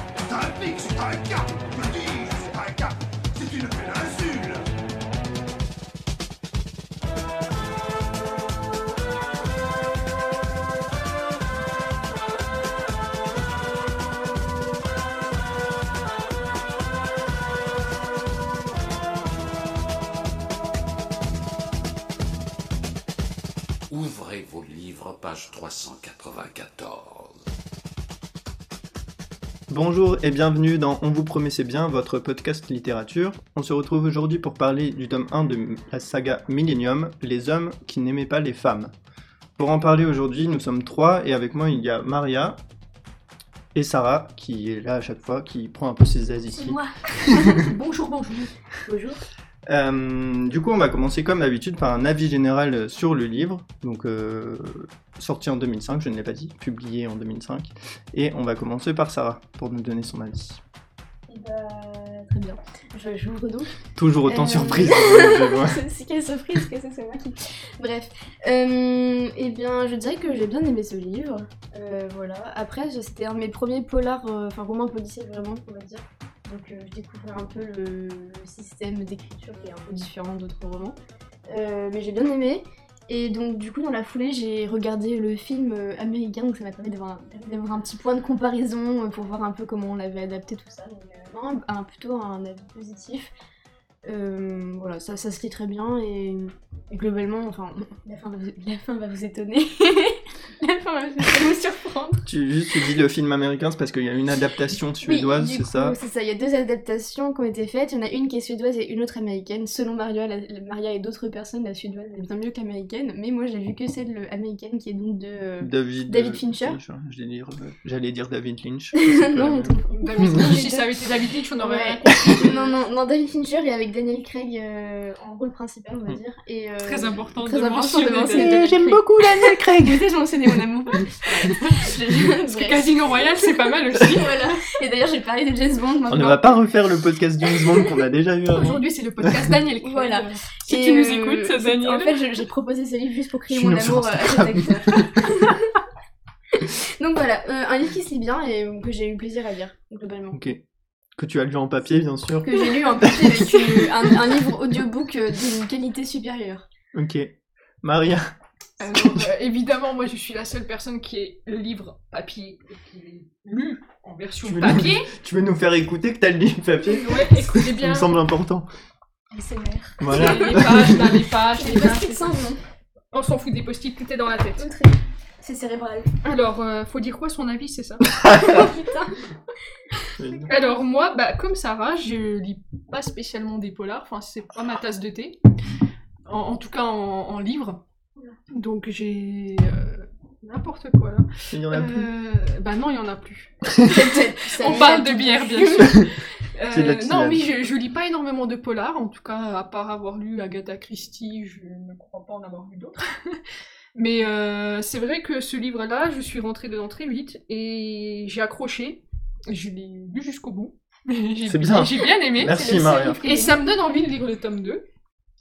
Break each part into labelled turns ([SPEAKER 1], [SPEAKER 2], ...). [SPEAKER 1] dis que je suis pas un cap. Je le dis, je suis pas un cap. C'est une péninsule.
[SPEAKER 2] Ouvrez vos livres, page 394.
[SPEAKER 3] Bonjour et bienvenue dans On vous promet c'est bien, votre podcast littérature. On se retrouve aujourd'hui pour parler du tome 1 de la saga Millennium, Les hommes qui n'aimaient pas les femmes. Pour en parler aujourd'hui, nous sommes trois et avec moi il y a Maria et Sarah qui est là à chaque fois, qui prend un peu ses aises
[SPEAKER 4] C'est
[SPEAKER 3] ici.
[SPEAKER 4] moi. bonjour, bonjour. Bonjour.
[SPEAKER 3] Euh, du coup, on va commencer comme d'habitude par un avis général sur le livre, donc euh, sorti en 2005, je ne l'ai pas dit, publié en 2005, et on va commencer par Sarah pour nous donner son avis.
[SPEAKER 4] Eh ben, très bien. Je- J'ouvre donc.
[SPEAKER 3] Toujours autant
[SPEAKER 4] Euh,
[SPEAKER 3] surprise, je vois.
[SPEAKER 4] C'est quelle surprise que ça soit moi qui. Bref. Euh, eh bien, je dirais que j'ai bien aimé ce livre. Euh, voilà. Après, je- c'était un de mes premiers polars, euh, enfin romans policiers vraiment, on va dire. Donc, euh, je découvrais un peu le, le système d'écriture qui est un peu différent d'autres romans. Euh, mais j'ai bien aimé. Et donc, du coup, dans la foulée, j'ai regardé le film euh, américain, donc ça m'a permis d'avoir un- d'avoir un petit point de comparaison euh, pour voir un peu comment on l'avait adapté, tout ça. Donc, euh, non, un- plutôt un avis positif. Euh, voilà, ça, ça se lit très bien et, et globalement, enfin, la fin va vous, la fin va vous étonner. la fin va vous, vous surprendre.
[SPEAKER 3] Tu, juste, tu dis le film américain, c'est parce qu'il y a une adaptation suédoise,
[SPEAKER 4] Oui, du
[SPEAKER 3] c'est
[SPEAKER 4] coup,
[SPEAKER 3] ça
[SPEAKER 4] C'est ça, il y a deux adaptations qui ont été faites. Il y en a une qui est suédoise et une autre américaine. Selon Maria, la- la- Maria et d'autres personnes, la suédoise est bien mieux qu'américaine. Mais moi, j'ai vu que celle euh, américaine qui est donc de. euh,
[SPEAKER 3] David,
[SPEAKER 4] David Fincher
[SPEAKER 3] J'allais dire, euh, j'allais dire David Lynch.
[SPEAKER 4] non, on trouve-
[SPEAKER 5] David Lynch, si ça avait été David Lynch, on aurait rien compris.
[SPEAKER 4] non, non, non, David Fincher et avec Daniel Craig euh, en rôle principal, on va dire. Et, euh,
[SPEAKER 5] Hmm. Très important
[SPEAKER 4] très
[SPEAKER 5] de
[SPEAKER 4] important de
[SPEAKER 5] mentionner
[SPEAKER 4] mentionner
[SPEAKER 5] David
[SPEAKER 4] David
[SPEAKER 5] Lynch.
[SPEAKER 4] Craig.
[SPEAKER 3] beaucoup Daniel Craig
[SPEAKER 4] Mais ça, je mentionnais mon amour.
[SPEAKER 5] Parce que Casino Royale, c'est pas mal aussi.
[SPEAKER 4] voilà. Et d'ailleurs, j'ai parlé de James Bond
[SPEAKER 3] On ne
[SPEAKER 4] maintenant.
[SPEAKER 3] va pas refaire le podcast James Bond qu'on a déjà eu avant.
[SPEAKER 5] Aujourd'hui, c'est le podcast Daniel Craig.
[SPEAKER 4] Voilà.
[SPEAKER 5] Si
[SPEAKER 4] Et,
[SPEAKER 5] tu nous
[SPEAKER 4] euh,
[SPEAKER 5] écoutes,
[SPEAKER 4] c'est-
[SPEAKER 5] Daniel.
[SPEAKER 4] En fait, je- j'ai proposé ce livre juste pour crier
[SPEAKER 3] Je
[SPEAKER 4] mon
[SPEAKER 3] nous
[SPEAKER 4] amour
[SPEAKER 3] force
[SPEAKER 4] euh, à cet acteur. Donc voilà, euh, un livre qui se lit bien et euh, que j'ai eu plaisir à lire, globalement.
[SPEAKER 3] Ok. Que tu as lu en papier, bien sûr.
[SPEAKER 4] Que j'ai lu en papier avec euh, un, un livre audiobook euh, d'une qualité supérieure.
[SPEAKER 3] Ok. Maria,
[SPEAKER 5] Alors, euh, évidemment, moi, je suis la seule personne qui ait le livre papier et qui l'ait lu en version
[SPEAKER 3] Tu veux
[SPEAKER 5] papier.
[SPEAKER 3] tu veux nous faire écouter que t'as lu le papier
[SPEAKER 5] Ouais, écoutez
[SPEAKER 3] Il
[SPEAKER 5] bien.
[SPEAKER 3] me semble important.
[SPEAKER 4] ASMR.
[SPEAKER 3] Voilà.
[SPEAKER 5] Les pages, là, les pages,
[SPEAKER 4] J'ai
[SPEAKER 5] les pages.
[SPEAKER 4] des sans nom.
[SPEAKER 5] On s'en fout des post-it, tout est dans la tête.
[SPEAKER 4] C'est cérébral.
[SPEAKER 5] Alors, euh, faut dire quoi son avis, c'est ça
[SPEAKER 4] Oh putain.
[SPEAKER 5] Alors moi, bah, comme Sarah, je lis pas spécialement des polars, enfin c'est pas ma tasse de thé, en, en tout cas en, en livre. Donc j'ai euh, n'importe quoi là.
[SPEAKER 3] Il y en a plus.
[SPEAKER 5] Euh, bah non, il y en a plus.
[SPEAKER 4] Ça
[SPEAKER 5] On
[SPEAKER 4] y
[SPEAKER 5] parle
[SPEAKER 4] est.
[SPEAKER 5] de bière bien sûr. Euh,
[SPEAKER 3] C'est de la petite
[SPEAKER 5] non
[SPEAKER 3] lame.
[SPEAKER 5] oui, je, je lis pas énormément de polars, en tout cas à part avoir lu Agatha Christie, je ne crois pas en avoir lu d'autres. Mais euh, c'est vrai que ce livre-là, je suis rentrée dedans très vite et j'ai accroché. Je l'ai lu jusqu'au bout. J'ai-
[SPEAKER 3] C'est bien.
[SPEAKER 5] J'ai bien aimé.
[SPEAKER 3] Merci,
[SPEAKER 4] C'est le seul
[SPEAKER 3] Maria.
[SPEAKER 4] livre que
[SPEAKER 5] Et
[SPEAKER 4] j'ai
[SPEAKER 5] ça me donne envie de lire le tome 2.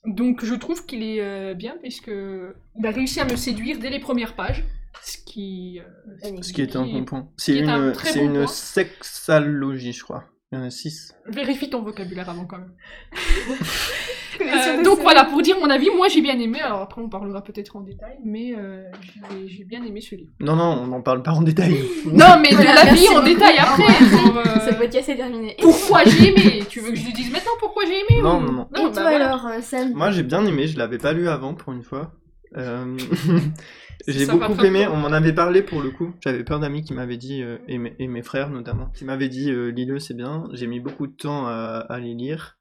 [SPEAKER 5] Donc je trouve qu'il est euh, bien puisque il a réussi à me séduire dès les premières pages, ce qui euh,
[SPEAKER 4] lu.
[SPEAKER 3] Ce qui est un bon point. C'est
[SPEAKER 5] qui est un
[SPEAKER 3] une,
[SPEAKER 5] très
[SPEAKER 3] c'est
[SPEAKER 5] bon
[SPEAKER 3] une
[SPEAKER 5] point.
[SPEAKER 3] sexalogie, je crois. Il y en a 6.
[SPEAKER 5] vérifie ton vocabulaire avant quand même.
[SPEAKER 4] Mais
[SPEAKER 5] Euh,
[SPEAKER 4] surtout,
[SPEAKER 5] donc
[SPEAKER 4] c'est-
[SPEAKER 5] voilà pour dire mon avis, moi j'ai bien aimé. Alors après on parlera peut-être en détail, mais euh, j'ai- j'ai bien aimé ce livre.
[SPEAKER 3] Non, non, on n'en parle pas en détail.
[SPEAKER 5] Non mais de
[SPEAKER 4] Voilà,
[SPEAKER 5] l'avis
[SPEAKER 4] merci
[SPEAKER 5] en
[SPEAKER 4] beaucoup.
[SPEAKER 5] détail après. genre, euh,
[SPEAKER 4] Ce podcast est terminé.
[SPEAKER 5] pourquoi j'ai aimé Tu veux que je le dise maintenant pourquoi j'ai aimé
[SPEAKER 3] Non,
[SPEAKER 5] ou-
[SPEAKER 3] non, non.
[SPEAKER 4] Et toi
[SPEAKER 5] bah, voilà.
[SPEAKER 4] alors, euh, Sam
[SPEAKER 3] Moi j'ai bien aimé, je l'avais pas lu avant pour une fois. Euh, j'ai
[SPEAKER 5] Ça va
[SPEAKER 3] beaucoup
[SPEAKER 5] très
[SPEAKER 3] aimé,
[SPEAKER 5] bien.
[SPEAKER 3] on m'en avait parlé pour le coup. J'avais plein d'amis qui m'avaient dit, euh, et, mes, et mes frères notamment, qui m'avaient dit euh, lis-le, c'est bien. J'ai mis beaucoup de temps à, à les lire,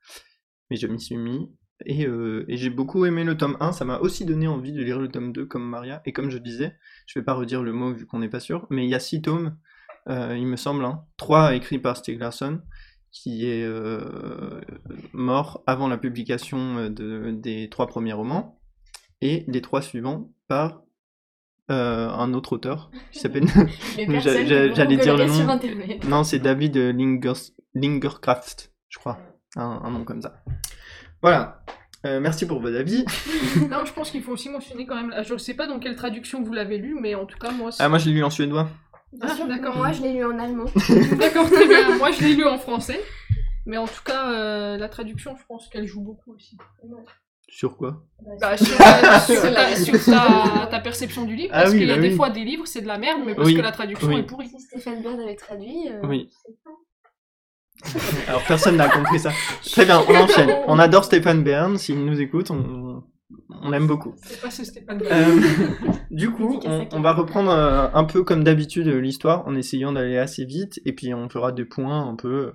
[SPEAKER 3] mais je m'y suis mis. Et, euh, et j'ai beaucoup aimé le tome 1, ça m'a aussi donné envie de lire le tome 2 comme Maria. Et comme je disais, je vais pas redire le mot vu qu'on n'est pas sûr, mais il y a 6 tomes, euh, il me semble, hein. 3 écrits par Stieg Larsson, qui est euh, mort avant la publication euh, de- des trois premiers romans, et les trois suivants par euh, un autre auteur qui s'appelle.
[SPEAKER 4] Le
[SPEAKER 3] Mais j'a-
[SPEAKER 4] personne
[SPEAKER 3] j'a-
[SPEAKER 4] que vous
[SPEAKER 3] j'allais dire le
[SPEAKER 4] reconnaissez
[SPEAKER 3] nom.
[SPEAKER 4] sur Internet.
[SPEAKER 3] non, c'est David Lingers- Lingercraft, je crois. Un, un nom comme ça. Voilà. Euh, merci pour vos avis.
[SPEAKER 5] Non, je pense qu'il faut aussi mentionner quand même. Je sais pas dans quelle traduction vous l'avez lu, mais en tout cas Ah, moi. c'est-
[SPEAKER 3] Ah, moi, je l'ai lu en suédois.
[SPEAKER 4] Bien
[SPEAKER 5] Ah,
[SPEAKER 4] sûr,
[SPEAKER 5] d'accord.
[SPEAKER 4] moi je l'ai lu en allemand.
[SPEAKER 5] D'accord, très bien. Moi, je l'ai lu en français. Mais en tout cas, euh, la traduction, je pense qu'elle joue beaucoup aussi.
[SPEAKER 3] Sur quoi
[SPEAKER 5] Bah, sur ta, sur ta- sur ta- ta perception du livre.
[SPEAKER 3] Ah
[SPEAKER 5] parce
[SPEAKER 3] oui,
[SPEAKER 5] qu'il y a
[SPEAKER 3] bah
[SPEAKER 5] des
[SPEAKER 3] oui.
[SPEAKER 5] fois des livres, c'est de la merde, mais parce
[SPEAKER 3] Oui,
[SPEAKER 5] que la traduction
[SPEAKER 3] oui.
[SPEAKER 5] est pourrie.
[SPEAKER 4] si Stéphane Bird avait traduit. euh,
[SPEAKER 3] Oui.
[SPEAKER 4] c'est ça.
[SPEAKER 3] Alors personne n'a compris ça. Très bien, on enchaîne. On adore Stéphane Bern, s'il nous écoute, on, on l'aime beaucoup.
[SPEAKER 5] C'est pas ce Stéphane Bern.
[SPEAKER 3] Euh, du coup, on, on va reprendre euh, un peu comme d'habitude euh, l'histoire en essayant d'aller assez vite et puis on fera des points un peu euh,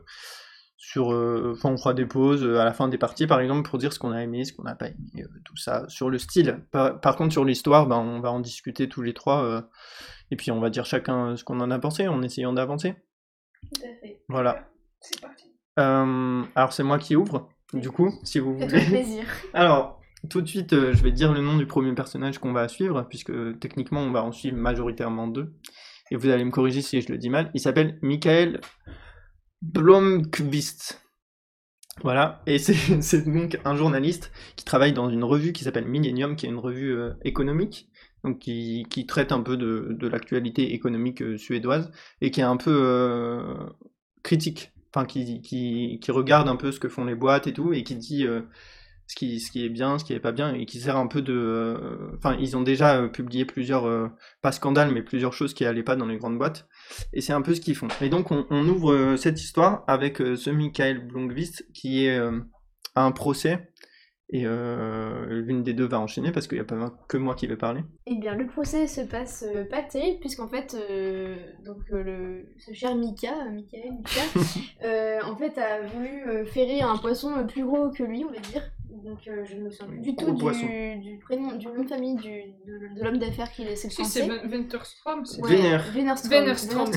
[SPEAKER 3] sur. euh, Enfin, on fera des pauses euh, à la fin des parties par exemple pour dire ce qu'on a aimé, ce qu'on n'a pas aimé, euh, tout ça sur le style. Par, par contre, sur l'histoire, ben, on va en discuter tous les trois euh, et puis on va dire chacun euh, ce qu'on en a pensé en essayant d'avancer.
[SPEAKER 4] Tout à fait.
[SPEAKER 3] Voilà.
[SPEAKER 5] C'est parti.
[SPEAKER 3] Euh, alors, c'est moi qui ouvre. Du coup, si vous
[SPEAKER 4] Faites-moi
[SPEAKER 3] voulez.
[SPEAKER 4] plaisir.
[SPEAKER 3] Alors, tout de suite, euh, je vais dire le nom du premier personnage qu'on va suivre, puisque euh, techniquement, on va en suivre majoritairement deux. Et vous allez me corriger si je le dis mal. Il s'appelle Michael Blomqvist. Voilà, et c'est c'est donc un journaliste qui travaille dans une revue qui s'appelle Millennium, qui est une revue euh, économique, donc qui, qui traite un peu de, de l'actualité économique euh, suédoise, et qui est un peu euh, critique, enfin qui, qui, qui regarde un peu ce que font les boîtes et tout, et qui dit euh, ce qui, ce qui est bien, ce qui est pas bien, et qui sert un peu de. euh, Enfin, ils ont déjà euh, publié plusieurs, euh, pas scandales, mais plusieurs choses qui allaient pas dans les grandes boîtes, et c'est un peu ce qu'ils font. Et donc, on, on ouvre euh, cette histoire avec euh, ce Michael Blomqvist qui est euh, à un procès, et euh, l'une des deux va enchaîner parce qu'il n'y a pas que moi qui vais parler.
[SPEAKER 4] Eh bien, le procès se passe euh, pas terrible, puisqu'en fait, euh, donc, euh, le, ce cher Mika, euh, Michael, Mika, euh, en fait, a voulu euh, ferrer un poisson euh, plus gros que lui, on va dire. Donc, euh, je ne me souviens plus du
[SPEAKER 3] Gros
[SPEAKER 4] tout
[SPEAKER 3] poisson.
[SPEAKER 4] du, du prénom, du nom de famille du, de, de l'homme d'affaires qui est, c'est le
[SPEAKER 5] Si, c'est
[SPEAKER 4] français.
[SPEAKER 5] Ven- Wenterstrom, c'est-
[SPEAKER 3] Ouais. Vénère.
[SPEAKER 4] Vénérstrom.
[SPEAKER 5] Wennerstrom.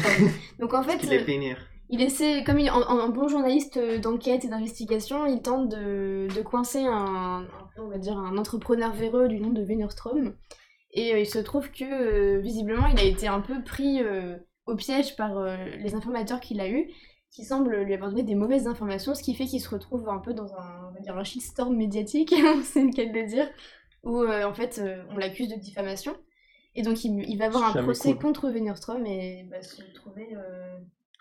[SPEAKER 4] Donc, en fait,
[SPEAKER 3] Parce qu'il est
[SPEAKER 4] euh,
[SPEAKER 3] vénère.
[SPEAKER 4] il essaie, comme il, en, en- en bon journaliste euh, d'enquête et d'investigation, il tente de, de coincer un, un- on va dire, un entrepreneur véreux du nom de Wennerstrom. Et euh, il se trouve que, euh, visiblement, il a été un peu pris euh, au piège par euh, les informateurs qu'il a eus, qui semblent lui avoir donné des mauvaises informations, ce qui fait qu'il se retrouve un peu dans un, on va dire, un shitstorm médiatique, c'est le cas de le dire, où euh, en fait euh, on l'accuse de diffamation. Et donc il, il va avoir
[SPEAKER 3] C'est
[SPEAKER 4] un
[SPEAKER 3] jamais
[SPEAKER 4] procès
[SPEAKER 3] cool.
[SPEAKER 4] contre Wennerstrom et bah, se retrouver euh,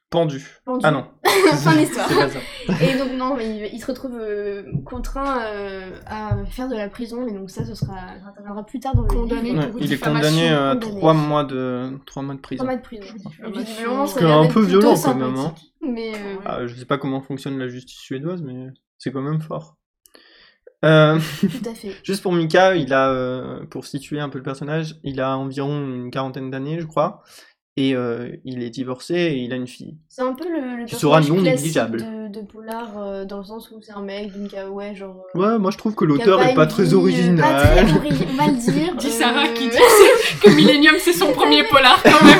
[SPEAKER 3] Pendu.
[SPEAKER 4] pendu.
[SPEAKER 3] Ah non.
[SPEAKER 4] Fin d'histoire.
[SPEAKER 3] C'est pas ça.
[SPEAKER 4] Et donc non, mais il, il se retrouve euh, contraint euh, à faire de la prison, mais donc ça, ce sera, ça interviendra plus tard dans le
[SPEAKER 5] Condamné.
[SPEAKER 4] livre.
[SPEAKER 3] Ouais,
[SPEAKER 5] pour
[SPEAKER 3] il est
[SPEAKER 5] diffamation,
[SPEAKER 3] condamné à
[SPEAKER 4] condamné.
[SPEAKER 3] 3 mois de, trois mois de prison.
[SPEAKER 4] Trois mois de prison.
[SPEAKER 5] Diffamation.
[SPEAKER 4] Visiblement, ça
[SPEAKER 3] C'est
[SPEAKER 4] a l'air
[SPEAKER 3] un
[SPEAKER 4] d'être
[SPEAKER 3] peu
[SPEAKER 4] plutôt
[SPEAKER 3] violent quand même. Hein.
[SPEAKER 4] sympathique. Mais euh,
[SPEAKER 3] Ah, je sais pas comment fonctionne la justice suédoise, mais c'est quand même fort. Euh,
[SPEAKER 4] tout à fait.
[SPEAKER 3] juste pour Mika, il a, euh, pour situer un peu le personnage, il a environ une quarantaine d'années, je crois, et euh, il est divorcé et il a une fille.
[SPEAKER 4] C'est un peu le, le
[SPEAKER 3] Tu seras
[SPEAKER 4] personnage
[SPEAKER 3] non
[SPEAKER 4] classique
[SPEAKER 3] négligeable.
[SPEAKER 4] de, de Polar, euh, dans le sens où c'est un mec d'une ouais, genre... euh,
[SPEAKER 3] Ouais, moi je trouve que
[SPEAKER 4] qui a
[SPEAKER 3] l'auteur est
[SPEAKER 4] une
[SPEAKER 3] pas très
[SPEAKER 4] vie, euh, Pas
[SPEAKER 3] original.
[SPEAKER 4] très ori- on va le dire.
[SPEAKER 5] Dit
[SPEAKER 4] euh,
[SPEAKER 5] Sarah qui dit que Millennium, c'est son premier polar quand même.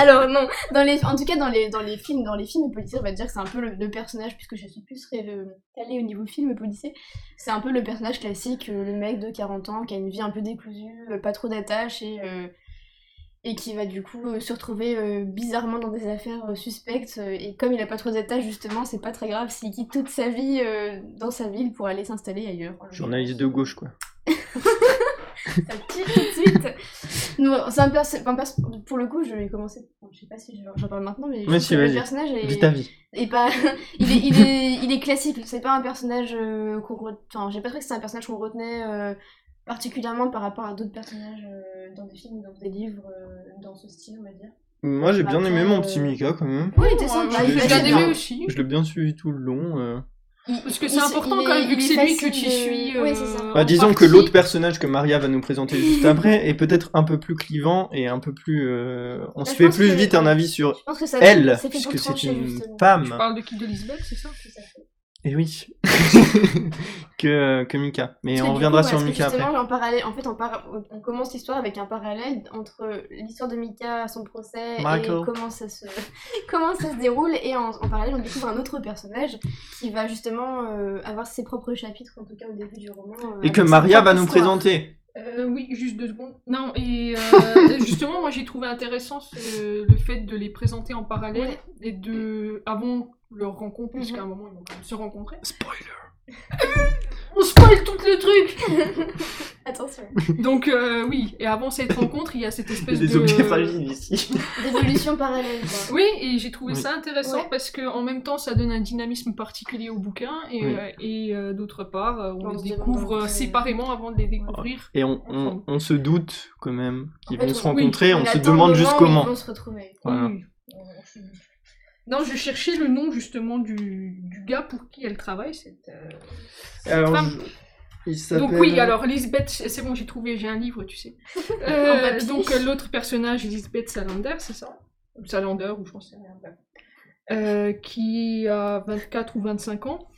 [SPEAKER 4] Alors non, dans les, en tout cas dans les, dans les films, dans les films policiers, on va dire que c'est un peu le, le personnage, puisque je suis plus ré- euh, calée au niveau film policier, c'est un peu le personnage classique, euh, le mec de 40 ans qui a une vie un peu décousue, euh, pas trop d'attache et, euh, et qui va du coup euh, se retrouver euh, bizarrement dans des affaires euh, suspectes. euh, et comme il a pas trop d'attache justement, c'est pas très grave s'il quitte toute sa vie euh, dans sa ville pour aller s'installer ailleurs.
[SPEAKER 3] Journaliste de gauche, quoi.
[SPEAKER 4] Ça tire tout de suite. Non, c'est un perso- enfin, perso- pour le coup, je vais commencer. Je sais pas si j'en j'en parle maintenant, mais, je
[SPEAKER 3] Mais
[SPEAKER 4] trouve
[SPEAKER 3] si,
[SPEAKER 4] que
[SPEAKER 3] vas-y.
[SPEAKER 4] le personnage est,
[SPEAKER 3] Vite ta vie.
[SPEAKER 4] est pas. il, est, il, est, il est classique. C'est pas un personnage euh, qu'on. re- Enfin, j'ai pas trouvé que c'est un personnage qu'on retenait euh, particulièrement par rapport à d'autres personnages euh, dans des films, dans des livres, euh, dans ce style, on va dire.
[SPEAKER 3] Moi j'ai bien
[SPEAKER 4] Après,
[SPEAKER 3] aimé mon
[SPEAKER 4] euh,
[SPEAKER 3] petit Mika quand même.
[SPEAKER 4] Oui, t'es
[SPEAKER 5] Moi,
[SPEAKER 4] sympa.
[SPEAKER 5] je
[SPEAKER 4] il
[SPEAKER 5] l'ai
[SPEAKER 4] est
[SPEAKER 5] bien
[SPEAKER 4] bien.
[SPEAKER 5] aimé aussi.
[SPEAKER 3] Je l'ai bien suivi tout le long. euh.
[SPEAKER 4] Il-
[SPEAKER 5] Parce que
[SPEAKER 4] il
[SPEAKER 5] c'est
[SPEAKER 4] se-
[SPEAKER 5] important
[SPEAKER 4] il
[SPEAKER 5] quand
[SPEAKER 4] est-
[SPEAKER 5] même, vu que
[SPEAKER 4] il
[SPEAKER 5] c'est
[SPEAKER 4] est
[SPEAKER 5] lui que
[SPEAKER 4] facile
[SPEAKER 5] tu
[SPEAKER 4] de-
[SPEAKER 5] suis.
[SPEAKER 4] Ouais, c'est ça.
[SPEAKER 5] euh,
[SPEAKER 3] Bah,
[SPEAKER 5] en
[SPEAKER 3] disons que
[SPEAKER 5] partie.
[SPEAKER 3] l'autre personnage que Maria va nous présenter juste après est peut-être un peu plus clivant et un peu plus. euh, On
[SPEAKER 4] Bah,
[SPEAKER 3] se
[SPEAKER 4] je
[SPEAKER 3] fait
[SPEAKER 4] pense
[SPEAKER 3] plus
[SPEAKER 4] que-
[SPEAKER 3] vite un avis sur
[SPEAKER 4] Je pense que ça
[SPEAKER 3] elle,
[SPEAKER 4] c'est fait pour
[SPEAKER 3] puisque c'est
[SPEAKER 4] trancher,
[SPEAKER 3] une
[SPEAKER 4] justement.
[SPEAKER 5] Tu
[SPEAKER 3] femme,
[SPEAKER 5] parles de qui de Lisbeth, c'est ça
[SPEAKER 3] et oui, que, que Mika. Mais
[SPEAKER 4] Parce que
[SPEAKER 3] on
[SPEAKER 4] du
[SPEAKER 3] reviendra
[SPEAKER 4] coup,
[SPEAKER 3] sur
[SPEAKER 4] parce que
[SPEAKER 3] Mika après.
[SPEAKER 4] Justement, en parallèle, en fait, on, par- on commence l'histoire avec un parallèle entre l'histoire de Mika, son procès
[SPEAKER 3] Michael.
[SPEAKER 4] et comment ça se comment ça se déroule. Et en, en parallèle, on découvre un autre personnage qui va justement euh, avoir ses propres chapitres, en tout cas au début du roman. euh,
[SPEAKER 3] Et
[SPEAKER 4] avec
[SPEAKER 3] que
[SPEAKER 4] sa
[SPEAKER 3] Maria va
[SPEAKER 4] propre
[SPEAKER 3] nous
[SPEAKER 4] histoire.
[SPEAKER 3] présenter.
[SPEAKER 5] Euh, oui, juste deux secondes. Non, et euh, justement, moi j'ai trouvé intéressant ce- le fait de les présenter en parallèle
[SPEAKER 4] Ouais.
[SPEAKER 5] et de. avant leur rencontre,
[SPEAKER 4] Mhm.
[SPEAKER 5] puisqu'à un moment ils vont quand même se rencontrer.
[SPEAKER 3] Spoiler.
[SPEAKER 5] On spoil tout le truc
[SPEAKER 4] Attention.
[SPEAKER 5] Donc, euh, oui, et avant cette rencontre, il y a cette espèce
[SPEAKER 3] Des
[SPEAKER 5] de.
[SPEAKER 3] objets fragiles ici.
[SPEAKER 4] D'évolution parallèle, quoi.
[SPEAKER 5] Oui, et j'ai trouvé
[SPEAKER 3] Oui.
[SPEAKER 5] ça intéressant
[SPEAKER 4] Ouais.
[SPEAKER 5] parce que en même temps, ça donne un dynamisme particulier au bouquin et,
[SPEAKER 3] Oui.
[SPEAKER 5] euh, et, euh, d'autre part, euh, on,
[SPEAKER 4] On
[SPEAKER 5] les
[SPEAKER 4] se
[SPEAKER 5] découvre
[SPEAKER 4] demande,
[SPEAKER 5] euh,
[SPEAKER 4] euh,
[SPEAKER 5] séparément avant de les découvrir.
[SPEAKER 3] Et on, on- on se doute quand même qu'ils
[SPEAKER 4] En fait,
[SPEAKER 3] vont se
[SPEAKER 4] oui,
[SPEAKER 3] rencontrer, on se
[SPEAKER 4] attend le
[SPEAKER 3] demande
[SPEAKER 4] moment
[SPEAKER 3] juste
[SPEAKER 4] où
[SPEAKER 3] comment.
[SPEAKER 4] Ils vont se retrouver.
[SPEAKER 3] Voilà.
[SPEAKER 5] Oui. Non, je cherchais le nom justement du, du gars pour qui elle travaille. Cette, euh, cette
[SPEAKER 3] Alors,
[SPEAKER 5] femme.
[SPEAKER 3] je- il
[SPEAKER 5] Donc
[SPEAKER 3] s'appelle-
[SPEAKER 4] euh,
[SPEAKER 5] oui, alors Lisbeth, c'est bon, j'ai trouvé, j'ai un livre, tu sais. Euh,
[SPEAKER 4] En papier.
[SPEAKER 5] donc euh, l'autre personnage, Lisbeth Salander, c'est ça Ou Salander, ou j'en sais rien. bref. Euh, qui a 24 ou 25 ans,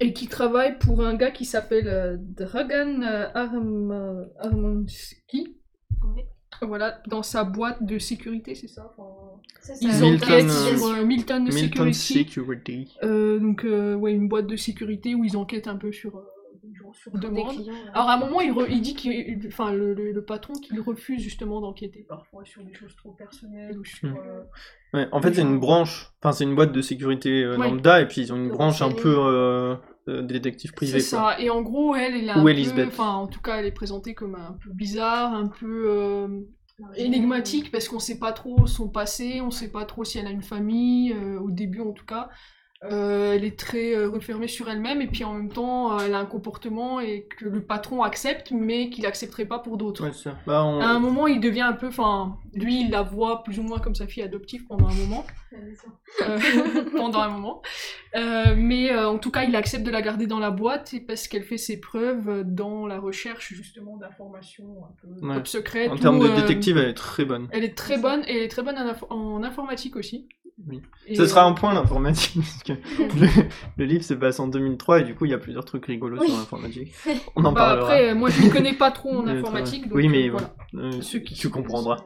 [SPEAKER 5] et qui travaille pour un gars qui s'appelle euh, Dragan euh, Arm- Armansky.
[SPEAKER 4] Ouais.
[SPEAKER 5] Voilà, dans sa boîte de sécurité, c'est ça Enfin,
[SPEAKER 4] C'est ça.
[SPEAKER 5] Ils
[SPEAKER 3] Milton,
[SPEAKER 5] enquêtent
[SPEAKER 3] euh,
[SPEAKER 5] sur euh, Milton de
[SPEAKER 3] Milton
[SPEAKER 5] Security.
[SPEAKER 3] Security.
[SPEAKER 5] Euh, donc, euh, ouais, une boîte de sécurité où ils enquêtent un peu sur, euh, des gens sur
[SPEAKER 4] Des
[SPEAKER 5] demande.
[SPEAKER 4] clients. ouais.
[SPEAKER 5] Alors à un moment, il, re- il dit qu'il, enfin, le, le- le patron qu'il refuse justement d'enquêter parfois sur des choses trop personnelles ou sur.
[SPEAKER 3] Mm.
[SPEAKER 5] euh,
[SPEAKER 3] Ouais, en fait, c'est une branche, enfin, c'est une boîte de sécurité euh,
[SPEAKER 5] Ouais.
[SPEAKER 3] lambda, et puis ils ont une
[SPEAKER 4] Donc,
[SPEAKER 3] branche un
[SPEAKER 4] c'est-
[SPEAKER 3] peu euh, euh, détective privé.
[SPEAKER 5] c'est
[SPEAKER 3] quoi.
[SPEAKER 5] ça. Et en gros, elle, elle est un
[SPEAKER 3] Où est
[SPEAKER 5] peu-
[SPEAKER 3] Lisbeth
[SPEAKER 5] enfin, en tout cas, elle est présentée comme un peu bizarre, un peu euh, énigmatique parce qu'on sait pas trop son passé, on sait pas trop si elle a une famille euh, au début en tout cas. Euh, elle est très euh, refermée sur elle-même et puis en même temps, euh, elle a un comportement et que le patron accepte, mais qu'il accepterait pas pour d'autres.
[SPEAKER 3] Ouais, c'est ça. Bah, on-
[SPEAKER 5] À un moment, il devient un peu. Enfin, lui, il la voit plus ou moins comme sa fille adoptive pendant un moment. euh, pendant un moment. Euh, mais euh, en tout cas, il accepte de la garder dans la boîte et parce qu'elle fait ses preuves euh, dans la recherche justement d'informations un peu
[SPEAKER 3] Ouais.
[SPEAKER 5] top secrètes.
[SPEAKER 3] en termes
[SPEAKER 5] ou,
[SPEAKER 3] de
[SPEAKER 5] euh,
[SPEAKER 3] détective, elle est très bonne.
[SPEAKER 5] Elle est très
[SPEAKER 4] C'est ça.
[SPEAKER 5] bonne et elle est très bonne en, info- en informatique aussi.
[SPEAKER 3] Oui.
[SPEAKER 5] Et- euh,
[SPEAKER 3] Ce sera un point l'informatique, parce que le, le livre se passe en 2003 et du coup il y a plusieurs trucs rigolos
[SPEAKER 4] Oui.
[SPEAKER 3] sur l'informatique. On en
[SPEAKER 5] Bah,
[SPEAKER 3] parlera.
[SPEAKER 5] après, euh, moi je ne connais pas trop en
[SPEAKER 3] Mais, euh,
[SPEAKER 5] informatique. Donc,
[SPEAKER 3] oui, mais
[SPEAKER 5] euh, voilà.
[SPEAKER 3] Euh,
[SPEAKER 5] ceux qui
[SPEAKER 3] tu comprendras.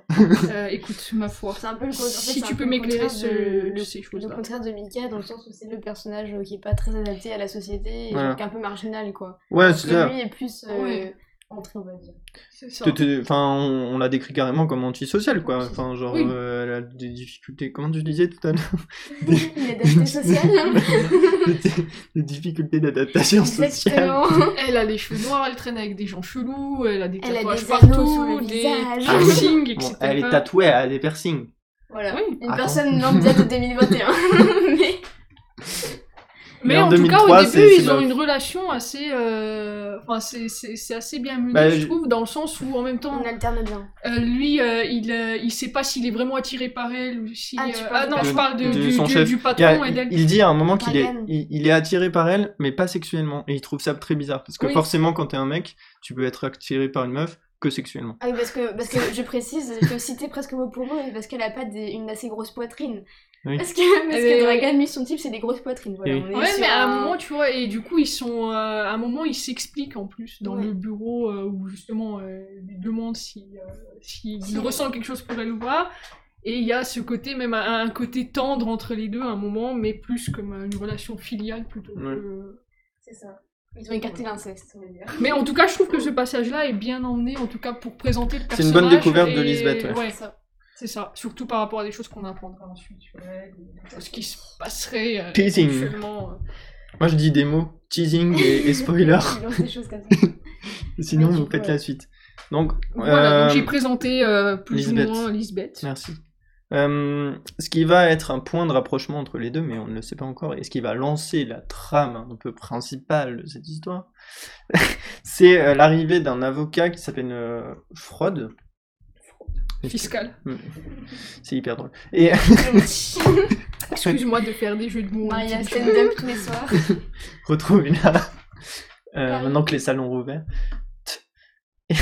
[SPEAKER 5] Euh, écoute, ma foi.
[SPEAKER 4] C'est un peu le contraire.
[SPEAKER 5] Si
[SPEAKER 4] en fait, c'est
[SPEAKER 5] tu
[SPEAKER 4] un
[SPEAKER 5] peux
[SPEAKER 4] peu le
[SPEAKER 5] m'éclairer
[SPEAKER 4] contraire
[SPEAKER 5] ce-
[SPEAKER 4] de-
[SPEAKER 5] ces
[SPEAKER 4] Le
[SPEAKER 5] choses-là.
[SPEAKER 4] contraire de Mika, dans le sens où c'est le personnage euh, qui est pas très adapté à la société et
[SPEAKER 3] Voilà.
[SPEAKER 4] donc un peu marginal, quoi.
[SPEAKER 3] Ouais,
[SPEAKER 4] Parce
[SPEAKER 3] c'est
[SPEAKER 4] que
[SPEAKER 3] ça.
[SPEAKER 4] lui est plus euh,
[SPEAKER 5] Ouais.
[SPEAKER 4] entré, on va dire.
[SPEAKER 5] C'est ça.
[SPEAKER 3] T'es- t'es- Enfin, on, on la décrit carrément comme antisociale, quoi.
[SPEAKER 4] Oui, c'est ça.
[SPEAKER 3] Enfin, genre,
[SPEAKER 5] Oui.
[SPEAKER 3] euh, elle a des difficultés. Comment tu disais tout à l'heure
[SPEAKER 4] Il est adapté social. hein.
[SPEAKER 5] hein.
[SPEAKER 3] Des- Des difficultés d'adaptation sociale.
[SPEAKER 4] Exactement.
[SPEAKER 5] Elle a les cheveux noirs, elle traîne avec des gens chelous, elle a des
[SPEAKER 4] Elle a
[SPEAKER 5] tatouages
[SPEAKER 4] des anneaux sur
[SPEAKER 5] partout,
[SPEAKER 4] le
[SPEAKER 5] des
[SPEAKER 4] visage.
[SPEAKER 5] piercings, etc.
[SPEAKER 3] Ah Bon, elle est tatouée, elle a des piercings.
[SPEAKER 4] Voilà.
[SPEAKER 5] Ah Oui.
[SPEAKER 4] Une
[SPEAKER 3] Attends.
[SPEAKER 4] personne lambda de 2021.
[SPEAKER 5] Mais
[SPEAKER 4] Mais
[SPEAKER 3] Mais en
[SPEAKER 5] en, tout
[SPEAKER 3] 2003,
[SPEAKER 5] cas, au
[SPEAKER 3] c'est-
[SPEAKER 5] début,
[SPEAKER 3] c'est
[SPEAKER 5] ils ont
[SPEAKER 3] ma-
[SPEAKER 5] une relation assez. euh, Enfin, c'est- c'est c'est assez bien menée,
[SPEAKER 3] Bah,
[SPEAKER 5] je
[SPEAKER 3] je-
[SPEAKER 5] trouve, dans le sens où en même temps,
[SPEAKER 4] on alterne bien.
[SPEAKER 5] euh, lui, euh, il, euh, il sait pas s'il est vraiment attiré par elle ou si.
[SPEAKER 4] Ah, tu
[SPEAKER 5] euh,
[SPEAKER 4] parles
[SPEAKER 5] ah
[SPEAKER 4] du
[SPEAKER 5] non,
[SPEAKER 4] patron.
[SPEAKER 5] je parle de-
[SPEAKER 3] De
[SPEAKER 5] du,
[SPEAKER 3] son
[SPEAKER 5] du-
[SPEAKER 3] chef. Il,
[SPEAKER 5] du
[SPEAKER 3] y a-
[SPEAKER 5] patron et
[SPEAKER 3] il-
[SPEAKER 5] d'elle.
[SPEAKER 3] il dit à un moment qu'il est,
[SPEAKER 4] Dragan.
[SPEAKER 3] il, il est attiré par elle, mais pas sexuellement. Et il trouve ça très bizarre. Parce que
[SPEAKER 5] Oui.
[SPEAKER 3] forcément, quand t'es un mec, tu peux être attiré par une meuf que sexuellement.
[SPEAKER 4] Ah oui, parce que, parce que je précise que citer presque mot pour mot, mais parce qu'elle a pas des- une assez grosse poitrine.
[SPEAKER 3] Oui.
[SPEAKER 4] Parce que, parce
[SPEAKER 5] Eh
[SPEAKER 4] que
[SPEAKER 5] ben,
[SPEAKER 4] Dragan, lui, son type, c'est des grosses poitrines. Voilà,
[SPEAKER 3] Oui.
[SPEAKER 4] on est
[SPEAKER 5] Ouais,
[SPEAKER 4] sur
[SPEAKER 5] mais à un
[SPEAKER 4] un-
[SPEAKER 5] moment, tu vois, et du coup, ils sont. euh, à un moment, ils s'expliquent en plus dans
[SPEAKER 4] Ouais.
[SPEAKER 5] le bureau euh, où justement, euh, ils demandent si, euh, s'il
[SPEAKER 4] Si.
[SPEAKER 5] ressent quelque chose pour elle ou pas. Et il y a ce côté, même un, un côté tendre entre les deux à un moment, mais plus comme euh, une relation filiale plutôt que.
[SPEAKER 4] C'est ça. Ils ont écarté l'inceste, on va dire.
[SPEAKER 5] Mais en tout cas, je trouve que ce passage-là est bien emmené, en tout cas pour présenter le personnage.
[SPEAKER 3] C'est une bonne découverte de
[SPEAKER 5] et-
[SPEAKER 3] Lisbeth, ouais.
[SPEAKER 5] Ouais, ça. C'est ça. Surtout par rapport à des choses qu'on apprendra ensuite sur elle, ou des choses qui se passeraient. euh,
[SPEAKER 3] Teasing.
[SPEAKER 5] éventuellement, euh.
[SPEAKER 3] Moi, je dis des mots teasing et, et spoiler.
[SPEAKER 4] Ils lancent des choses comme ça.
[SPEAKER 3] Sinon,
[SPEAKER 4] Mais du
[SPEAKER 3] vous
[SPEAKER 4] coup,
[SPEAKER 3] faites
[SPEAKER 4] ouais.
[SPEAKER 3] la suite. Donc,
[SPEAKER 5] Voilà,
[SPEAKER 3] euh,
[SPEAKER 5] donc j'ai présenté euh, plus
[SPEAKER 3] Lisbeth.
[SPEAKER 5] ou moins Lisbeth.
[SPEAKER 3] merci. Euh, ce qui va être un point de rapprochement entre les deux, mais on ne le sait pas encore, et ce qui va lancer la trame un peu principale de cette histoire, c'est euh, l'arrivée d'un avocat qui s'appelle euh, Freud.
[SPEAKER 5] Fiscale.
[SPEAKER 3] Hmm. C'est hyper drôle. Et
[SPEAKER 5] Excuse-moi de faire des jeux de mots. un
[SPEAKER 4] Maria,
[SPEAKER 5] petit peu.
[SPEAKER 4] stand-up tous les soirs.
[SPEAKER 3] retrouvé là, euh,
[SPEAKER 4] Pareil.
[SPEAKER 3] maintenant que les salons ont rouvert.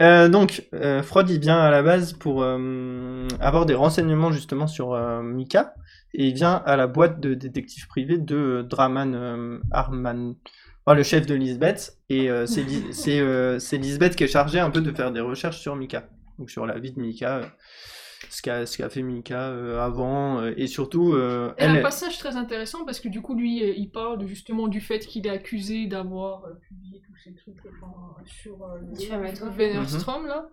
[SPEAKER 3] Euh, donc, euh, Freud, il vient à la base pour euh, avoir des renseignements justement sur euh, Mika, et il vient à la boîte de détective privé de euh, Draman euh, Arman, enfin, le chef de Lisbeth, et euh, c'est Lis- c'est, euh, c'est Lisbeth qui est chargée un peu de faire des recherches sur Mika, donc sur la vie de Mika, euh, ce qu'a ce qu'a fait Mika euh, avant, euh, et surtout, euh,
[SPEAKER 5] Elle a un
[SPEAKER 3] elle,
[SPEAKER 5] passage très intéressant parce que du coup, lui, euh, il parle justement du fait qu'il est accusé d'avoir euh, publié tous ces trucs enfin, sur euh, le-
[SPEAKER 4] Diffamatoire.
[SPEAKER 5] le
[SPEAKER 3] Mhm.
[SPEAKER 5] Wennerstrom, là.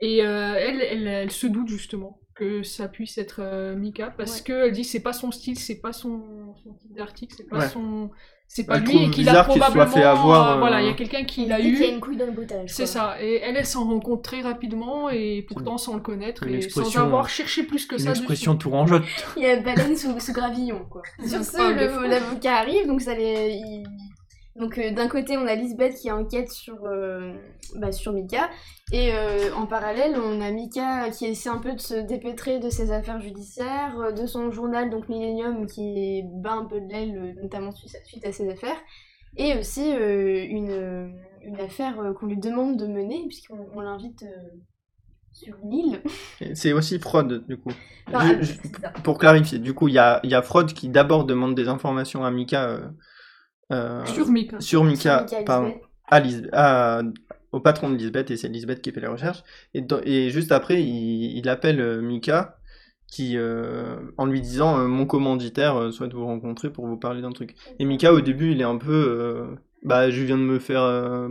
[SPEAKER 5] Et euh, elle, elle, elle se doute justement que ça puisse être euh, Mika parce
[SPEAKER 4] Ouais.
[SPEAKER 5] que qu'elle dit que c'est pas son style, c'est pas son, son type d'article, c'est pas
[SPEAKER 3] Ouais.
[SPEAKER 5] son. c'est
[SPEAKER 3] Bah,
[SPEAKER 5] pas
[SPEAKER 3] elle
[SPEAKER 5] lui
[SPEAKER 3] trouve
[SPEAKER 5] et qu'il a
[SPEAKER 3] bizarre qu'il se soit
[SPEAKER 5] probablement
[SPEAKER 3] fait avoir,
[SPEAKER 5] euh,
[SPEAKER 3] euh,
[SPEAKER 5] voilà il y a quelqu'un qui l'a
[SPEAKER 4] dit qu'il y a
[SPEAKER 5] eu
[SPEAKER 4] une couille dans le boutage.
[SPEAKER 5] c'est ça et elle elle s'en rencontre très rapidement et pourtant sans le connaître
[SPEAKER 3] Une
[SPEAKER 5] et sans
[SPEAKER 3] expression-
[SPEAKER 5] avoir cherché plus que
[SPEAKER 3] Une
[SPEAKER 5] ça dessus.
[SPEAKER 3] expression tourangeote.
[SPEAKER 4] Il y a baleine sous, sous gravillon, quoi. Sur ce,
[SPEAKER 5] Parle de
[SPEAKER 4] le-
[SPEAKER 5] fou.
[SPEAKER 4] l'avocat arrive, donc ça les. il- Donc euh, d'un côté, on a Lisbeth qui enquête sur, euh, bah, sur Mika, et euh, en parallèle, on a Mika qui essaie un peu de se dépêtrer de ses affaires judiciaires, euh, de son journal, donc Millennium, qui bat un peu de l'aile, euh, notamment suite à- suite à ses affaires, et aussi euh, une, euh, une affaire euh, qu'on lui demande de mener, puisqu'on on l'invite euh, sur une île.
[SPEAKER 3] Et C'est aussi Fraud, du coup.
[SPEAKER 4] Enfin,
[SPEAKER 3] Je- je-
[SPEAKER 4] c'est ça.
[SPEAKER 3] pour clarifier, du coup, il y a, il y a Fraud qui d'abord demande des informations à Mika. euh, euh,
[SPEAKER 5] sur Mika
[SPEAKER 3] sur Mika,
[SPEAKER 4] Mika et
[SPEAKER 3] pardon,
[SPEAKER 4] Lisbeth.
[SPEAKER 3] à Lis- à- au patron de Lisbeth, et c'est Lisbeth qui fait les recherches. Et, dans- et juste après, il, il appelle euh, Mika qui, euh, en lui disant euh, Mon commanditaire euh, souhaite vous rencontrer pour vous parler d'un truc. Et Mika, au début, il est un peu euh, Bah, je viens de me faire euh,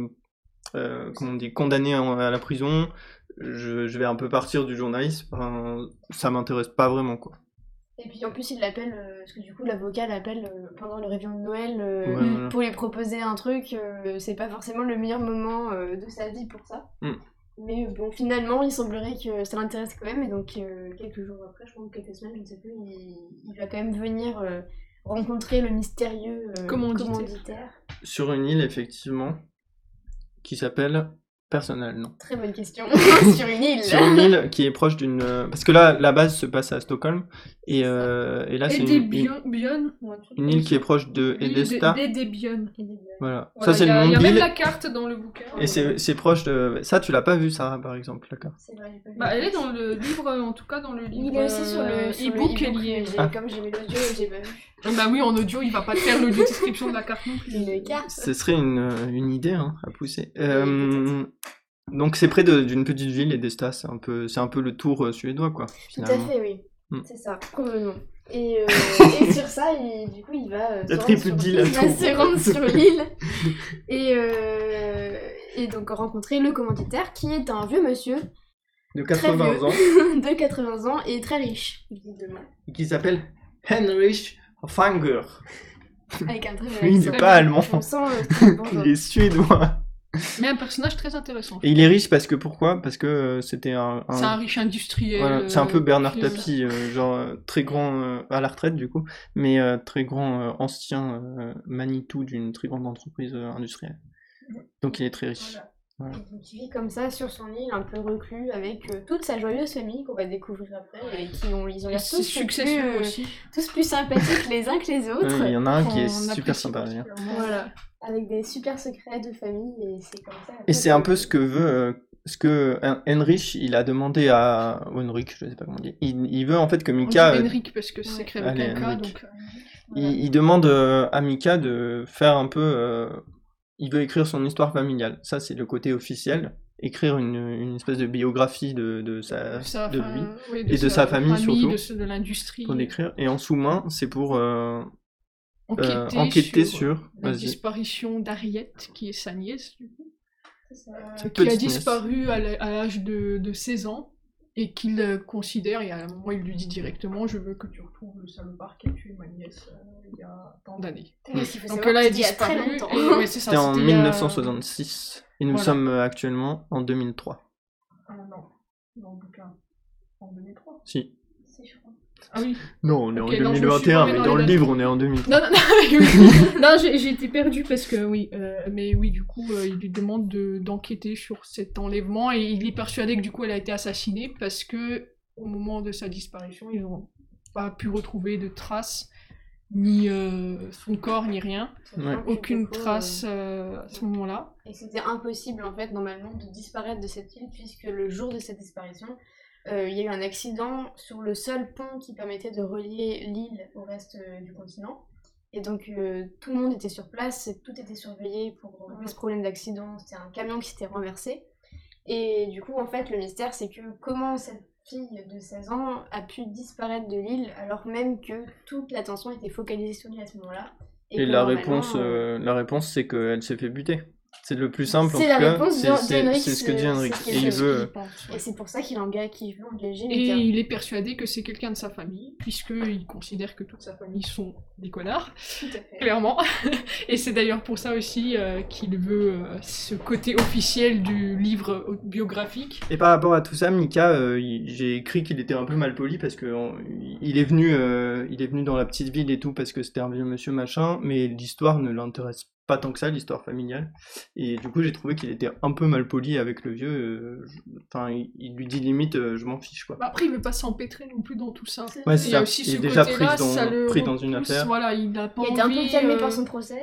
[SPEAKER 3] euh, comment on dit, condamner en- à la prison, je, je vais un peu partir du journalisme, Enfin, ça m'intéresse pas vraiment quoi.
[SPEAKER 4] Et puis en plus, il l'appelle, euh, parce que du coup, l'avocat l'appelle euh, pendant le réveillon de Noël euh,
[SPEAKER 3] Ouais,
[SPEAKER 5] Mm.
[SPEAKER 3] voilà.
[SPEAKER 4] pour lui proposer un truc. euh, c'est pas forcément le meilleur moment euh, de sa vie pour ça.
[SPEAKER 3] Mm.
[SPEAKER 4] Mais euh, bon, finalement, il semblerait que ça l'intéresse quand même. Et donc, euh, quelques jours après, je crois, ou quelques semaines, je ne sais plus, il, il va quand même venir euh, rencontrer le mystérieux euh,
[SPEAKER 5] Commanditaire.
[SPEAKER 3] Sur une île, effectivement, qui s'appelle Personnel, non
[SPEAKER 4] Très bonne question. Sur une île.
[SPEAKER 3] sur une île qui est proche d'une. euh, Parce que là, la base se passe à Stockholm. Et, euh, et là, c'est
[SPEAKER 5] et
[SPEAKER 3] une,
[SPEAKER 5] des
[SPEAKER 3] une-
[SPEAKER 5] Bion- Bion, ou un truc
[SPEAKER 3] une
[SPEAKER 5] comme
[SPEAKER 3] île qui
[SPEAKER 5] ça.
[SPEAKER 3] est proche de
[SPEAKER 5] L'île
[SPEAKER 3] Edesta.
[SPEAKER 5] des- des Bion.
[SPEAKER 3] Voilà.
[SPEAKER 5] Voilà,
[SPEAKER 3] ça, c'est
[SPEAKER 5] il y
[SPEAKER 3] le
[SPEAKER 5] a-
[SPEAKER 3] nom
[SPEAKER 5] Il y
[SPEAKER 3] de
[SPEAKER 5] a même
[SPEAKER 3] l'île.
[SPEAKER 5] la carte dans le bouquin.
[SPEAKER 3] Et c'est c'est proche de. Ça, tu l'as pas vu, Sarah, par exemple, la carte.
[SPEAKER 4] C'est vrai, j'ai pas vu.
[SPEAKER 5] Bah, elle est dans le livre, euh, en tout cas dans le livre.
[SPEAKER 4] Il est aussi sur
[SPEAKER 5] euh,
[SPEAKER 4] le sur le
[SPEAKER 5] e-book, elle y
[SPEAKER 4] mais
[SPEAKER 5] est.
[SPEAKER 4] j'ai-
[SPEAKER 3] Ah.
[SPEAKER 4] Comme j'ai mis l'audio, j'ai pas vu
[SPEAKER 5] Bah oui, en audio, il va pas te faire le la description de la carte non plus.
[SPEAKER 4] une carte.
[SPEAKER 3] Ce serait une, euh, une idée hein, à pousser. Euh, donc, c'est près de- d'une petite ville, Edesta. C'est un, peu- c'est un peu le tour euh, suédois, quoi.
[SPEAKER 4] Tout à
[SPEAKER 3] finalement.
[SPEAKER 4] fait, oui.
[SPEAKER 3] Mm.
[SPEAKER 4] C'est ça, convenons. Et, euh, et sur ça, il- du coup, il va, euh,
[SPEAKER 3] La
[SPEAKER 4] se rendre
[SPEAKER 3] triple
[SPEAKER 4] sur-
[SPEAKER 3] deal à
[SPEAKER 4] il va
[SPEAKER 3] tout.
[SPEAKER 4] se rendre sur l'île et, euh, et donc rencontrer le commanditaire qui est un vieux monsieur
[SPEAKER 3] De
[SPEAKER 4] très
[SPEAKER 3] 80
[SPEAKER 4] vieux.
[SPEAKER 3] ans.
[SPEAKER 4] de 80 ans et très riche, visiblement,
[SPEAKER 3] et Qui s'appelle Heinrich Fanger.
[SPEAKER 4] avec un très bel
[SPEAKER 3] Lui, il
[SPEAKER 4] accent.
[SPEAKER 3] n'est pas allemand.
[SPEAKER 4] On sent euh, c'est un bon genre.
[SPEAKER 3] Il est suédois.
[SPEAKER 5] Mais un personnage très intéressant.
[SPEAKER 3] Et il est riche parce que pourquoi Parce que euh, c'était un, un-
[SPEAKER 5] C'est un riche industriel.
[SPEAKER 3] Voilà, c'est un peu
[SPEAKER 5] euh,
[SPEAKER 3] Bernard
[SPEAKER 5] qui-
[SPEAKER 3] Tapie, euh, genre euh, très grand euh, à la retraite du coup, mais euh, très grand euh, ancien euh, Manitou d'une très grande entreprise euh, industrielle. Donc il est très riche.
[SPEAKER 4] Voilà. Et donc, il vit comme ça sur son île, un peu reclus, avec euh, toute sa joyeuse famille qu'on va découvrir après et qui ont, ils ont
[SPEAKER 5] Et
[SPEAKER 4] l'air
[SPEAKER 5] C'est
[SPEAKER 4] tous
[SPEAKER 5] successful
[SPEAKER 4] plus, euh,
[SPEAKER 5] aussi.
[SPEAKER 4] tous plus sympathiques les uns que les autres.
[SPEAKER 3] Ouais, Euh, il y en a un qui est
[SPEAKER 5] On
[SPEAKER 3] super
[SPEAKER 5] apprécie
[SPEAKER 3] sympa d'ailleurs.
[SPEAKER 5] particulièrement.
[SPEAKER 4] Voilà. Avec des super secrets de famille et c'est comme ça.
[SPEAKER 3] Et c'est un peu ce que veut, euh, ce que Hen- Heinrich, il a demandé à ou Henrik, je sais pas comment dire. Il, il veut en fait que
[SPEAKER 5] On dit
[SPEAKER 3] Mika, euh,
[SPEAKER 5] Henrik parce que c'est écrit avec
[SPEAKER 3] Allez,
[SPEAKER 5] un K,
[SPEAKER 3] Henrik.
[SPEAKER 5] donc. euh,
[SPEAKER 3] il, il demande euh, à Mika de faire un peu, euh, il veut écrire son histoire familiale. Ça c'est le côté officiel, écrire une, une espèce de biographie de, de sa,
[SPEAKER 5] euh, ça,
[SPEAKER 3] de
[SPEAKER 5] enfin,
[SPEAKER 3] lui.
[SPEAKER 5] oui,
[SPEAKER 3] et de sa famille, surtout.
[SPEAKER 5] De, ce- de l'industrie.
[SPEAKER 3] pour l'écrire. Et en sous-main, c'est pour euh,
[SPEAKER 5] Enquêter,
[SPEAKER 3] euh, enquêter, sur.
[SPEAKER 5] sur la
[SPEAKER 3] Vas-y.
[SPEAKER 5] disparition d'Ariette, qui est sa nièce, du coup. euh, qui a
[SPEAKER 3] Petite
[SPEAKER 5] disparu à l'a- à l'âge de, de 16 ans et qu'il euh, considère, et à un moment il lui dit directement Je veux que tu retrouves le salopard qui a tué ma nièce euh, il y a tant d'années. Donc là, elle
[SPEAKER 4] il y a très
[SPEAKER 5] disparu.
[SPEAKER 4] longtemps.
[SPEAKER 5] et- ouais, c'est ça,
[SPEAKER 3] C'était en
[SPEAKER 5] il y a-
[SPEAKER 3] 1966 et nous
[SPEAKER 5] euh, Voilà.
[SPEAKER 3] sommes euh, actuellement en 2003.
[SPEAKER 5] Ah non, dans le bouquin. En 2003.
[SPEAKER 3] Si.
[SPEAKER 5] Ah oui.
[SPEAKER 3] Non, on est
[SPEAKER 5] Ok,
[SPEAKER 3] en
[SPEAKER 5] non, je me suis
[SPEAKER 3] 2021,
[SPEAKER 5] pas
[SPEAKER 3] mais
[SPEAKER 5] mis
[SPEAKER 3] dans,
[SPEAKER 5] dans les
[SPEAKER 3] le
[SPEAKER 5] dates.
[SPEAKER 3] livre, on est en 2003.
[SPEAKER 5] Non, non, non, oui. non j'ai j'ai été perdue parce que oui, euh, mais oui, du coup, euh, il lui demande de- d'enquêter sur cet enlèvement et il est persuadé que du coup, elle a été assassinée parce que au moment de sa disparition, ils n'ont pas pu retrouver de traces, ni euh, son corps, ni rien,
[SPEAKER 3] Ouais.
[SPEAKER 5] aucune trace euh, à ce moment-là.
[SPEAKER 4] Et c'était impossible, en fait, normalement, de disparaître de cette île, puisque le jour de sa disparition, euh, il y a eu un accident sur le seul pont qui permettait de relier l'île au reste euh, du continent. Et donc, euh, tout le monde était sur place, et tout était surveillé pour euh, ce problème d'accident. C'était un camion qui s'était renversé. Et du coup, en fait, le mystère, c'est que comment cette fille de 16 ans a pu disparaître de l'île alors même que toute l'attention était focalisée sur lui à ce moment-là.
[SPEAKER 3] Et
[SPEAKER 4] que
[SPEAKER 3] la
[SPEAKER 4] normalement,
[SPEAKER 3] réponse,
[SPEAKER 4] euh,
[SPEAKER 3] euh, la réponse, c'est qu'elle s'est fait buter. C'est le plus simple en
[SPEAKER 4] C'est
[SPEAKER 3] tout
[SPEAKER 4] la
[SPEAKER 3] cas.
[SPEAKER 4] réponse
[SPEAKER 3] c'est-
[SPEAKER 4] d'Henri-
[SPEAKER 3] C'est
[SPEAKER 4] d'Henrique,
[SPEAKER 3] c'est ce que
[SPEAKER 4] c'est-
[SPEAKER 3] dit
[SPEAKER 4] c'est
[SPEAKER 3] Henrik.
[SPEAKER 4] ce qu'il
[SPEAKER 3] Et il
[SPEAKER 4] fait.
[SPEAKER 3] veut. euh,
[SPEAKER 4] Et c'est pour ça qu'il engage, qu'il veut engager
[SPEAKER 5] Et
[SPEAKER 4] Luther.
[SPEAKER 5] il est persuadé que c'est quelqu'un de sa famille, puisqu'il considère que toute sa famille sont des connards, clairement. Et c'est d'ailleurs pour ça aussi euh, qu'il veut euh, ce côté officiel du livre au- biographique.
[SPEAKER 3] Et par rapport à tout ça, Mika, euh, il- j'ai écrit qu'il était un peu mal poli parce que en- il est venu, euh, il est venu dans la petite ville et tout parce que c'était un vieux monsieur machin, mais l'histoire ne l'intéresse pas tant que ça, l'histoire familiale. Et du coup, j'ai trouvé qu'il était un peu mal poli avec le vieux. euh, je- Enfin, il, il lui dit limite, euh, je m'en fiche quoi.
[SPEAKER 5] Bah, Après, il veut pas s'empêtrer non plus dans tout ça.
[SPEAKER 3] Ouais,
[SPEAKER 5] Il
[SPEAKER 3] c'est
[SPEAKER 5] y a
[SPEAKER 3] ça.
[SPEAKER 5] aussi
[SPEAKER 3] Il
[SPEAKER 5] ce
[SPEAKER 3] est déjà pris
[SPEAKER 5] côté-là, ça le
[SPEAKER 3] dans, pris dans une
[SPEAKER 5] repousse,
[SPEAKER 3] affaire.
[SPEAKER 5] Voilà, il a pas
[SPEAKER 4] Il était un peu
[SPEAKER 5] envie,
[SPEAKER 4] calmé
[SPEAKER 5] euh,
[SPEAKER 4] par son procès.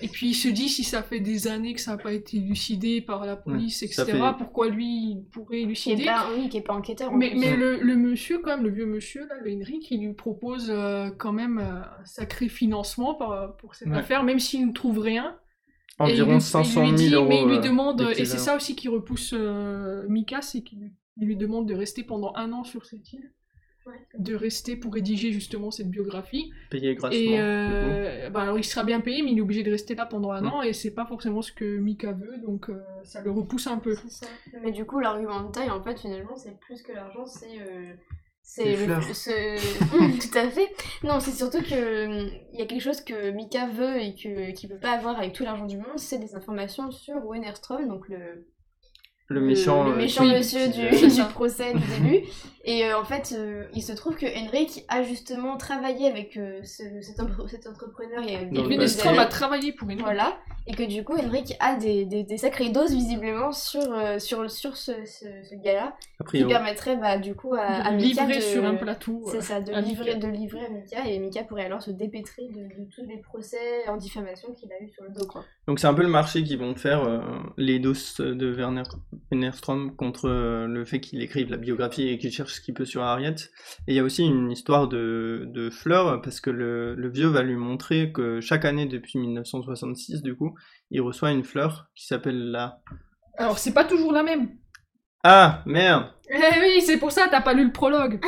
[SPEAKER 5] Et puis il se dit si ça fait des années que ça n'a pas été élucidé par la police, etc.
[SPEAKER 3] ça fait-
[SPEAKER 5] Pourquoi lui il pourrait
[SPEAKER 4] Qui est
[SPEAKER 5] élucider
[SPEAKER 4] pas, oui, qui est pas enquêteur. en
[SPEAKER 5] Mais,
[SPEAKER 4] plus.
[SPEAKER 5] mais le, le monsieur, quand même, le vieux monsieur, là, le Henrik, il lui propose euh, quand même euh, un sacré financement par- pour cette
[SPEAKER 3] Ouais.
[SPEAKER 5] affaire, même s'il ne trouve rien. Et il lui- il
[SPEAKER 3] Environ
[SPEAKER 5] lui
[SPEAKER 3] 500 000
[SPEAKER 5] dit-
[SPEAKER 3] euros.
[SPEAKER 5] Mais il lui
[SPEAKER 3] euh,
[SPEAKER 5] demande, et c'est
[SPEAKER 3] d'équivalent.
[SPEAKER 5] ça aussi qui repousse euh, Mika, c'est qu'il lui- il lui demande de rester pendant un an sur cette île,
[SPEAKER 4] Ouais.
[SPEAKER 5] de rester pour rédiger justement cette biographie.
[SPEAKER 3] Payé grassement.
[SPEAKER 5] Et
[SPEAKER 3] du coup.
[SPEAKER 5] euh, bah alors il sera bien payé, mais il est obligé de rester là pendant un
[SPEAKER 3] Mm.
[SPEAKER 5] an et c'est pas forcément ce que Mika veut, donc euh, ça le repousse un peu.
[SPEAKER 4] C'est ça. Mais du coup, l'argument de taille, en fait, finalement, c'est plus que l'argent, c'est. euh,
[SPEAKER 3] Les
[SPEAKER 4] C'est
[SPEAKER 3] fleurs.
[SPEAKER 4] ce- Hum, tout à fait. Non, c'est surtout que hum, il y a quelque chose que Mika veut et que qu'il peut pas avoir avec tout l'argent du monde, c'est des informations sur Wennerstrom, donc le
[SPEAKER 3] le méchant,
[SPEAKER 4] le
[SPEAKER 3] euh,
[SPEAKER 4] méchant
[SPEAKER 3] qui-
[SPEAKER 4] monsieur
[SPEAKER 3] qui,
[SPEAKER 4] du,
[SPEAKER 3] euh,
[SPEAKER 4] du procès du début. Et euh, en fait, euh, il se trouve que Henrik a justement travaillé avec euh, ce- cet, entre- cet entrepreneur il y a des
[SPEAKER 3] Dans le
[SPEAKER 5] Mais
[SPEAKER 4] des
[SPEAKER 3] passé.
[SPEAKER 5] Nestrom
[SPEAKER 4] années.
[SPEAKER 5] a travaillé pour une
[SPEAKER 4] Voilà, et que du coup, Henrik a des, des, des sacrées doses visiblement sur, euh, sur, sur ce, ce, ce gars-là,
[SPEAKER 3] a
[SPEAKER 4] qui
[SPEAKER 3] priori.
[SPEAKER 4] permettrait bah, du coup à, à Mika
[SPEAKER 5] livré
[SPEAKER 4] de-
[SPEAKER 5] sur un plateau.
[SPEAKER 4] C'est ça, de
[SPEAKER 5] à
[SPEAKER 4] livrer,
[SPEAKER 5] Mika.
[SPEAKER 4] de livrer à Mika, et Mika pourrait alors se dépêtrer de, de tous les procès en diffamation qu'il a eu sur le dos, quoi.
[SPEAKER 3] Donc c'est un peu le marché qu'ils vont faire, euh, les dos de Werner Wennerström contre euh, le fait qu'il écrive la biographie et qu'il cherche ce qu'il peut sur Harriet. Et il y a aussi une histoire de, de fleurs, parce que le, le vieux va lui montrer que chaque année depuis 1966, du coup, il reçoit une fleur qui s'appelle la...
[SPEAKER 5] Alors c'est pas toujours la même.
[SPEAKER 3] Ah, merde
[SPEAKER 5] Eh oui, c'est pour ça t'as pas lu le prologue.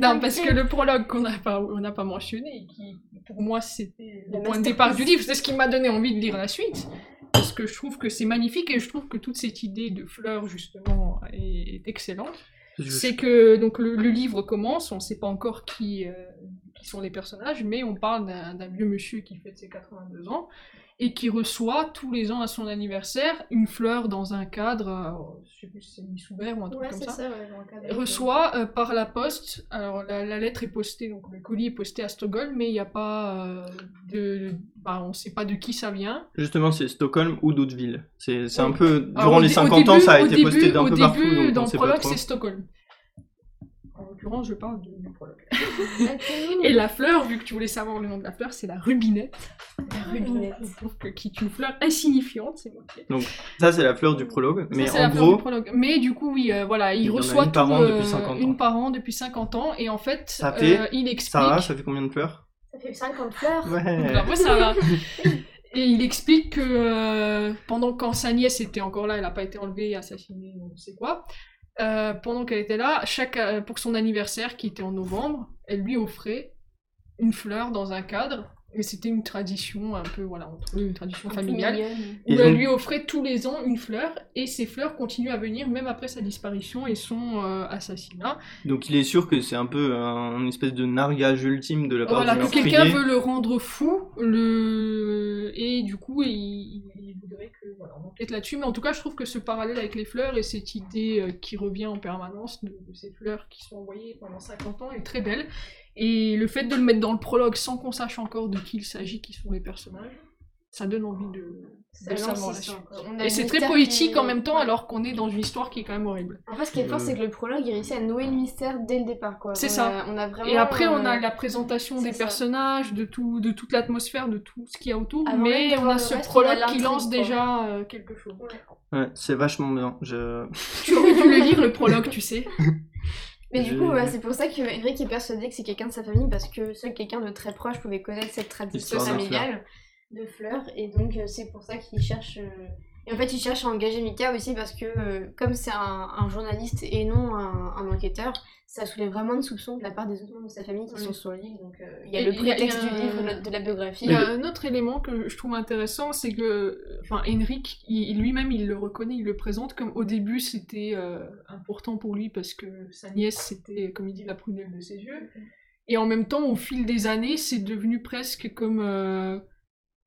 [SPEAKER 5] non, parce que le prologue qu'on n'a pas, on n'a pas mentionné, qui pour moi c'était
[SPEAKER 4] Le
[SPEAKER 5] le point de
[SPEAKER 4] masterpiece.
[SPEAKER 5] départ du livre, c'est ce qui m'a donné envie de lire la suite. Parce que je trouve que c'est magnifique et je trouve que toute cette idée de fleurs justement est- est excellente. C'est que donc le, le livre commence, on ne sait pas encore qui, euh, qui sont les personnages, mais on parle d'un d'un vieux monsieur qui fête ses 82 ans et qui reçoit tous les ans à son anniversaire une fleur dans un cadre, euh, je sais plus si c'est Miss Hubert ou un truc comme ça. Reçoit euh, par la poste, alors la, la lettre est postée, donc le colis est posté à Stockholm, mais il n'y a pas euh, de. bah, on ne sait pas de qui ça vient.
[SPEAKER 3] Justement, c'est Stockholm ou d'autres villes. C'est c'est un
[SPEAKER 5] Oui.
[SPEAKER 3] peu... Durant
[SPEAKER 5] Alors, au
[SPEAKER 3] les
[SPEAKER 5] dé- au
[SPEAKER 3] 50 ans,
[SPEAKER 5] début-
[SPEAKER 3] ça a
[SPEAKER 5] au
[SPEAKER 3] été posté
[SPEAKER 5] début-
[SPEAKER 3] d'un
[SPEAKER 5] au
[SPEAKER 3] peu
[SPEAKER 5] début,
[SPEAKER 3] partout, donc
[SPEAKER 5] dans
[SPEAKER 3] on
[SPEAKER 5] le
[SPEAKER 3] sait pas
[SPEAKER 5] prologue,
[SPEAKER 3] trop.
[SPEAKER 5] c'est Stockholm. En l'occurrence, je parle de- du prologue.
[SPEAKER 4] Ah,
[SPEAKER 5] Et la fleur, vu que tu voulais savoir le nom de la fleur, c'est la rubinette. La
[SPEAKER 4] rubinette.
[SPEAKER 5] Je trouve que qui est une fleur insignifiante, c'est moi qui ai-
[SPEAKER 3] Ça, c'est la fleur du prologue, mais
[SPEAKER 5] Ça, c'est
[SPEAKER 3] en
[SPEAKER 5] la fleur
[SPEAKER 3] gros,
[SPEAKER 5] du prologue. Mais du coup, oui, euh, voilà, il,
[SPEAKER 3] Il en a
[SPEAKER 5] reçoit
[SPEAKER 3] une par
[SPEAKER 5] tout,
[SPEAKER 3] an depuis
[SPEAKER 5] euh,
[SPEAKER 3] 50 ans.
[SPEAKER 5] une par an depuis 50 ans, et en fait,
[SPEAKER 3] Ça fait-
[SPEAKER 5] euh, il explique.
[SPEAKER 3] Sarah, ça fait combien de fleurs
[SPEAKER 4] Ça fait 50 fleurs.
[SPEAKER 3] Ouais
[SPEAKER 5] Bravo, Sarah. Et il explique que euh, pendant quand sa nièce était encore là, elle n'a pas été enlevée, assassinée, on ne sait quoi. euh, pendant qu'elle était là, chaque, euh, pour son anniversaire qui était en novembre, elle lui offrait une fleur dans un cadre. Et c'était une tradition un peu, voilà, entre eux, une tradition familiale. Où
[SPEAKER 3] Et
[SPEAKER 5] elle
[SPEAKER 3] donc-
[SPEAKER 5] lui offrait tous les ans une fleur. Et ces fleurs continuent à venir même après sa disparition et son euh, assassinat.
[SPEAKER 3] Donc il est sûr que c'est un peu un une espèce de nargage ultime de la part
[SPEAKER 5] Voilà,
[SPEAKER 3] du
[SPEAKER 5] que
[SPEAKER 3] meurtrier.
[SPEAKER 5] quelqu'un veut le rendre fou, le... et du coup, il, il voudrait que, voilà, on enquête là-dessus, mais en tout cas, je trouve que ce parallèle avec les fleurs et cette idée euh, qui revient en permanence de, de ces fleurs qui sont envoyées pendant 50 ans est très belle, et le fait de le mettre dans le prologue sans qu'on sache encore de qui il s'agit, qui sont les personnages, ça donne envie de, de savoir la suite. Et c'est très poétique en même temps, alors qu'on est dans une histoire qui est quand même horrible.
[SPEAKER 4] En fait, ce qui est fort,
[SPEAKER 3] Euh.
[SPEAKER 4] c'est que le prologue, il réussit à nouer le mystère dès le départ, quoi.
[SPEAKER 5] C'est
[SPEAKER 4] On
[SPEAKER 5] ça.
[SPEAKER 4] a- on a vraiment,
[SPEAKER 5] Et après, on a
[SPEAKER 4] euh,
[SPEAKER 5] la présentation
[SPEAKER 4] c'est
[SPEAKER 5] des
[SPEAKER 4] ça.
[SPEAKER 5] personnages, de, tout, de toute l'atmosphère, de tout ce qu'il y a autour,
[SPEAKER 4] Avant même
[SPEAKER 5] mais
[SPEAKER 4] de
[SPEAKER 5] on
[SPEAKER 4] voir
[SPEAKER 5] a
[SPEAKER 4] le
[SPEAKER 5] ce
[SPEAKER 4] reste, on a
[SPEAKER 5] prologue qui
[SPEAKER 4] l'intrigue,
[SPEAKER 5] lance
[SPEAKER 4] quoi.
[SPEAKER 5] déjà euh, quelque chose.
[SPEAKER 3] Ouais, c'est vachement bien. Je...
[SPEAKER 5] Tu aurais dû le lire, le prologue, tu sais.
[SPEAKER 4] Mais du
[SPEAKER 3] Je-
[SPEAKER 4] coup, ouais, c'est pour ça que Henrik est persuadé que c'est quelqu'un de sa famille, parce que seul quelqu'un de très proche pouvait connaître cette tradition
[SPEAKER 3] L'histoire
[SPEAKER 5] de
[SPEAKER 4] familiale de fleurs, et donc euh, c'est pour ça qu'il cherche euh, Et en fait, il cherche à engager Mika aussi parce que, euh, comme c'est un, un journaliste et non un, un enquêteur, ça soulève vraiment de soupçons de la part des autres membres de sa famille qui
[SPEAKER 5] Oui.
[SPEAKER 4] sont sur le livre. Donc, euh, il y a
[SPEAKER 5] Et
[SPEAKER 4] le
[SPEAKER 5] il y a-
[SPEAKER 4] prétexte
[SPEAKER 5] il y a-
[SPEAKER 4] du livre, le- de la biographie.
[SPEAKER 5] Il y a un autre élément que je trouve intéressant, c'est que enfin, Henrik, il- lui-même, il le reconnaît, il le présente comme au début c'était euh, important pour lui parce que sa nièce, c'était, comme il dit, la prunelle de ses yeux. Et en même temps, au fil des années, c'est devenu presque comme euh,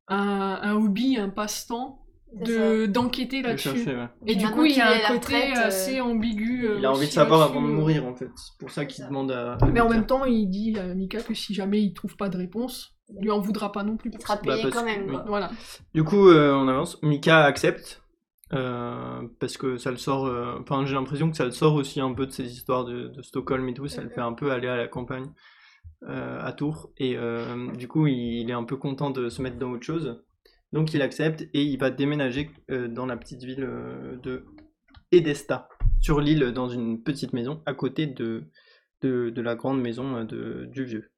[SPEAKER 5] un, un hobby, un passe-temps
[SPEAKER 4] C'est
[SPEAKER 5] de, d'enquêter
[SPEAKER 3] le
[SPEAKER 5] là-dessus.
[SPEAKER 3] chercher, ouais.
[SPEAKER 5] Et
[SPEAKER 4] Puis
[SPEAKER 5] du
[SPEAKER 4] maintenant
[SPEAKER 5] coup, il y
[SPEAKER 4] qu'il
[SPEAKER 5] a
[SPEAKER 4] est à
[SPEAKER 5] un
[SPEAKER 4] la
[SPEAKER 5] côté
[SPEAKER 4] retraite, euh,
[SPEAKER 5] assez ambigu. euh,
[SPEAKER 3] Il a envie de
[SPEAKER 5] aussi
[SPEAKER 3] savoir
[SPEAKER 5] là-dessus,
[SPEAKER 3] avant de
[SPEAKER 5] euh.
[SPEAKER 3] mourir en fait. C'est pour ça qu'il demande à.
[SPEAKER 5] Mais en même temps, il dit à Mika que si jamais il trouve pas de réponse, il lui en voudra pas non plus.
[SPEAKER 4] Il
[SPEAKER 5] pour
[SPEAKER 4] sera
[SPEAKER 5] ça.
[SPEAKER 3] Bah,
[SPEAKER 4] payé
[SPEAKER 3] parce
[SPEAKER 4] quand
[SPEAKER 3] que-
[SPEAKER 4] même.
[SPEAKER 3] oui.
[SPEAKER 4] quoi.
[SPEAKER 5] Voilà.
[SPEAKER 3] Du coup, euh, on avance. Mika accepte. euh, parce que ça le sort. euh, Enfin, j'ai l'impression que ça le sort aussi un peu de ces histoires de, de Stockholm et tout. Ça le fait un peu aller à la campagne, euh, à Tours. Et euh, du coup, il, il est un peu content de se mettre dans autre chose. Donc, il accepte et il va déménager euh, dans la petite ville euh, de Edesta, sur l'île, dans une petite maison à côté de, de, de la grande maison euh, de, du vieux.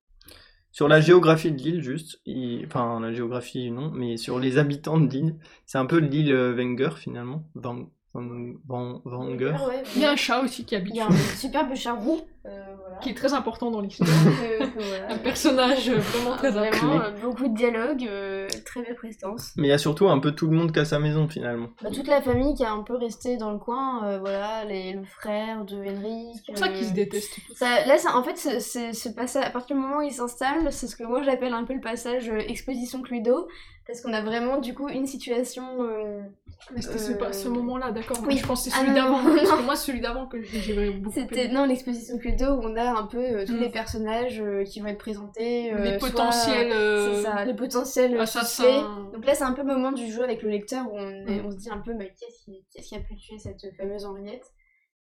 [SPEAKER 3] Sur la géographie de l'île, juste, il- enfin la géographie non, mais sur les habitants de l'île, c'est un peu l'île euh, Wenger finalement. Van, Van, Van- Wenger.
[SPEAKER 4] Ah Ouais, ouais.
[SPEAKER 5] Il y a un chat aussi qui habite,
[SPEAKER 4] Il y a un superbe chat roux. euh, voilà. euh,
[SPEAKER 5] qui est très important dans l'histoire.
[SPEAKER 4] Que- que voilà.
[SPEAKER 5] un personnage vraiment très important.
[SPEAKER 4] euh, Vraiment, euh, beaucoup de dialogues, euh, très belle prestance.
[SPEAKER 3] Mais il y a surtout un peu tout le monde qui a sa maison finalement.
[SPEAKER 4] Bah, toute la famille qui a un peu resté dans le coin, euh, voilà, les, le frère de Henry.
[SPEAKER 5] C'est pour ça qu'ils se détestent.
[SPEAKER 4] là, ça- en fait, ce, ce- ce passage, à partir du moment où ils s'installent, c'est ce que moi j'appelle un peu le passage euh, exposition Cluedo, parce qu'on a vraiment du coup une situation. euh,
[SPEAKER 5] Mais c'était ce-
[SPEAKER 4] Euh,
[SPEAKER 5] pas ce moment-là, d'accord
[SPEAKER 4] oui.
[SPEAKER 5] Je pense que c'est
[SPEAKER 4] Ah,
[SPEAKER 5] celui
[SPEAKER 4] non,
[SPEAKER 5] d'avant.
[SPEAKER 4] non,
[SPEAKER 5] Parce
[SPEAKER 4] non.
[SPEAKER 5] que moi, celui d'avant que j'ai- j'aimerais beaucoup
[SPEAKER 4] C'était
[SPEAKER 5] aimé.
[SPEAKER 4] non l'exposition Cluedo où on a un peu euh, tous
[SPEAKER 5] Mm.
[SPEAKER 4] les personnages euh, qui vont être présentés. euh,
[SPEAKER 5] Les
[SPEAKER 4] soit-
[SPEAKER 5] potentiels euh,
[SPEAKER 4] C'est ça, les potentiels euh, suspects.
[SPEAKER 5] assassins.
[SPEAKER 4] Donc là, c'est un peu le moment du jeu avec le lecteur où on, est-
[SPEAKER 5] Mm.
[SPEAKER 4] on se dit un peu mais qu'est-ce qui, qu'est-ce qui a pu tuer cette fameuse Henriette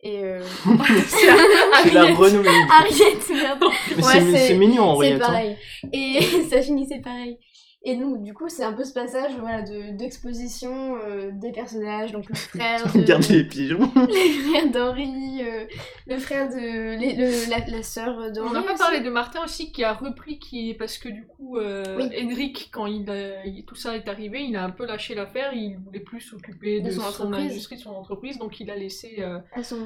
[SPEAKER 4] Et euh,
[SPEAKER 5] C'est
[SPEAKER 4] Ah
[SPEAKER 3] C'est la
[SPEAKER 5] Harriet.
[SPEAKER 3] renommée.
[SPEAKER 4] Henriette, merde,
[SPEAKER 3] Mais
[SPEAKER 4] Ah Ouais,
[SPEAKER 3] c'est mi-
[SPEAKER 4] c'est-
[SPEAKER 3] c'est mignon
[SPEAKER 4] c'est
[SPEAKER 3] Henriette. hein.
[SPEAKER 4] pareil. Et ça finissait pareil. Et donc, du coup, c'est un peu ce passage voilà, de- d'exposition euh, des personnages, donc le frère de,
[SPEAKER 3] Regardez hein. les pigeons.
[SPEAKER 4] le frère d'Henri, euh, le frère de les- le- la, la sœur d'Henri.
[SPEAKER 5] On n'a pas
[SPEAKER 4] aussi.
[SPEAKER 5] parlé de Martin aussi qui a repris, qui est parce que du coup, euh,
[SPEAKER 4] Oui.
[SPEAKER 5] Henrik, quand il a- il- tout ça est arrivé, il a un peu lâché l'affaire, il voulait plus s'occuper de,
[SPEAKER 4] De son
[SPEAKER 5] son,
[SPEAKER 4] entreprise.
[SPEAKER 5] industrie, de son entreprise, donc il a laissé euh,
[SPEAKER 4] à son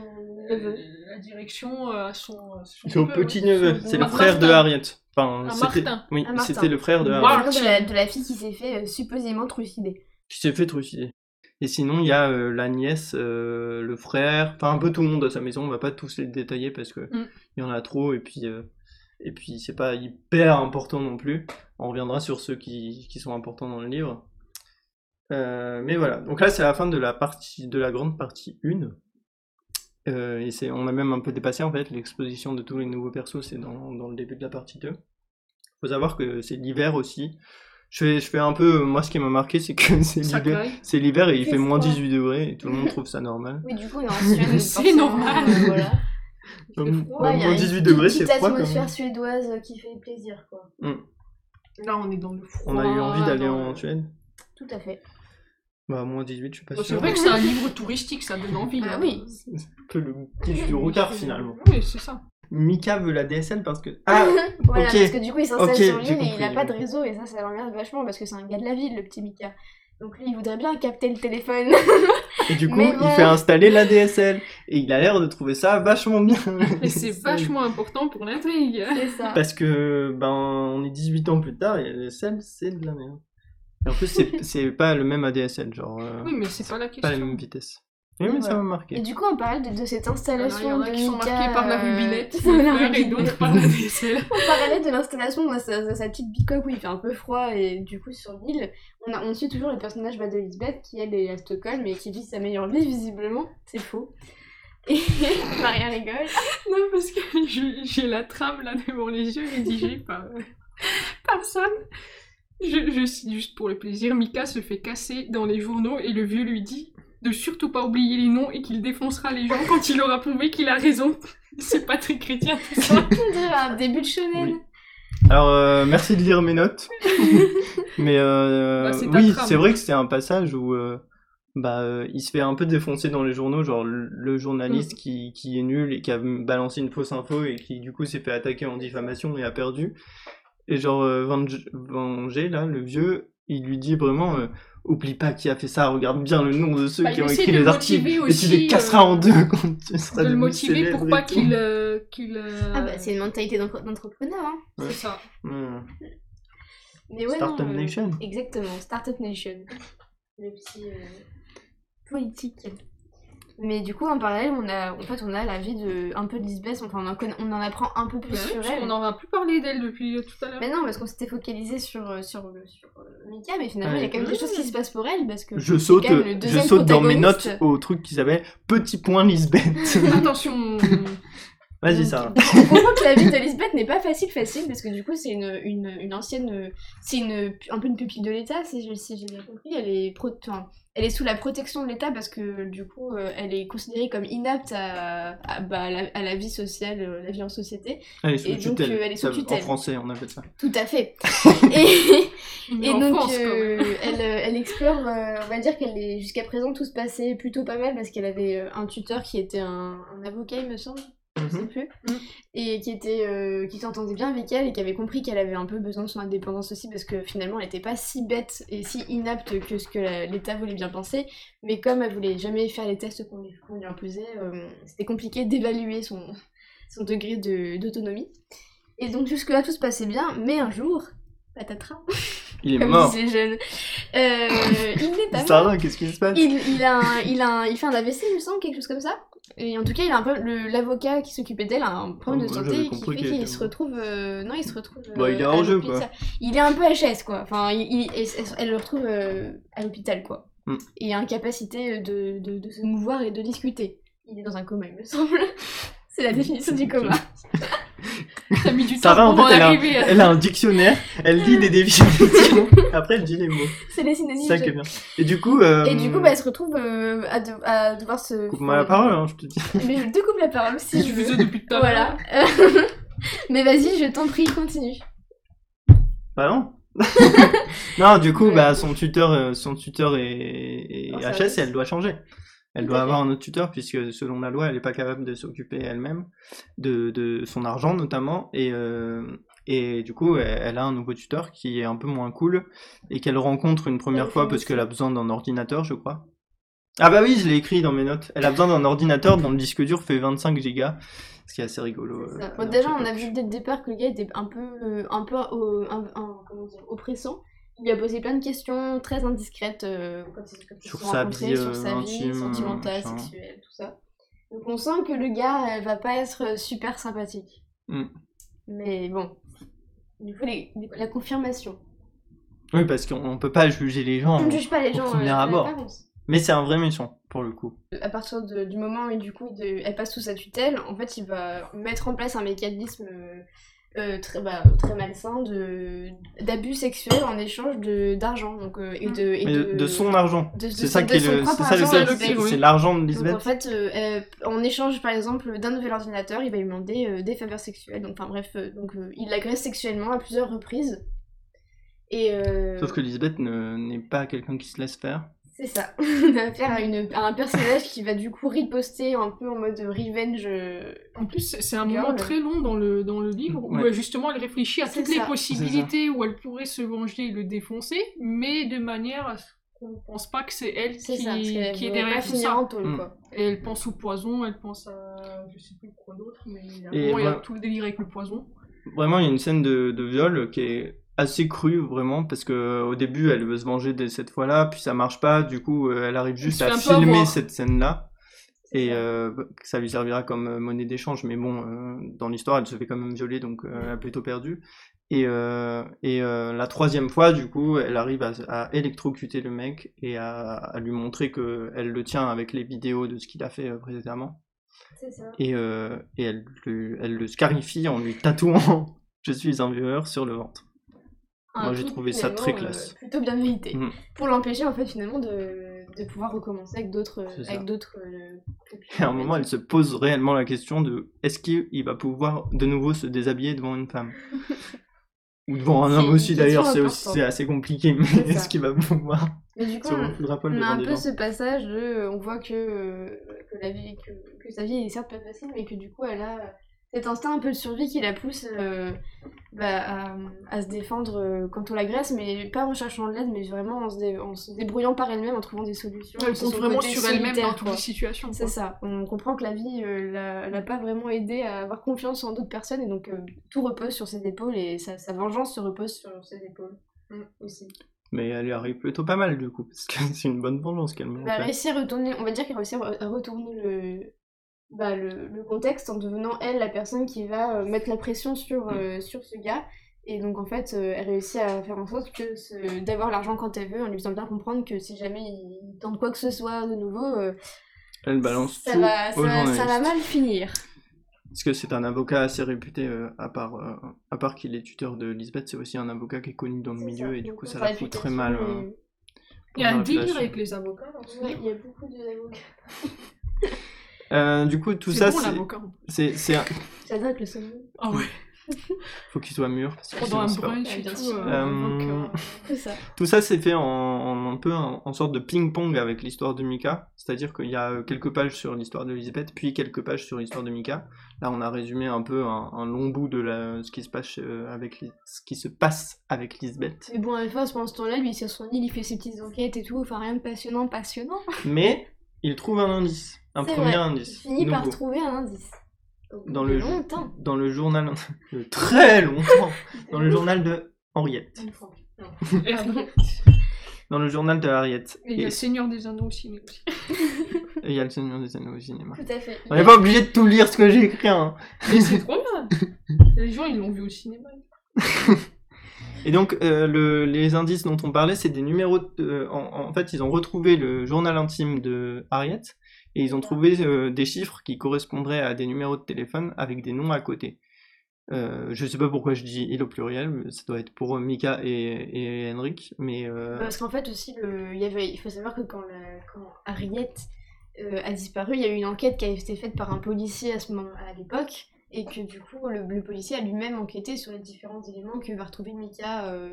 [SPEAKER 4] neveu.
[SPEAKER 5] la direction euh, à son, son
[SPEAKER 3] Son
[SPEAKER 5] neveu,
[SPEAKER 3] petit
[SPEAKER 5] son-
[SPEAKER 3] neveu.
[SPEAKER 5] son-
[SPEAKER 3] C'est le
[SPEAKER 5] Martin.
[SPEAKER 3] frère de Harriet. Enfin,
[SPEAKER 5] Un
[SPEAKER 3] c'était.
[SPEAKER 5] Martin.
[SPEAKER 3] Oui,
[SPEAKER 4] Un Martin.
[SPEAKER 3] c'était le frère de
[SPEAKER 5] Wow.
[SPEAKER 3] Harriet.
[SPEAKER 4] Le frère de la, de la fille qui s'est fait euh, supposément trucider.
[SPEAKER 3] qui s'est fait trucider. Et sinon, il y a euh, la nièce, euh, le frère, enfin un peu tout le monde à sa maison. On va pas tous les détailler parce que
[SPEAKER 5] Mm.
[SPEAKER 3] il y en a trop et puis euh, et puis c'est pas hyper important non plus. On reviendra sur ceux qui, qui sont importants dans le livre. Euh, mais voilà. Donc là, c'est la fin de la partie de la grande partie 1. Euh, et c'est, on a même un peu dépassé en fait l'exposition de tous les nouveaux persos, c'est dans, dans le début de la partie 2. Faut savoir que c'est l'hiver aussi. Je fais, je fais un peu, moi ce qui m'a marqué c'est que c'est
[SPEAKER 5] Ça
[SPEAKER 3] l'hiver,
[SPEAKER 5] claque.
[SPEAKER 3] c'est l'hiver et il
[SPEAKER 4] Qu'est-ce
[SPEAKER 3] fait moins
[SPEAKER 4] quoi
[SPEAKER 3] 18 degrés et tout le monde trouve ça normal.
[SPEAKER 4] Oui, du coup, on est en Suède.
[SPEAKER 5] C'est
[SPEAKER 4] forcément,
[SPEAKER 5] normal.
[SPEAKER 4] euh, voilà.
[SPEAKER 5] Il fait
[SPEAKER 3] Hum,
[SPEAKER 5] froid.
[SPEAKER 3] Ouais,
[SPEAKER 4] Ouais, il y a
[SPEAKER 3] moins
[SPEAKER 4] une
[SPEAKER 3] 18
[SPEAKER 4] petite-
[SPEAKER 3] degrés, c'est
[SPEAKER 4] petite
[SPEAKER 3] froid, quand même.
[SPEAKER 4] atmosphère suédoise euh, qui fait plaisir, quoi.
[SPEAKER 5] Là, on est dans le froid.
[SPEAKER 3] On a eu envie d'aller
[SPEAKER 5] dans-
[SPEAKER 3] en Suède.
[SPEAKER 4] Tout à fait.
[SPEAKER 3] Bah moins 18, je suis pas
[SPEAKER 5] Bon, C'est
[SPEAKER 3] sûr.
[SPEAKER 5] vrai que c'est un livre touristique, ça donne envie.
[SPEAKER 4] Ah
[SPEAKER 5] hein.
[SPEAKER 4] oui.
[SPEAKER 3] Un peu le kiff du retard finalement.
[SPEAKER 5] Oui, c'est ça.
[SPEAKER 3] Mika veut la DSL parce que ah
[SPEAKER 4] voilà,
[SPEAKER 3] ok.
[SPEAKER 4] parce que du coup, il s'installe
[SPEAKER 3] Ok,
[SPEAKER 4] sur
[SPEAKER 3] j'ai
[SPEAKER 4] l'île et il n'a
[SPEAKER 3] compris.
[SPEAKER 4] pas de réseau, et ça, ça l'emmerde vachement parce que c'est un gars de la ville, le petit Mika. Donc lui, il voudrait bien capter le téléphone.
[SPEAKER 3] Et du coup,
[SPEAKER 4] Mais
[SPEAKER 3] il
[SPEAKER 4] bon.
[SPEAKER 3] fait installer la DSL. Et il a l'air de trouver ça vachement bien.
[SPEAKER 5] Et c'est vachement important pour l'intrigue.
[SPEAKER 4] c'est ça.
[SPEAKER 3] Parce que, ben, on est 18 ans plus tard et la DSL, c'est de la merde. Et en plus, c'est- c'est pas le même ADSL, genre, euh,
[SPEAKER 5] Oui, mais c'est pas la
[SPEAKER 3] pas la
[SPEAKER 5] question.
[SPEAKER 3] même vitesse. Oui, mais
[SPEAKER 4] Et
[SPEAKER 3] ça m'a
[SPEAKER 4] voilà.
[SPEAKER 3] marqué.
[SPEAKER 4] Et du coup, on parle de, de cette
[SPEAKER 5] Alors, il y
[SPEAKER 4] installation
[SPEAKER 5] en a
[SPEAKER 4] de
[SPEAKER 5] qui sont
[SPEAKER 4] Mika,
[SPEAKER 5] marqués par la
[SPEAKER 4] euh,
[SPEAKER 5] rubinette,
[SPEAKER 4] par
[SPEAKER 5] le
[SPEAKER 4] la
[SPEAKER 5] fer, et
[SPEAKER 4] rubinette.
[SPEAKER 5] d'autres par la vaisselle.
[SPEAKER 4] On parlait de l'installation de sa, de sa petite bicoque où il fait un peu froid et du coup sur l'île, on, a- on suit toujours le personnage bah, de Lisbeth qui elle est à Stockholm et qui vit sa meilleure vie visiblement, c'est faux. Et Maria rigole.
[SPEAKER 5] Non, parce que je- j'ai la trame là devant les yeux rédigée par euh, personne. Je, je cite juste pour le plaisir, Mika se fait casser dans les journaux et le vieux lui dit de surtout pas oublier les noms et qu'il défoncera les gens quand il aura prouvé qu'il a raison. C'est pas très chrétien tout ça.
[SPEAKER 4] On dirait un début de shonen.
[SPEAKER 3] Oui. Alors, euh, merci de lire mes notes. mais euh,
[SPEAKER 5] Bah, c'est ta
[SPEAKER 3] oui,
[SPEAKER 5] trame.
[SPEAKER 3] c'est vrai que c'est un passage où euh, bah, euh, il se fait un peu défoncer dans les journaux, genre le, le journaliste
[SPEAKER 5] Mm.
[SPEAKER 3] qui, qui est nul et qui a balancé une fausse info et qui du coup s'est fait attaquer en diffamation et a perdu. Et genre euh, Van- Vanger, là, le vieux, il lui dit vraiment euh, oublie pas qui a fait ça, regarde bien le nom de ceux
[SPEAKER 5] Bah,
[SPEAKER 3] qui
[SPEAKER 5] il
[SPEAKER 3] ont
[SPEAKER 5] essaie
[SPEAKER 3] écrit
[SPEAKER 5] de
[SPEAKER 3] les
[SPEAKER 5] le
[SPEAKER 3] articles
[SPEAKER 5] motiver
[SPEAKER 3] et tu les
[SPEAKER 5] aussi,
[SPEAKER 3] casseras
[SPEAKER 5] euh,
[SPEAKER 3] en deux quand tu seras
[SPEAKER 5] de le
[SPEAKER 3] devenu
[SPEAKER 5] motiver
[SPEAKER 3] célèbre
[SPEAKER 5] pour
[SPEAKER 3] et
[SPEAKER 5] pas
[SPEAKER 3] tout.
[SPEAKER 5] qu'il. euh, qu'il, euh,
[SPEAKER 4] Ah bah c'est une mentalité d'entre- d'entrepreneur. Hein.
[SPEAKER 5] c'est ça.
[SPEAKER 3] Hmm.
[SPEAKER 4] Mais ouais,
[SPEAKER 3] Startup
[SPEAKER 4] non, euh,
[SPEAKER 3] Nation.
[SPEAKER 4] Exactement, Startup Nation. Le petit euh, politique. Mais du coup, en parallèle, on a, en fait, on a la vie de un peu de Lisbeth. Enfin, on en, conna- on en apprend un peu plus
[SPEAKER 5] Bah oui,
[SPEAKER 4] sur
[SPEAKER 5] parce
[SPEAKER 4] elle. Bah,
[SPEAKER 5] qu'on n'en a plus parlé d'elle depuis tout à l'heure.
[SPEAKER 4] Mais non, parce qu'on s'était focalisé sur, euh, sur, euh, sur, euh, Mika, mais finalement, il y a
[SPEAKER 3] Ouais.
[SPEAKER 4] quand même des choses qui se passent pour elle. Parce que
[SPEAKER 3] Je saute,
[SPEAKER 4] quand même le
[SPEAKER 3] je
[SPEAKER 4] deuxième
[SPEAKER 3] saute dans mes notes
[SPEAKER 4] protagoniste.
[SPEAKER 3] au truc qui s'appelle Petit point Lisbeth.
[SPEAKER 5] Attention.
[SPEAKER 3] Vas-y,
[SPEAKER 4] Donc,
[SPEAKER 3] Sarah.
[SPEAKER 4] donc, on comprend que la vie de Lisbeth n'est pas facile, facile, parce que du coup, c'est une, une, une ancienne. euh, C'est une, un peu une pupille de l'État, si je- si j'ai bien compris. Elle est, pro, enfin, elle est sous la protection de l'État parce que du coup, euh, elle est considérée comme inapte à, à, bah, à la, à la vie sociale, euh, la vie en société.
[SPEAKER 3] Elle est sous
[SPEAKER 4] Et donc,
[SPEAKER 3] tutelle.
[SPEAKER 4] euh, elle est sous
[SPEAKER 3] Ça- En
[SPEAKER 4] tutelle.
[SPEAKER 3] français, on appelle ça.
[SPEAKER 4] Tout à fait. et
[SPEAKER 5] Mais
[SPEAKER 4] et
[SPEAKER 5] en
[SPEAKER 4] donc,
[SPEAKER 5] France, quand même.
[SPEAKER 4] euh, elle, euh, elle explore, euh, on va dire qu'elle est jusqu'à présent, tout se passait plutôt pas mal parce qu'elle avait euh, un tuteur qui était un- un avocat, il me semble je sais
[SPEAKER 3] Mhm.
[SPEAKER 4] plus,
[SPEAKER 5] Mhm.
[SPEAKER 4] et qui était euh, qui s'entendait bien avec elle et qui avait compris qu'elle avait un peu besoin de son indépendance aussi parce que finalement elle n'était pas si bête et si inapte que ce que la- l'État voulait bien penser, mais comme elle voulait jamais faire les tests qu'on lui, qu'on lui imposait, euh, c'était compliqué d'évaluer son, son degré de- d'autonomie. et donc jusque-là tout se passait bien, mais un jour, patatras,
[SPEAKER 3] Il est
[SPEAKER 4] comme
[SPEAKER 3] mort.
[SPEAKER 4] disent les jeunes, euh, il n'est pas mort.
[SPEAKER 3] Sarah, qu'est-ce qui se passe
[SPEAKER 4] Il, il a un- il, a un- il fait un AVC, il me semble, quelque chose comme ça. Et en tout cas, il a un peu l'avocat qui s'occupait d'elle a un problème
[SPEAKER 3] Ah,
[SPEAKER 4] de
[SPEAKER 3] moi,
[SPEAKER 4] santé
[SPEAKER 3] j'avais
[SPEAKER 4] qui
[SPEAKER 3] compris
[SPEAKER 4] fait
[SPEAKER 3] qu'il était
[SPEAKER 4] qu'il se
[SPEAKER 3] mort.
[SPEAKER 4] retrouve. euh, non, il se retrouve.
[SPEAKER 3] Bah, il est
[SPEAKER 4] euh, à
[SPEAKER 3] hors jeu,
[SPEAKER 4] l'hôpital.
[SPEAKER 3] quoi.
[SPEAKER 4] Il est un peu HS, quoi. Enfin, il, il- elle, elle le retrouve euh, à l'hôpital, quoi.
[SPEAKER 3] Mm.
[SPEAKER 4] Et incapacité de, de, de se mouvoir et de discuter. Il est dans un coma, il me semble. C'est la définition du coma. euh,
[SPEAKER 5] T'as mis du temps
[SPEAKER 3] Sarah, en
[SPEAKER 5] pour
[SPEAKER 3] fait, elle a,
[SPEAKER 5] arriver à-
[SPEAKER 3] elle a un dictionnaire, elle lit des définitions, après elle dit les mots.
[SPEAKER 4] C'est les
[SPEAKER 3] C'est
[SPEAKER 4] synonymes.
[SPEAKER 3] ça qui est bien. Et du coup. euh,
[SPEAKER 4] Et du coup, bah, elle se retrouve euh, à, de- à devoir se.
[SPEAKER 3] Coupe-moi la parole, hein, je te dis.
[SPEAKER 4] Mais je te coupe la parole si
[SPEAKER 5] Je
[SPEAKER 4] je veux.
[SPEAKER 5] faisais depuis tout à l'heure.
[SPEAKER 4] Voilà. Mais vas-y, je t'en prie, continue.
[SPEAKER 3] Bah non. non, du coup,
[SPEAKER 4] Ouais.
[SPEAKER 3] bah, son tuteur, euh, son tuteur est, est
[SPEAKER 4] En
[SPEAKER 3] HS
[SPEAKER 4] service.
[SPEAKER 3] et elle doit changer. Elle
[SPEAKER 4] Tout
[SPEAKER 3] doit
[SPEAKER 4] à
[SPEAKER 3] avoir un autre tuteur puisque selon la loi, elle n'est pas capable de s'occuper elle-même de, de son argent notamment. Et, euh, et du coup, elle, elle a un nouveau tuteur qui est un peu moins cool et qu'elle rencontre une première
[SPEAKER 4] Elle
[SPEAKER 3] fois
[SPEAKER 4] fait
[SPEAKER 3] parce
[SPEAKER 4] aussi.
[SPEAKER 3] qu'elle a besoin d'un ordinateur, je crois. Ah bah oui, je l'ai écrit dans mes notes. Elle a besoin d'un ordinateur dont le disque dur fait 25 gigas, ce qui est assez rigolo.
[SPEAKER 4] C'est
[SPEAKER 3] euh,
[SPEAKER 4] ça.
[SPEAKER 3] à
[SPEAKER 4] Bon,
[SPEAKER 3] notre
[SPEAKER 4] déjà, on
[SPEAKER 3] époque.
[SPEAKER 4] a vu dès le départ que le gars était un peu, euh, un peu euh, un- un- comment dire, oppressant. Il lui a posé plein de questions très indiscrètes euh, quand ils- quand ils
[SPEAKER 3] Sur
[SPEAKER 4] se sont
[SPEAKER 3] sa
[SPEAKER 4] rencontrés,
[SPEAKER 3] vie, euh,
[SPEAKER 4] sur sa
[SPEAKER 3] intime,
[SPEAKER 4] vie sentimentale,
[SPEAKER 3] machin.
[SPEAKER 4] sexuelle, tout ça. Donc on sent que le gars euh, va pas être super sympathique.
[SPEAKER 3] Mm.
[SPEAKER 4] Mais bon, il faut les- les- la confirmation.
[SPEAKER 3] Oui, parce qu'on on peut pas juger les gens.
[SPEAKER 4] On ne juge pas les
[SPEAKER 3] au
[SPEAKER 4] gens euh,
[SPEAKER 3] premier
[SPEAKER 4] à
[SPEAKER 3] abord.
[SPEAKER 4] l'apparence.
[SPEAKER 3] Mais c'est un vrai méchant, pour le coup.
[SPEAKER 4] à partir de- du moment où du coup de- elle passe sous sa tutelle, en fait il va mettre en place un mécanisme euh, euh, très, bah, très malsain de d'abus sexuels en échange de d'argent donc euh, et de et
[SPEAKER 3] Mais de, de son argent.
[SPEAKER 4] de- de
[SPEAKER 3] C'est
[SPEAKER 4] son-
[SPEAKER 3] ça
[SPEAKER 4] de
[SPEAKER 3] qui est
[SPEAKER 4] son
[SPEAKER 3] le,
[SPEAKER 4] propre
[SPEAKER 3] c'est ça le
[SPEAKER 4] argent
[SPEAKER 3] seul,
[SPEAKER 4] à
[SPEAKER 5] Lisbeth,
[SPEAKER 3] c'est
[SPEAKER 5] oui.
[SPEAKER 3] c'est l'argent de
[SPEAKER 4] donc en
[SPEAKER 3] Lisbeth.
[SPEAKER 4] fait, euh, elle- en échange par exemple d'un nouvel ordinateur, il va lui demander euh, des faveurs sexuelles. Donc enfin bref, euh, donc euh, il l'agresse sexuellement à plusieurs reprises. Et euh,
[SPEAKER 3] Sauf que Lisbeth ne- n'est pas quelqu'un qui se laisse faire.
[SPEAKER 4] C'est ça. On a affaire à, une, à un personnage qui va du coup riposter un peu en mode revenge. euh,
[SPEAKER 5] En plus, c'est- c'est un
[SPEAKER 4] Girl.
[SPEAKER 5] moment très long dans le, dans le livre où
[SPEAKER 3] Ouais.
[SPEAKER 5] euh, justement elle réfléchit à
[SPEAKER 4] C'est
[SPEAKER 5] toutes
[SPEAKER 4] ça.
[SPEAKER 5] les possibilités où elle pourrait se venger et le défoncer, mais de manière à ce qu'on ne pense pas que c'est elle
[SPEAKER 4] C'est
[SPEAKER 5] qui,
[SPEAKER 4] ça, parce qu'elle
[SPEAKER 5] qui est
[SPEAKER 4] voudrait pas
[SPEAKER 5] derrière tout
[SPEAKER 4] finir
[SPEAKER 5] ça.
[SPEAKER 4] en tôle,
[SPEAKER 3] Mm.
[SPEAKER 4] quoi.
[SPEAKER 5] Et elle pense au poison, elle pense à je sais plus quoi d'autre, mais à un
[SPEAKER 3] Et
[SPEAKER 5] moment, il y a
[SPEAKER 3] moi-
[SPEAKER 5] tout le délire avec le poison.
[SPEAKER 3] Vraiment, il y a une scène de, de viol qui est assez crue, vraiment, parce que au début, elle veut se venger de cette fois-là, puis ça marche pas, du coup, euh, elle arrive juste
[SPEAKER 5] se
[SPEAKER 3] à
[SPEAKER 5] fait un peu
[SPEAKER 3] filmer
[SPEAKER 5] avoir.
[SPEAKER 3] cette scène-là.
[SPEAKER 4] C'est
[SPEAKER 3] Et
[SPEAKER 4] ça.
[SPEAKER 3] euh, que ça lui servira comme euh, monnaie d'échange, mais bon, euh, dans l'histoire, elle se fait quand même violer, donc euh, elle a plutôt perdu. Et, euh, et euh, la troisième fois, du coup, elle arrive à, à électrocuter le mec et à, à lui montrer que elle le tient avec les vidéos de ce qu'il a fait euh, précédemment.
[SPEAKER 4] C'est ça.
[SPEAKER 3] Et, euh, et elle, le, elle le scarifie en lui tatouant Je suis un violeur sur le ventre. Moi, j'ai
[SPEAKER 4] truc,
[SPEAKER 3] trouvé ça très
[SPEAKER 4] finalement,
[SPEAKER 3] classe.
[SPEAKER 4] plutôt bien mérité.
[SPEAKER 3] Mm.
[SPEAKER 4] Pour l'empêcher, en fait, finalement, de, de pouvoir recommencer avec d'autres. euh,
[SPEAKER 3] C'est ça.
[SPEAKER 4] Avec d'autres euh, copines,
[SPEAKER 3] Et à un
[SPEAKER 4] on va
[SPEAKER 3] moment, elle
[SPEAKER 4] dire.
[SPEAKER 3] se pose réellement la question de est-ce qu'il va pouvoir de nouveau se déshabiller devant une femme Ou devant un
[SPEAKER 4] C'est
[SPEAKER 3] homme
[SPEAKER 4] une
[SPEAKER 3] aussi, d'ailleurs, c'est
[SPEAKER 4] question
[SPEAKER 3] aussi-
[SPEAKER 4] importante.
[SPEAKER 3] c'est assez compliqué,
[SPEAKER 4] C'est
[SPEAKER 3] mais
[SPEAKER 4] ça.
[SPEAKER 3] est-ce qu'il va pouvoir
[SPEAKER 4] Mais du coup,
[SPEAKER 3] se
[SPEAKER 4] on,
[SPEAKER 3] remonter le rappel
[SPEAKER 4] on a
[SPEAKER 3] devant
[SPEAKER 4] un
[SPEAKER 3] des
[SPEAKER 4] peu
[SPEAKER 3] gens
[SPEAKER 4] ce passage de. euh, On voit que, euh, que, la vie, que, que sa vie est certes pas facile, mais que du coup, elle a cet instinct un peu de survie qui la pousse euh, bah, à, à se défendre euh, quand on l'agresse, mais pas en cherchant de l'aide, mais vraiment en se, dé- en se débrouillant par elle-même, en trouvant des solutions.
[SPEAKER 5] Elle
[SPEAKER 4] C'est
[SPEAKER 5] compte
[SPEAKER 4] son
[SPEAKER 5] vraiment
[SPEAKER 4] côté
[SPEAKER 5] sur elle-même dans
[SPEAKER 4] solitaire,
[SPEAKER 5] toutes
[SPEAKER 4] quoi.
[SPEAKER 5] les situations.
[SPEAKER 4] C'est
[SPEAKER 5] quoi.
[SPEAKER 4] ça, on comprend que la vie euh, l'a l'a pas vraiment aidé à avoir confiance en d'autres personnes et donc euh, tout repose sur ses épaules et sa, sa vengeance se repose sur ses épaules
[SPEAKER 5] Mm.
[SPEAKER 4] aussi.
[SPEAKER 3] Mais elle y arrive plutôt pas mal du coup, parce que c'est une bonne vengeance qu'elle montre.
[SPEAKER 4] Bah, elle a réussi à retourner, on va dire qu'elle a réussi à re- à retourner le, bah, le, le contexte en devenant elle la personne qui va euh, mettre la pression sur,
[SPEAKER 3] Mm.
[SPEAKER 4] euh, sur ce gars. Et donc en fait, euh, elle réussit à faire en sorte que ce- d'avoir l'argent quand elle veut, en lui faisant bien comprendre que si jamais il tente quoi que ce soit de nouveau, euh,
[SPEAKER 3] Elle balance
[SPEAKER 4] ça,
[SPEAKER 3] tout
[SPEAKER 4] va,
[SPEAKER 3] aux
[SPEAKER 4] ça, ça
[SPEAKER 3] journalistes.
[SPEAKER 4] va mal finir.
[SPEAKER 3] Parce que c'est un avocat assez réputé, euh, à part, euh, à part qu'il est tuteur de Lisbeth, c'est aussi un avocat qui est connu dans le milieu et du coup ça la fout très mal. euh,
[SPEAKER 5] Il y a
[SPEAKER 3] dans
[SPEAKER 5] un
[SPEAKER 3] la
[SPEAKER 5] délire
[SPEAKER 3] relation.
[SPEAKER 5] avec les avocats. dans ce livre.
[SPEAKER 4] il y a beaucoup d'avocats.
[SPEAKER 3] Euh, du coup, tout
[SPEAKER 5] C'est
[SPEAKER 3] ça,
[SPEAKER 5] bon,
[SPEAKER 3] c'est-
[SPEAKER 5] l'avocat. hein.
[SPEAKER 3] c'est. c'est un-
[SPEAKER 4] J'adore que le sommeil.
[SPEAKER 5] Ah ouais.
[SPEAKER 3] Faut qu'il soit mûr. Parce que
[SPEAKER 5] Pendant un
[SPEAKER 3] sinon, c'est pas-
[SPEAKER 5] brunch
[SPEAKER 4] Ah,
[SPEAKER 5] et
[SPEAKER 4] bien
[SPEAKER 5] tout.
[SPEAKER 4] sûr.
[SPEAKER 5] euh,
[SPEAKER 3] Euh,
[SPEAKER 5] donc, euh,
[SPEAKER 4] C'est ça.
[SPEAKER 3] Tout ça, c'est fait en, en- un peu en, en sorte de ping-pong avec l'histoire de Mika. C'est-à-dire qu'il y a euh, quelques pages sur l'histoire d'Elisabeth, puis quelques pages sur l'histoire de Mika. Là, on a résumé un peu un, un long bout de la- ce, qui se passe, euh, avec, Lis- ce qui se passe avec Lisbeth.
[SPEAKER 4] Mais bon, à la fin, pendant ce temps-là, lui, sur son île, il fait ses petites enquêtes et tout. Enfin, rien de passionnant, passionnant.
[SPEAKER 3] Mais il trouve un indice, un
[SPEAKER 4] C'est
[SPEAKER 3] premier
[SPEAKER 4] vrai. Il
[SPEAKER 3] indice.
[SPEAKER 4] finit par
[SPEAKER 3] nouveau.
[SPEAKER 4] trouver un indice. Au bout
[SPEAKER 3] Dans
[SPEAKER 4] de
[SPEAKER 3] le jeu.
[SPEAKER 4] longtemps.
[SPEAKER 3] Dans le journal, de très longtemps, dans le journal de Henriette.
[SPEAKER 5] Herman.
[SPEAKER 3] Dans le journal de Henriette.
[SPEAKER 5] Et il y a le Seigneur des Anneaux au ciné aussi.
[SPEAKER 3] Et il y a le Seigneur des Anneaux au cinéma.
[SPEAKER 4] Tout à fait.
[SPEAKER 3] On n'est pas obligé de tout lire ce que j'ai écrit. Hein.
[SPEAKER 5] Mais c'est trop bien. Les gens, ils l'ont vu au cinéma.
[SPEAKER 3] Et donc, euh, le- les indices dont on parlait, c'est des numéros. de- euh, en, en fait, ils ont retrouvé le journal intime de Harriet et ils ont trouvé euh, des chiffres qui correspondraient à des numéros de téléphone avec des noms à côté. Euh, je sais pas pourquoi je dis il au pluriel, mais ça doit être pour Mika et, et Henrik, mais euh,
[SPEAKER 4] Parce qu'en fait, aussi, le... il, y avait... il faut savoir que quand, la- quand Harriet euh, a disparu, il y a eu une enquête qui a été faite par un policier à, ce moment... à l'époque. Et que du coup, le, le policier a lui-même enquêté sur les différents éléments que va retrouver Mika euh,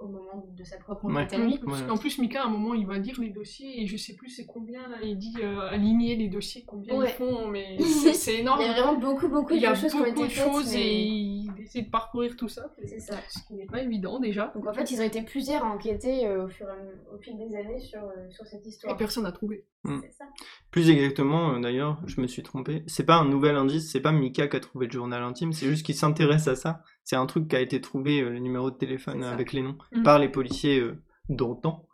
[SPEAKER 4] au moment de sa propre enquête à lui.
[SPEAKER 3] Ouais.
[SPEAKER 5] En plus, Mika, à un moment, il va lire les dossiers et je sais plus c'est combien. là, il dit euh, aligner les dossiers, combien
[SPEAKER 4] Ouais.
[SPEAKER 5] ils font, mais c'est c'est énorme.
[SPEAKER 4] Il y a vraiment beaucoup, beaucoup
[SPEAKER 5] Il y
[SPEAKER 4] de
[SPEAKER 5] a
[SPEAKER 4] choses qui ont
[SPEAKER 5] beaucoup
[SPEAKER 4] été
[SPEAKER 5] de
[SPEAKER 4] faites.
[SPEAKER 5] choses
[SPEAKER 4] mais-
[SPEAKER 5] et il essaie de parcourir tout ça.
[SPEAKER 4] C'est ça.
[SPEAKER 5] Ce qui n'est pas évident déjà.
[SPEAKER 4] Donc en fait, ils ont été plusieurs à enquêter euh, au, fur et à- au fil des années sur, euh, sur cette
[SPEAKER 5] Et
[SPEAKER 4] histoire.
[SPEAKER 5] personne n'a trouvé.
[SPEAKER 3] hmm.
[SPEAKER 4] C'est ça.
[SPEAKER 3] plus exactement, euh, d'ailleurs, je me suis trompé. C'est pas un nouvel indice, c'est pas Mika qui a trouvé le journal intime, c'est juste qu'il s'intéresse à ça. C'est un truc qui a été trouvé, euh, le numéro de téléphone
[SPEAKER 4] C'est ça.
[SPEAKER 3] avec les noms.
[SPEAKER 5] Mm.
[SPEAKER 3] par les policiers euh, d'antan.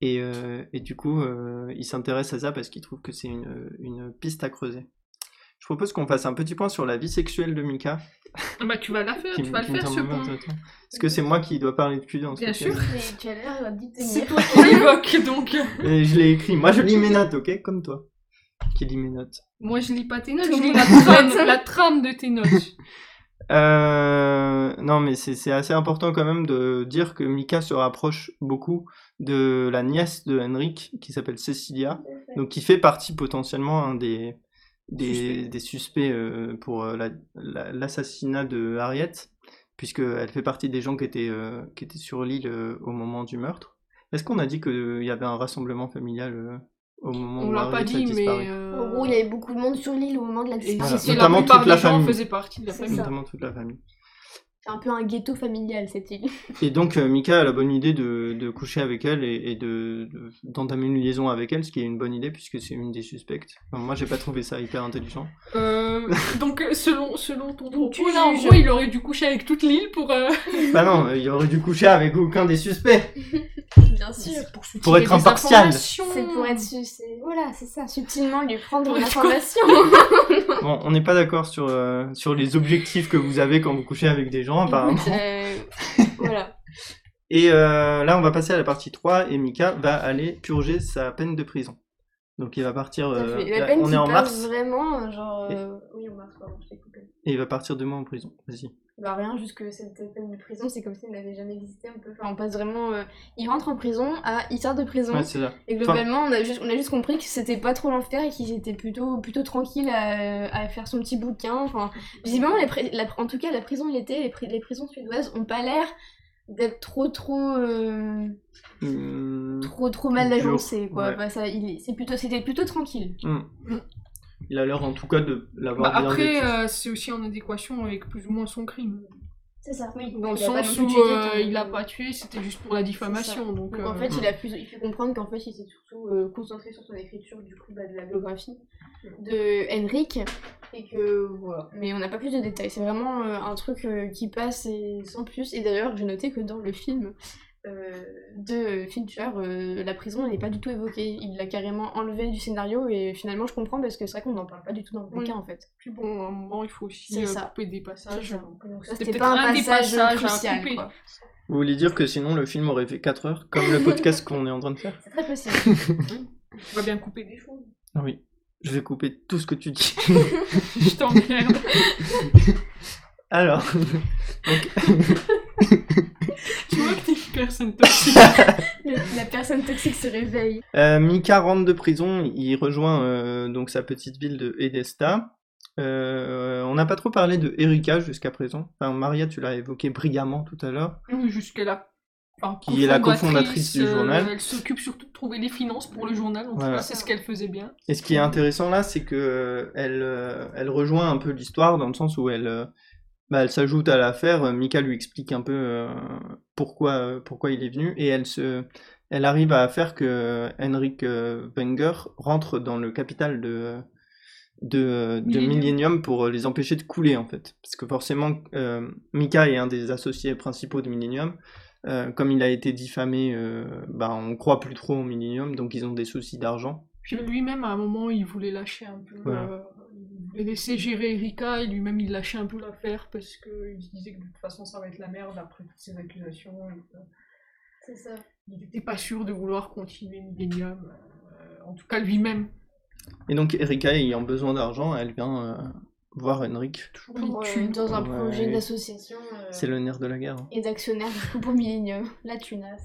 [SPEAKER 3] Et, euh, et du coup, euh, ils s'intéressent à ça parce qu'ils trouvent que c'est une, euh, une piste à creuser. Je propose qu'on fasse un petit point sur la vie sexuelle de Mika.
[SPEAKER 5] Ah bah, tu vas la faire,
[SPEAKER 3] qui
[SPEAKER 5] tu
[SPEAKER 3] me-
[SPEAKER 5] vas le
[SPEAKER 3] qui me
[SPEAKER 5] faire
[SPEAKER 3] tient
[SPEAKER 5] ce
[SPEAKER 3] vraiment
[SPEAKER 5] point.
[SPEAKER 3] intéressant. Est-ce que c'est moi qui dois parler depuis dans ce
[SPEAKER 5] Bien
[SPEAKER 3] podcast
[SPEAKER 4] Mais tu as l'air d'y
[SPEAKER 5] C'est
[SPEAKER 4] tenir.
[SPEAKER 5] toi qui l'évoque donc.
[SPEAKER 3] Et Je l'ai écrit. Moi, je lis mes notes, ok Comme toi. Qui lit mes notes.
[SPEAKER 5] Moi, je lis pas tes notes,
[SPEAKER 4] Tout
[SPEAKER 5] je
[SPEAKER 4] le
[SPEAKER 5] lis
[SPEAKER 4] monde
[SPEAKER 5] la
[SPEAKER 4] fait
[SPEAKER 5] trame,
[SPEAKER 4] ça.
[SPEAKER 5] la trame de tes notes.
[SPEAKER 3] Euh, non, mais c'est c'est assez important quand même de dire que Mika se rapproche beaucoup de la nièce de Henrik, qui s'appelle Cecilia, donc qui fait partie potentiellement un des, des
[SPEAKER 5] Suspects.
[SPEAKER 3] des suspects euh, pour euh, la- la- l'assassinat de Harriet, puisqu'elle fait partie des gens qui étaient, euh, qui étaient sur l'île euh, au moment du meurtre. Est-ce qu'on a dit qu'il y avait un rassemblement familial euh, au moment
[SPEAKER 5] On
[SPEAKER 3] où
[SPEAKER 5] l'a
[SPEAKER 3] Harriet
[SPEAKER 5] pas
[SPEAKER 3] a
[SPEAKER 5] dit, mais.
[SPEAKER 3] disparu
[SPEAKER 5] euh,
[SPEAKER 4] En gros, il y avait beaucoup de monde sur l'île au moment de la
[SPEAKER 5] Et
[SPEAKER 3] Voilà,
[SPEAKER 5] c'est
[SPEAKER 4] disparition.
[SPEAKER 5] la
[SPEAKER 3] notamment
[SPEAKER 5] plupart
[SPEAKER 3] toute
[SPEAKER 5] des
[SPEAKER 3] la
[SPEAKER 5] gens
[SPEAKER 3] famille.
[SPEAKER 5] faisaient partie de la
[SPEAKER 4] C'est
[SPEAKER 5] famille.
[SPEAKER 3] Notamment toute la famille.
[SPEAKER 4] C'est un peu un ghetto familial cette île.
[SPEAKER 3] Et donc euh, Mika a la bonne idée de, de coucher avec elle et, et de de- d'entamer une liaison avec elle, ce qui est une bonne idée puisque c'est une des suspectes. Enfin, moi j'ai pas trouvé ça hyper intelligent.
[SPEAKER 5] Euh, donc euh, selon, selon ton
[SPEAKER 4] tu
[SPEAKER 5] propos, là en
[SPEAKER 4] juges.
[SPEAKER 5] gros il aurait dû coucher avec toute l'île pour, euh,
[SPEAKER 3] Bah non, euh, il aurait dû coucher avec aucun des suspects.
[SPEAKER 4] Bien sûr.
[SPEAKER 5] pour,
[SPEAKER 3] Pour être impartial.
[SPEAKER 4] C'est pour être. su- c'est- Voilà, c'est ça. Subtilement lui prendre
[SPEAKER 5] Pour être quoi
[SPEAKER 4] l'information.
[SPEAKER 3] Bon, on n'est pas d'accord sur, euh, sur les objectifs que vous avez quand vous couchez avec des gens apparemment.
[SPEAKER 4] Écoute, euh, voilà.
[SPEAKER 3] Et euh, là on va passer à la partie 3 et Mika va aller purger sa peine de prison. Donc il va partir...
[SPEAKER 4] Ça
[SPEAKER 3] euh,
[SPEAKER 4] fait-
[SPEAKER 3] là,
[SPEAKER 4] la peine
[SPEAKER 3] on
[SPEAKER 4] qui
[SPEAKER 3] est en
[SPEAKER 4] passe
[SPEAKER 3] mars
[SPEAKER 4] vraiment, euh, genre. euh, Oui, en mars, pardon, je t'ai coupé.
[SPEAKER 3] et il va partir deux mois en prison. Vas-y.
[SPEAKER 4] Bah rien, jusque cette peine de prison, c'est comme s'il n'avait jamais existé un peu. Enfin, on passe vraiment. euh, Il rentre en prison à. Il sort de prison.
[SPEAKER 3] Ouais, c'est ça.
[SPEAKER 4] Et globalement, on, a juste, on a juste compris que c'était pas trop l'enfer et qu'ils étaient plutôt, plutôt tranquilles à, à faire son petit bouquin. Enfin, visiblement, les pri- la- en tout cas, la prison où il était, les, pri- les prisons suédoises ont pas l'air d'être trop, trop, euh,
[SPEAKER 3] Hum,
[SPEAKER 4] trop, trop mal
[SPEAKER 3] Dur,
[SPEAKER 4] agencées, quoi.
[SPEAKER 3] ouais.
[SPEAKER 4] Bah, ça, il- c'est plutôt, c'était plutôt tranquille.
[SPEAKER 3] il a l'air en tout cas de l'avoir
[SPEAKER 5] Bah,
[SPEAKER 3] bien vécu.
[SPEAKER 5] après euh, c'est aussi en adéquation avec plus ou moins son crime.
[SPEAKER 4] C'est ça. Oui.
[SPEAKER 5] Dans le
[SPEAKER 4] Il a pas
[SPEAKER 5] sens
[SPEAKER 4] non
[SPEAKER 5] où
[SPEAKER 4] plus tué
[SPEAKER 5] euh,
[SPEAKER 4] quelqu'un.
[SPEAKER 5] il l'a pas tué, c'était juste pour la diffamation. Donc,
[SPEAKER 4] Donc en
[SPEAKER 5] euh,
[SPEAKER 4] fait, il a plus, il fait comprendre qu'en fait, il s'est surtout euh, concentré sur son écriture du coup bah, de la biographie
[SPEAKER 5] Mm.
[SPEAKER 4] de Henrik et que voilà. Mais on n'a pas plus de détails. C'est vraiment euh, un truc euh, qui passe et sans plus. Et d'ailleurs, j'ai noté que dans le film euh, de Fincher, euh, la prison n'est pas du tout évoquée. Il l'a carrément enlevée du scénario et finalement, je comprends parce que c'est vrai qu'on n'en parle pas du tout dans le
[SPEAKER 5] Oui.
[SPEAKER 4] bouquin en fait.
[SPEAKER 5] puis bon, à un moment, il faut aussi
[SPEAKER 4] C'est
[SPEAKER 5] euh,
[SPEAKER 4] ça.
[SPEAKER 5] couper des passages. donc, euh,
[SPEAKER 4] Donc ça,
[SPEAKER 5] c'était
[SPEAKER 4] C'était
[SPEAKER 5] peut-être
[SPEAKER 4] pas un
[SPEAKER 5] des
[SPEAKER 4] passage
[SPEAKER 5] passages à
[SPEAKER 4] crucial.
[SPEAKER 5] couper.
[SPEAKER 4] quoi.
[SPEAKER 3] Vous voulez dire que sinon le film aurait fait 4 heures, comme le podcast qu'on est en train de faire
[SPEAKER 4] C'est très possible.
[SPEAKER 5] On va bien couper des choses.
[SPEAKER 3] Ah Oui. Je vais couper tout ce que tu dis.
[SPEAKER 5] Je t'emmerde.
[SPEAKER 3] Alors,
[SPEAKER 5] tu vois que t'es une personne toxique.
[SPEAKER 4] Le- la personne toxique se réveille.
[SPEAKER 3] euh, Mika rentre de prison, il rejoint euh, donc sa petite ville de Edesta. Euh, on n'a pas trop parlé de Erika jusqu'à présent. Enfin, Maria, tu l'as évoqué brillamment tout à l'heure.
[SPEAKER 5] Oui, Jusque-là. Enfin,
[SPEAKER 3] Qui est la cofondatrice du
[SPEAKER 5] euh,
[SPEAKER 3] journal.
[SPEAKER 5] elle s'occupe surtout de trouver les finances pour le journal. En
[SPEAKER 3] Voilà.
[SPEAKER 5] tout cas, c'est ce qu'elle faisait bien.
[SPEAKER 3] Et ce qui est intéressant là, c'est que euh, elle, euh, elle rejoint un peu l'histoire dans le sens où elle, euh, bah, elle s'ajoute à l'affaire. euh, Mika lui explique un peu euh, pourquoi, euh, pourquoi il est venu et elle se, elle arrive à faire que Henrik euh, Wenger rentre dans le capital de de, de
[SPEAKER 5] Millennium.
[SPEAKER 3] Millennium pour euh, les empêcher de couler en fait, parce que forcément euh, Mika est un des associés principaux de Millennium. Euh, comme il a été diffamé, euh, bah, on croit plus trop en Millennium, donc ils ont des soucis d'argent.
[SPEAKER 5] Puis lui-même, à un moment, il voulait lâcher un peu.
[SPEAKER 3] Voilà.
[SPEAKER 5] euh, il voulait laisser gérer Erika et lui-même, il lâchait un peu l'affaire parce qu'il se disait que de toute façon, ça va être la merde après toutes ces accusations. et que
[SPEAKER 4] C'est ça.
[SPEAKER 5] Il n'était pas sûr de vouloir continuer Millennium. euh, en tout cas, lui-même.
[SPEAKER 3] Et donc Erika ayant besoin d'argent, elle vient euh, voir Henrik.
[SPEAKER 5] Toujours
[SPEAKER 4] Pour,
[SPEAKER 5] les
[SPEAKER 4] euh,
[SPEAKER 5] thunes,
[SPEAKER 4] dans
[SPEAKER 5] quoi.
[SPEAKER 4] un
[SPEAKER 3] Ouais.
[SPEAKER 4] projet d'association. euh,
[SPEAKER 3] C'est le nerf de la guerre. hein.
[SPEAKER 4] et d'actionnaire du coup pour Millennium, la tunasse.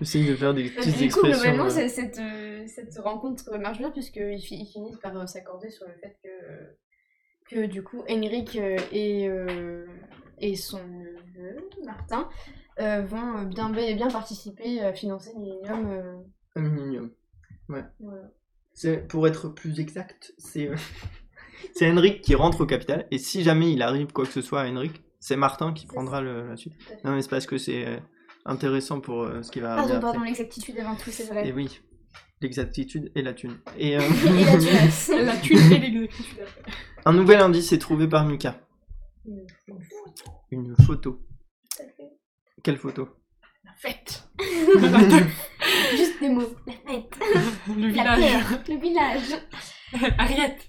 [SPEAKER 3] J'essaye de faire des petites
[SPEAKER 4] du coup,
[SPEAKER 3] expressions.
[SPEAKER 4] globalement,
[SPEAKER 3] euh,
[SPEAKER 4] c'est- cette, euh, cette rencontre marche bien puisqu'ils fi- ils finissent par euh, s'accorder sur le fait que, que du coup, Henrik euh, et, euh, et son neveu, Martin, euh, vont euh, bien, bien participer à financer Millennium. euh,
[SPEAKER 3] aluminium. Ouais.
[SPEAKER 4] Voilà.
[SPEAKER 3] C'est- Pour être plus exact, c'est euh, c'est Henrik qui rentre au capital. Et si jamais il arrive quoi que ce soit à Henrik, c'est Martin qui prendra le- la suite.
[SPEAKER 4] Tout à fait.
[SPEAKER 3] Non, mais c'est parce que c'est euh, intéressant pour euh, ce qui va arriver
[SPEAKER 4] Pardon,
[SPEAKER 3] après.
[SPEAKER 4] pardon, l'exactitude avant tout, c'est vrai.
[SPEAKER 3] Et oui, l'exactitude et la thune. Et, euh,
[SPEAKER 4] Et la tunasse.
[SPEAKER 5] La thune et l'exécution.
[SPEAKER 3] un nouvel indice est trouvé par Mika.
[SPEAKER 4] Une
[SPEAKER 3] Une photo.
[SPEAKER 4] Tout à fait.
[SPEAKER 3] Quelle photo
[SPEAKER 5] La fête.
[SPEAKER 4] euh, Juste des mots. La fête,
[SPEAKER 5] le
[SPEAKER 4] la
[SPEAKER 5] village.
[SPEAKER 4] terre, le village.
[SPEAKER 5] Ariette.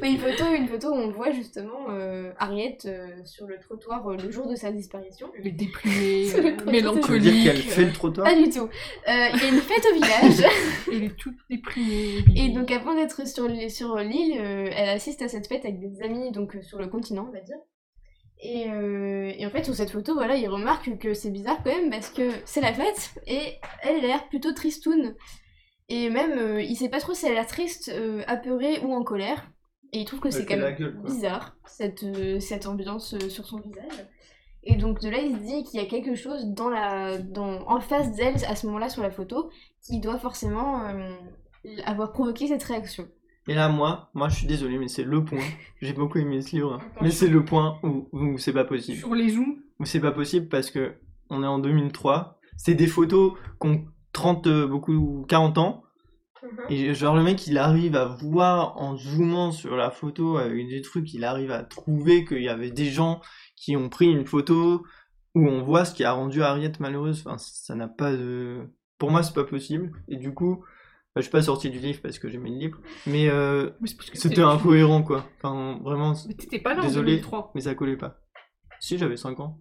[SPEAKER 4] Mais une photo, une photo où on voit justement euh, Ariette euh, sur le trottoir euh, le jour de sa disparition.
[SPEAKER 5] Elle est déprimée,
[SPEAKER 4] C'est le
[SPEAKER 5] euh,
[SPEAKER 4] trottoir.
[SPEAKER 3] Tu veux dire
[SPEAKER 5] mélancolique.
[SPEAKER 3] qu'elle fait le trottoir
[SPEAKER 4] Pas du tout. Euh, Il y a une fête au village
[SPEAKER 5] Elle est toute déprimée.
[SPEAKER 4] et donc avant d'être sur l'île, sur l'île, euh, elle assiste à cette fête avec des amis donc euh, sur le continent on va dire. Et, euh, et en fait sur cette photo voilà il remarque que c'est bizarre quand même parce que c'est la fête et elle elle a l'air plutôt tristoune. Et même euh, il sait pas trop si elle a l'air triste, euh, apeurée ou en colère. Et il trouve que c'est quand même bizarre cette, euh, cette ambiance euh, sur son visage. Et donc de là, il se dit qu'il y a quelque chose dans la, dans, en face d'elle à ce moment-là sur la photo qui doit forcément euh, avoir provoqué cette réaction.
[SPEAKER 3] Et là, moi, moi, je suis désolé, mais c'est le point. J'ai beaucoup aimé ce livre, hein. mais c'est le point où, où c'est pas possible.
[SPEAKER 5] Sur les zooms.
[SPEAKER 3] Où c'est pas possible parce que on est en 2003. C'est des photos qu'ont 30, euh, beaucoup, 40 ans. Et genre, le mec, il arrive à voir en zoomant sur la photo avec des trucs, il arrive à trouver qu'il y avait des gens qui ont pris une photo où on voit ce qui a rendu Harriet malheureuse. Enfin, ça n'a pas de. Pour moi, c'est pas possible. Et du coup, bah, je suis pas sorti du livre parce que j'aimais le livre. Mais euh,
[SPEAKER 5] Mais c'est parce que
[SPEAKER 3] c'était
[SPEAKER 5] t'es-
[SPEAKER 3] incohérent, quoi. Enfin, vraiment, c-
[SPEAKER 5] Mais t'étais pas là
[SPEAKER 3] Désolé.
[SPEAKER 5] en 2003.
[SPEAKER 3] mais ça collait pas. Si, j'avais 5 ans.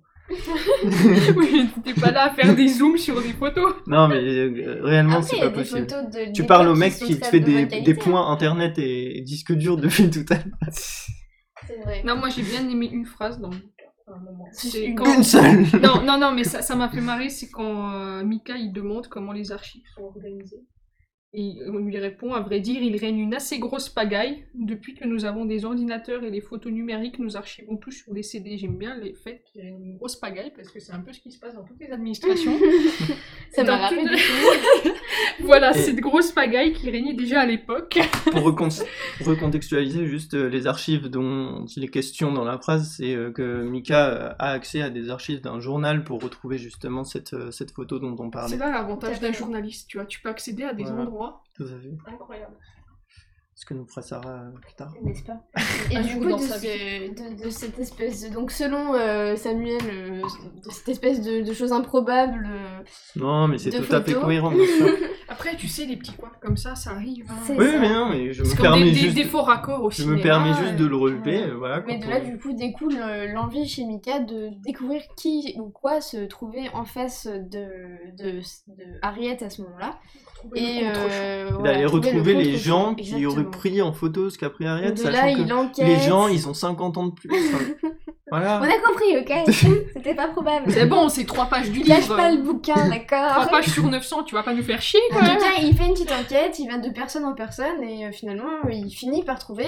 [SPEAKER 5] oui, t'étais pas là à faire des zooms sur des photos.
[SPEAKER 3] Non, mais euh, réellement, c'est pas possible. Tu parles au mec qui te fait des, des
[SPEAKER 5] hein.
[SPEAKER 3] points internet et, et disque dur depuis tout à l'heure.
[SPEAKER 4] C'est vrai.
[SPEAKER 5] Non, moi j'ai bien aimé une phrase dans le bouquin, à un moment.
[SPEAKER 4] C'est
[SPEAKER 5] C'est
[SPEAKER 4] une.
[SPEAKER 5] quand...
[SPEAKER 3] Une seule
[SPEAKER 5] Non, non, non, mais ça ça m'a fait marrer, c'est quand euh, Mika il demande comment les archives sont organisées. Et on lui répond, à vrai dire, il règne une assez grosse pagaille. Depuis que nous avons des ordinateurs et les photos numériques, nous archivons tout sur des CD. J'aime bien le fait qu'il règne une grosse pagaille parce que c'est un peu ce qui se passe dans toutes les administrations.
[SPEAKER 4] Ça m'a
[SPEAKER 5] Dans
[SPEAKER 4] rappelé
[SPEAKER 5] toute-
[SPEAKER 4] des choses.
[SPEAKER 5] voilà,
[SPEAKER 3] Et-
[SPEAKER 5] cette grosse pagaille qui régnait déjà à l'époque.
[SPEAKER 3] Pour recon- recontextualiser juste euh, les archives dont il est question dans la phrase, c'est euh, que Mika euh, a accès à des archives d'un journal pour retrouver justement cette, euh, cette photo dont on
[SPEAKER 5] C'est
[SPEAKER 3] parlait.
[SPEAKER 5] là l'avantage
[SPEAKER 4] Tout à
[SPEAKER 5] d'un
[SPEAKER 4] fait.
[SPEAKER 5] journaliste, tu vois. Tu peux accéder à des
[SPEAKER 3] Voilà.
[SPEAKER 5] endroits
[SPEAKER 3] Tout à fait.
[SPEAKER 5] incroyables.
[SPEAKER 3] Ce que nous fera Sarah euh, plus tard.
[SPEAKER 4] N'est-ce pas
[SPEAKER 5] Un
[SPEAKER 4] Et du
[SPEAKER 5] jour
[SPEAKER 4] coup,
[SPEAKER 5] dans
[SPEAKER 4] de,
[SPEAKER 5] sa
[SPEAKER 4] ce- de- de cette espèce. de- donc, selon euh, Samuel, euh, de cette espèce de, de choses improbables. euh,
[SPEAKER 3] Non, mais c'est
[SPEAKER 4] De
[SPEAKER 3] tout à fait
[SPEAKER 4] photos.
[SPEAKER 3] cohérent. bien sûr.
[SPEAKER 5] Après, tu sais, les petits coins comme ça, ça arrive. hein.
[SPEAKER 4] C'est
[SPEAKER 3] oui,
[SPEAKER 4] ça.
[SPEAKER 3] mais non, mais je me
[SPEAKER 5] Parce qu'on a
[SPEAKER 3] permets
[SPEAKER 5] des, des-
[SPEAKER 3] juste.
[SPEAKER 5] des faux raccords aussi.
[SPEAKER 3] Je me permets juste de le relever,
[SPEAKER 4] ouais.
[SPEAKER 3] euh, voilà.
[SPEAKER 4] Mais
[SPEAKER 3] quand
[SPEAKER 4] de là,
[SPEAKER 3] on-
[SPEAKER 4] du coup, découle euh, l'envie chez Mika de découvrir qui ou quoi se trouvait en face de, de, de Harriet à ce moment-là. Et
[SPEAKER 5] Et
[SPEAKER 4] euh, voilà,
[SPEAKER 3] D'aller
[SPEAKER 4] trouver le
[SPEAKER 3] retrouver les
[SPEAKER 4] contre-champ.
[SPEAKER 3] gens qui auraient
[SPEAKER 4] Exactement.
[SPEAKER 3] pris en photo ce qu'a pris Ariel,
[SPEAKER 4] De
[SPEAKER 3] sachant
[SPEAKER 4] là,
[SPEAKER 3] que
[SPEAKER 4] il enquête.
[SPEAKER 3] les gens, ils ont 50 ans de plus. Enfin, voilà.
[SPEAKER 4] On a compris, ok C'était pas probable.
[SPEAKER 5] C'est bon, c'est trois pages du
[SPEAKER 4] Il lâche
[SPEAKER 5] livre.
[SPEAKER 4] pas le bouquin,
[SPEAKER 5] Trois
[SPEAKER 4] d'accord
[SPEAKER 5] pages sur 900, tu vas pas nous faire chier
[SPEAKER 4] En
[SPEAKER 5] quand même.
[SPEAKER 4] tout cas, il fait une petite enquête, il va de personne en personne et euh, finalement, il finit par trouver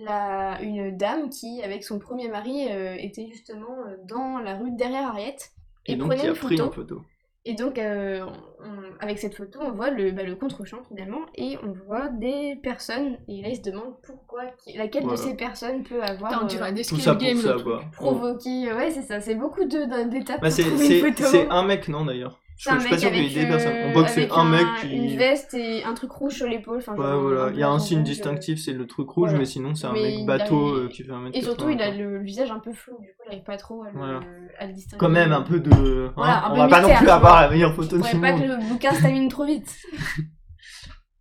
[SPEAKER 4] la... une dame qui, avec son premier mari, euh, était justement euh, dans la rue derrière Ariette et,
[SPEAKER 3] Et donc,
[SPEAKER 4] prenait
[SPEAKER 3] qui a
[SPEAKER 4] une
[SPEAKER 3] pris
[SPEAKER 4] photo.
[SPEAKER 3] en photo.
[SPEAKER 4] Et donc, euh, on- avec cette photo, on voit le, bah, le contre-champ finalement et on voit des personnes et là, il se demande pourquoi, qui- laquelle
[SPEAKER 3] Voilà.
[SPEAKER 4] de ces personnes peut avoir
[SPEAKER 5] Putain, on
[SPEAKER 4] euh,
[SPEAKER 5] dirait un
[SPEAKER 3] Tout
[SPEAKER 5] escape
[SPEAKER 3] ça
[SPEAKER 5] game,
[SPEAKER 3] pour
[SPEAKER 5] le
[SPEAKER 3] ça,
[SPEAKER 5] truc.
[SPEAKER 3] quoi.
[SPEAKER 4] provoqué. Ouais, c'est ça, c'est beaucoup de- d'un- d'étapes
[SPEAKER 3] Bah,
[SPEAKER 4] pour
[SPEAKER 3] c'est
[SPEAKER 4] trouver une
[SPEAKER 3] c'est-
[SPEAKER 4] photo.
[SPEAKER 3] c'est un mec, non, d'ailleurs Je
[SPEAKER 4] C'est un
[SPEAKER 3] suis
[SPEAKER 4] mec
[SPEAKER 3] pas sûr qu'il y ait
[SPEAKER 4] avec,
[SPEAKER 3] des personnes. On
[SPEAKER 4] euh,
[SPEAKER 3] voit que c'est
[SPEAKER 4] avec
[SPEAKER 3] un mec qui.
[SPEAKER 4] Une veste et un truc rouge sur l'épaule. Enfin,
[SPEAKER 3] Ouais,
[SPEAKER 4] genre, un
[SPEAKER 3] voilà. Il y a un
[SPEAKER 4] blason
[SPEAKER 3] signe
[SPEAKER 4] rouge, euh.
[SPEAKER 3] distinctif, c'est le truc rouge,
[SPEAKER 4] voilà.
[SPEAKER 3] mais sinon, c'est un
[SPEAKER 4] Mais
[SPEAKER 3] mec
[SPEAKER 4] il
[SPEAKER 3] bateau
[SPEAKER 4] arrive-
[SPEAKER 3] euh, qui fait un mètre.
[SPEAKER 4] Et surtout, il a
[SPEAKER 3] 80, quoi.
[SPEAKER 4] le visage un peu flou, du coup, il n'arrive pas trop à le,
[SPEAKER 3] Voilà.
[SPEAKER 4] à le distinguer.
[SPEAKER 3] Quand même, un peu de. hein,
[SPEAKER 4] Voilà, un
[SPEAKER 3] on
[SPEAKER 4] peu
[SPEAKER 3] va pas non
[SPEAKER 4] mystère,
[SPEAKER 3] plus
[SPEAKER 4] tu
[SPEAKER 3] avoir
[SPEAKER 4] vois.
[SPEAKER 3] la meilleure photo du
[SPEAKER 4] Faudrait pas
[SPEAKER 3] monde.
[SPEAKER 4] que le bouquin se termine trop vite.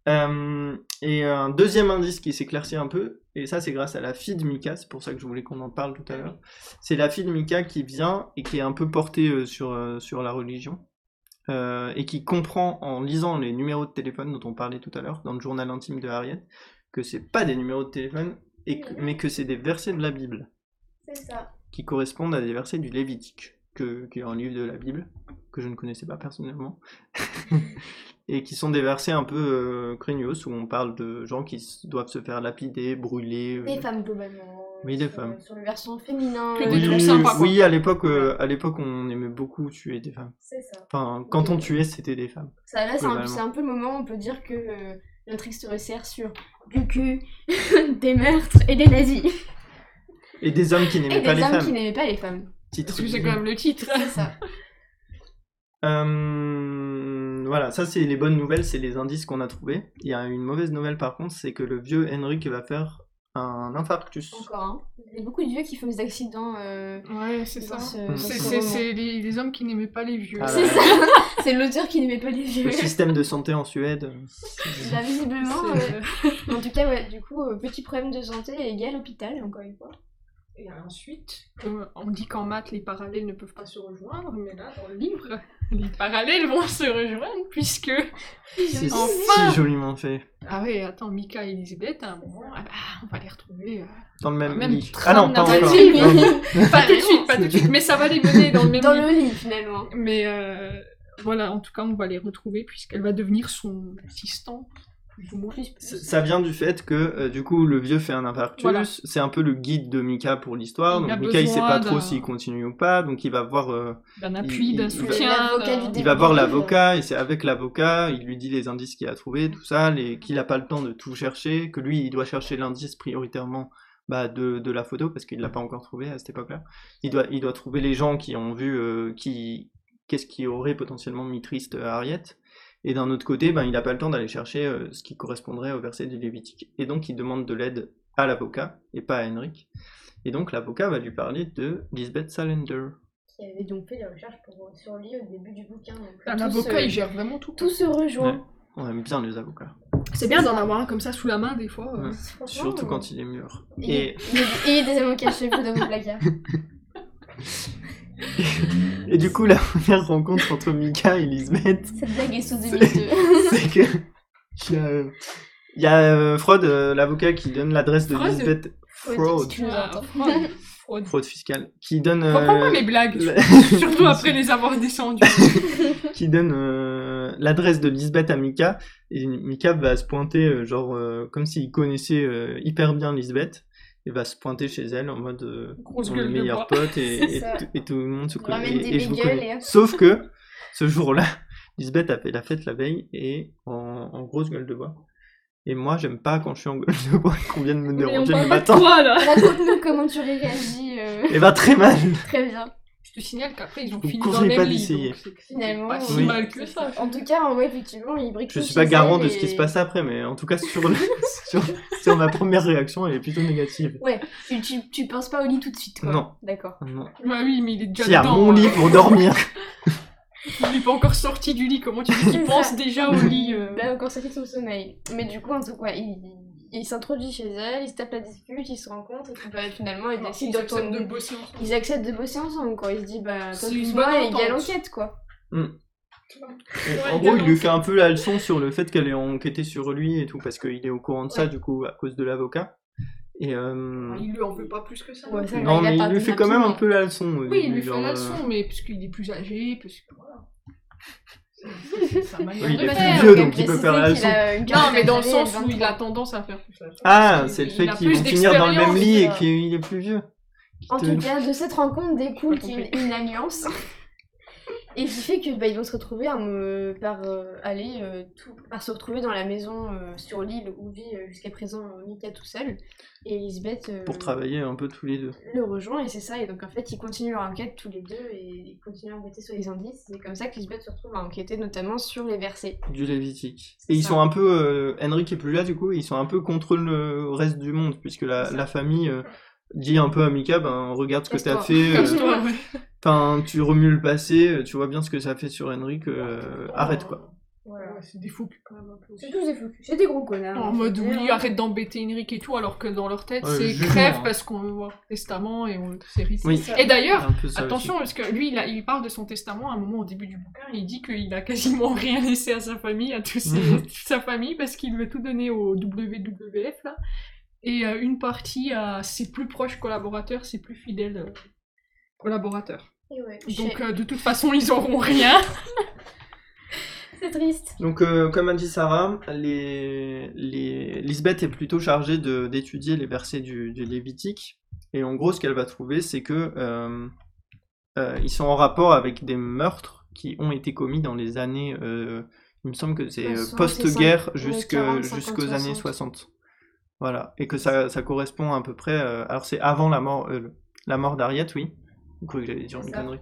[SPEAKER 3] Euh, et un deuxième indice qui s'éclaircit un peu, et ça c'est grâce à la fille de Mika, c'est pour ça que je voulais qu'on en parle tout à l'heure. C'est la fille de Mika qui vient et qui est un peu portée euh, sur, euh, sur la religion, euh, et qui comprend en lisant les numéros de téléphone dont on parlait tout à l'heure dans le journal intime de Harriet, que c'est pas des numéros de téléphone, et que- mais que c'est des versets de la Bible,
[SPEAKER 4] C'est ça.
[SPEAKER 3] qui correspondent à des versets du Lévitique, que, qui est un livre de la Bible, que je ne connaissais pas personnellement et qui sont des versets un peu euh, craignos où on parle de gens qui s- doivent se faire lapider, brûler. euh.
[SPEAKER 4] Des femmes, globalement.
[SPEAKER 3] Oui, des
[SPEAKER 4] sur-
[SPEAKER 3] femmes.
[SPEAKER 4] Sur le versant féminin.
[SPEAKER 5] Que
[SPEAKER 4] euh,
[SPEAKER 5] des
[SPEAKER 3] Oui,
[SPEAKER 5] trucs sympas, quoi.
[SPEAKER 3] oui, à l'époque, euh, à l'époque, on aimait beaucoup tuer des femmes.
[SPEAKER 4] C'est ça.
[SPEAKER 3] Enfin, quand on tuait, c'était des femmes.
[SPEAKER 4] ça là, c'est un,
[SPEAKER 3] Globalement.
[SPEAKER 4] c'est un peu le moment où on peut dire que euh, notre histoire sert sur du cul, des meurtres et des nazis.
[SPEAKER 3] Et des hommes qui
[SPEAKER 4] Et
[SPEAKER 3] n'aimaient
[SPEAKER 4] des
[SPEAKER 3] pas les
[SPEAKER 4] hommes
[SPEAKER 3] femmes.
[SPEAKER 4] qui n'aimaient pas les femmes.
[SPEAKER 3] Titre
[SPEAKER 5] Parce que c'est
[SPEAKER 3] du-
[SPEAKER 5] quand même le titre.
[SPEAKER 4] C'est ça.
[SPEAKER 3] Euh, voilà, ça c'est les bonnes nouvelles, c'est les indices qu'on a trouvés. Il y a une mauvaise nouvelle par contre, c'est que le vieux Henrik va faire un infarctus.
[SPEAKER 4] Encore, hein. Il y a beaucoup de vieux qui font des accidents. euh,
[SPEAKER 5] Ouais, c'est ça.
[SPEAKER 4] dans ce-
[SPEAKER 3] Mm.
[SPEAKER 4] dans
[SPEAKER 5] C'est-
[SPEAKER 4] ce
[SPEAKER 5] C'est
[SPEAKER 4] roman.
[SPEAKER 5] c'est les, les hommes qui n'aimaient pas les vieux.
[SPEAKER 3] Ah là
[SPEAKER 4] C'est
[SPEAKER 3] là.
[SPEAKER 4] ça C'est l'auteur qui n'aimait pas les vieux.
[SPEAKER 3] Le système de santé en Suède. euh, c'est-
[SPEAKER 4] Bah, visiblement,
[SPEAKER 5] C'est-
[SPEAKER 4] euh, en tout cas, ouais, du coup, euh, petit problème de santé égal hôpital, encore une fois.
[SPEAKER 5] Et ensuite, comme euh, on dit qu'en maths, les parallèles ne peuvent pas se rejoindre, mais là, dans le livre, les parallèles vont se rejoindre, puisque...
[SPEAKER 3] C'est
[SPEAKER 5] Enfin
[SPEAKER 3] si joliment fait.
[SPEAKER 5] Ah ouais, attends, Mika et Elisabeth, à un moment, ah bah, on va les retrouver... euh,
[SPEAKER 3] Dans le même,
[SPEAKER 5] Même
[SPEAKER 3] lit.
[SPEAKER 5] train
[SPEAKER 3] Ah non, pas
[SPEAKER 5] narratif.
[SPEAKER 3] encore.
[SPEAKER 5] Oui,
[SPEAKER 3] Non, non.
[SPEAKER 5] Pas tout de suite, pas tout de suite, mais ça va les mener dans le même
[SPEAKER 4] Dans
[SPEAKER 5] lit.
[SPEAKER 4] le lit, finalement.
[SPEAKER 5] Mais euh, voilà, en tout cas, on va les retrouver puisqu'elle va devenir son assistant, plus ou moins.
[SPEAKER 3] Ça- Ça vient du fait que euh, du coup le vieux fait un infarctus,
[SPEAKER 5] Voilà.
[SPEAKER 3] c'est un peu le guide de Mika pour l'histoire,
[SPEAKER 5] Il
[SPEAKER 3] donc
[SPEAKER 5] a
[SPEAKER 3] Mika il sait
[SPEAKER 5] besoin
[SPEAKER 3] pas trop
[SPEAKER 5] d'un-
[SPEAKER 3] s'il continue ou pas, donc il va voir euh,
[SPEAKER 5] D'un
[SPEAKER 3] Il-
[SPEAKER 5] appui,
[SPEAKER 3] il-
[SPEAKER 5] d'un
[SPEAKER 3] il va-
[SPEAKER 5] soutien.
[SPEAKER 4] L'avocat
[SPEAKER 5] d'un-
[SPEAKER 4] du
[SPEAKER 3] il va voir
[SPEAKER 4] Débrouille.
[SPEAKER 3] l'avocat et c'est avec l'avocat, il lui dit les indices qu'il a trouvés, tout ça, les... qu'il a pas le temps de tout chercher, que lui il doit chercher l'indice prioritairement bah, de, de la photo parce qu'il l'a pas encore trouvé à cette époque-là. Il doit il doit trouver les gens qui ont vu euh, qui qu'est-ce qui aurait potentiellement mis triste euh, Harriet. Et d'un autre côté, ben, il n'a pas le temps d'aller chercher euh, ce qui correspondrait au verset du Lévitique. Et donc, il demande de l'aide à l'avocat et pas à Henrik. Et donc, l'avocat va lui parler de Lisbeth Salander.
[SPEAKER 4] Qui avait donc fait des recherches pour, euh, sur lui au début du bouquin. donc, euh,
[SPEAKER 5] Un
[SPEAKER 4] tout
[SPEAKER 5] avocat,
[SPEAKER 4] se-
[SPEAKER 5] il gère vraiment tout.
[SPEAKER 4] Tout se rejoint.
[SPEAKER 3] On aime bien les avocats,
[SPEAKER 5] C'est bien d'en avoir un comme ça sous la main des fois. euh.
[SPEAKER 3] Ouais.
[SPEAKER 4] Franchement,
[SPEAKER 3] surtout
[SPEAKER 4] euh,
[SPEAKER 3] quand il est mûr.
[SPEAKER 4] il
[SPEAKER 3] Et,
[SPEAKER 4] est- il est- Et des amants cachés dans mon placard.
[SPEAKER 3] et du coup, la première rencontre entre Mika et Lisbeth,
[SPEAKER 4] Cette blague est sous 2002.
[SPEAKER 3] c'est que. Il y a, euh, il y a, euh, Freud, euh, l'avocat, qui donne l'adresse de
[SPEAKER 5] Freud
[SPEAKER 3] Lisbeth.
[SPEAKER 4] Ouais,
[SPEAKER 3] Freud.
[SPEAKER 4] tu nous
[SPEAKER 5] Ah,
[SPEAKER 4] entends.
[SPEAKER 5] Freud. Fraude.
[SPEAKER 3] fraude fiscale, qui donne,
[SPEAKER 5] Reprends pas
[SPEAKER 3] euh,
[SPEAKER 5] mes blagues,
[SPEAKER 3] la-
[SPEAKER 5] surtout après les avoir descendues.
[SPEAKER 3] qui donne euh, l'adresse de Lisbeth à Mika. Et Mika va se pointer, euh, genre, euh, comme s'il connaissait euh, hyper bien Lisbeth, et va se pointer chez elle en mode euh,
[SPEAKER 5] Grosse
[SPEAKER 3] on est
[SPEAKER 5] gueule de
[SPEAKER 3] meilleur
[SPEAKER 5] bois.
[SPEAKER 3] pote
[SPEAKER 4] C'est
[SPEAKER 3] et, et,
[SPEAKER 4] ça.
[SPEAKER 3] tout- et tout le monde se
[SPEAKER 4] On
[SPEAKER 3] connaît.
[SPEAKER 4] ramène des
[SPEAKER 3] Et, et je vous
[SPEAKER 4] bagels
[SPEAKER 3] connais.
[SPEAKER 4] et-
[SPEAKER 3] Sauf que ce jour-là, Lisbeth a fait la fête la veille et en, en grosse gueule de bois. Et moi, j'aime pas quand je suis en gueule de bois qu'on vienne me
[SPEAKER 5] Mais on
[SPEAKER 3] déranger le
[SPEAKER 5] parle pas de
[SPEAKER 3] matin.
[SPEAKER 5] toi, là
[SPEAKER 4] Raconte-nous comment tu réagis euh,
[SPEAKER 3] Et va très mal.
[SPEAKER 4] très bien.
[SPEAKER 5] Je te signale qu'après, ils ont
[SPEAKER 3] Vous
[SPEAKER 5] fini
[SPEAKER 3] conseillez
[SPEAKER 5] dans le
[SPEAKER 3] pas
[SPEAKER 5] même
[SPEAKER 3] d'essayer.
[SPEAKER 5] lit. donc c'est que c'est
[SPEAKER 4] Finalement,
[SPEAKER 5] pas si
[SPEAKER 3] Oui.
[SPEAKER 5] mal que ça.
[SPEAKER 4] En tout cas, en vrai, effectivement, il brique
[SPEAKER 3] Je
[SPEAKER 4] tout
[SPEAKER 3] suis
[SPEAKER 4] chez
[SPEAKER 3] pas garant
[SPEAKER 4] elle
[SPEAKER 3] de ce qui
[SPEAKER 4] et-
[SPEAKER 3] se passe après, mais en tout cas, sur, le- sur, sur ma première réaction, elle est plutôt négative.
[SPEAKER 4] Ouais, tu, tu, tu penses pas au lit tout de suite, quoi.
[SPEAKER 3] Non.
[SPEAKER 4] D'accord.
[SPEAKER 3] Non.
[SPEAKER 5] Bah oui, mais il est déjà
[SPEAKER 3] Qui a
[SPEAKER 5] dedans,
[SPEAKER 3] mon
[SPEAKER 5] hein.
[SPEAKER 3] lit pour dormir
[SPEAKER 5] Il est pas encore sorti du lit, comment tu dis qu'il
[SPEAKER 4] C'est
[SPEAKER 5] pense
[SPEAKER 4] ça.
[SPEAKER 5] déjà au lit euh,
[SPEAKER 4] Là, encore ça fait son sommeil. Mais du coup, en tout cas, il, il s'introduit chez elle, il se tape la dispute, ils se rencontrent, et puis bah, finalement, il décide
[SPEAKER 5] Ils acceptent Ah, de
[SPEAKER 4] d'entendre.
[SPEAKER 5] bosser ensemble.
[SPEAKER 4] Ils acceptent de bosser ensemble, quoi. Il se dit, bah, toi,
[SPEAKER 5] C'est une
[SPEAKER 4] plus
[SPEAKER 5] bonne
[SPEAKER 4] moi, et il y a
[SPEAKER 5] entente.
[SPEAKER 4] l'enquête, quoi.
[SPEAKER 5] Ouais,
[SPEAKER 3] En
[SPEAKER 5] il
[SPEAKER 3] gros,
[SPEAKER 5] a
[SPEAKER 3] il lui
[SPEAKER 5] lancé.
[SPEAKER 3] fait un peu la leçon sur le fait qu'elle ait enquêté sur lui et tout, parce qu'il est au courant de ça, du coup, à cause de l'avocat. Et euh,
[SPEAKER 5] Il lui en veut pas plus que ça.
[SPEAKER 4] Ouais, ça,
[SPEAKER 3] Non,
[SPEAKER 4] il a
[SPEAKER 3] mais il
[SPEAKER 4] pas
[SPEAKER 3] lui
[SPEAKER 4] de
[SPEAKER 3] fait quand même un
[SPEAKER 4] rapide.
[SPEAKER 3] peu la leçon. au
[SPEAKER 5] Oui, il
[SPEAKER 3] début,
[SPEAKER 5] lui fait
[SPEAKER 3] genre,
[SPEAKER 5] la
[SPEAKER 3] euh,
[SPEAKER 5] leçon, mais parce qu'il est plus âgé, parce que voilà. C'est- c'est sa manière
[SPEAKER 3] Oui, il
[SPEAKER 5] de
[SPEAKER 3] est plus
[SPEAKER 5] faire.
[SPEAKER 3] vieux,
[SPEAKER 4] quand même
[SPEAKER 3] donc il peut
[SPEAKER 4] préciser
[SPEAKER 3] faire la
[SPEAKER 4] qu'il
[SPEAKER 3] leçon.
[SPEAKER 4] a euh, une
[SPEAKER 5] Non, mais
[SPEAKER 4] quarantaine
[SPEAKER 5] dans le
[SPEAKER 4] d'années,
[SPEAKER 5] sens où
[SPEAKER 4] 23.
[SPEAKER 5] il a tendance à faire tout ça.
[SPEAKER 3] Ah,
[SPEAKER 5] Parce
[SPEAKER 3] c'est le
[SPEAKER 5] qu'il
[SPEAKER 3] fait
[SPEAKER 5] a
[SPEAKER 3] qu'ils
[SPEAKER 5] plus
[SPEAKER 3] vont finir dans le même
[SPEAKER 5] d'expérience,
[SPEAKER 3] lit et
[SPEAKER 4] euh.
[SPEAKER 3] qu'il est plus vieux. Qui
[SPEAKER 4] En
[SPEAKER 3] te-
[SPEAKER 4] tout cas, de cette rencontre découle
[SPEAKER 5] Pas
[SPEAKER 4] qu'il y a
[SPEAKER 5] compris.
[SPEAKER 4] une, une alliance. Et qui fait que bah, ils vont se retrouver à me- par euh, aller euh, tout, par se retrouver dans la maison euh, sur l'île où vit euh, jusqu'à présent euh, Mika tout seul et Lisbeth euh,
[SPEAKER 3] Pour travailler un peu tous les deux.
[SPEAKER 4] le rejoint et c'est ça et donc en fait ils continuent leur enquête tous les deux et ils continuent à enquêter sur les indices c'est comme ça que Lisbeth se retrouve à enquêter notamment sur les versets
[SPEAKER 3] Du Lévitique.
[SPEAKER 4] C'est
[SPEAKER 3] Et ils
[SPEAKER 4] ça.
[SPEAKER 3] sont un peu. euh, Henrik est plus là, du coup, et ils sont un peu contre le reste du monde, puisque la,
[SPEAKER 4] C'est ça.
[SPEAKER 3] la famille euh, dit un peu à Mika ben, regarde ce que t'as
[SPEAKER 4] Casse-toi.
[SPEAKER 3] fait. euh,
[SPEAKER 5] Casse-toi, ouais.
[SPEAKER 3] Enfin, tu remues le passé, euh, tu vois bien ce que ça fait sur Henrik, euh, arrête quoi.
[SPEAKER 4] voilà
[SPEAKER 5] Ouais, C'est des fous quand même un peu.
[SPEAKER 4] c'est tous des foutus c'est des gros connards
[SPEAKER 5] En
[SPEAKER 4] hein,
[SPEAKER 5] mode
[SPEAKER 4] je veux dire.
[SPEAKER 5] oui, ah. arrête d'embêter Enric et tout, alors que dans leur tête,
[SPEAKER 3] Ouais,
[SPEAKER 5] c'est
[SPEAKER 3] jugement,
[SPEAKER 5] crève
[SPEAKER 3] hein.
[SPEAKER 5] parce qu'on veut voir le testament et on le série.
[SPEAKER 3] Oui,
[SPEAKER 4] ça.
[SPEAKER 5] Et
[SPEAKER 3] c'est
[SPEAKER 5] d'ailleurs,
[SPEAKER 3] un peu ça aussi.
[SPEAKER 5] attention, parce que lui, il, a- il parle de son testament à un moment au début du bouquin, il dit qu'il a quasiment rien laissé à sa famille, à tous ses-
[SPEAKER 3] Mhm.
[SPEAKER 5] toute sa famille, parce qu'il veut tout donner au WWF, là, et euh, une partie à ses plus proches collaborateurs, ses plus fidèles euh, collaborateurs.
[SPEAKER 4] Et ouais,
[SPEAKER 5] Donc, euh, de toute façon, ils auront rien.
[SPEAKER 4] c'est triste
[SPEAKER 3] Donc, euh, comme a dit Sarah, les, les... Lisbeth est plutôt chargée de- d'étudier les versets du, du Lévitique. Et en gros, ce qu'elle va trouver, c'est que euh, euh, ils sont en rapport avec des meurtres qui ont été commis dans les années. euh, il me semble que c'est euh,
[SPEAKER 4] 60,
[SPEAKER 3] post-guerre
[SPEAKER 4] ouais,
[SPEAKER 3] jusque-
[SPEAKER 4] 40, 50,
[SPEAKER 3] jusqu'aux années
[SPEAKER 4] 60.
[SPEAKER 3] 60. Voilà. Et que ça, ça correspond à peu près. euh, alors, c'est avant la mort, euh, le- la mort d'Ariette, oui. Je croyais que j'allais dire
[SPEAKER 4] C'est
[SPEAKER 3] une
[SPEAKER 4] ça.
[SPEAKER 3] connerie.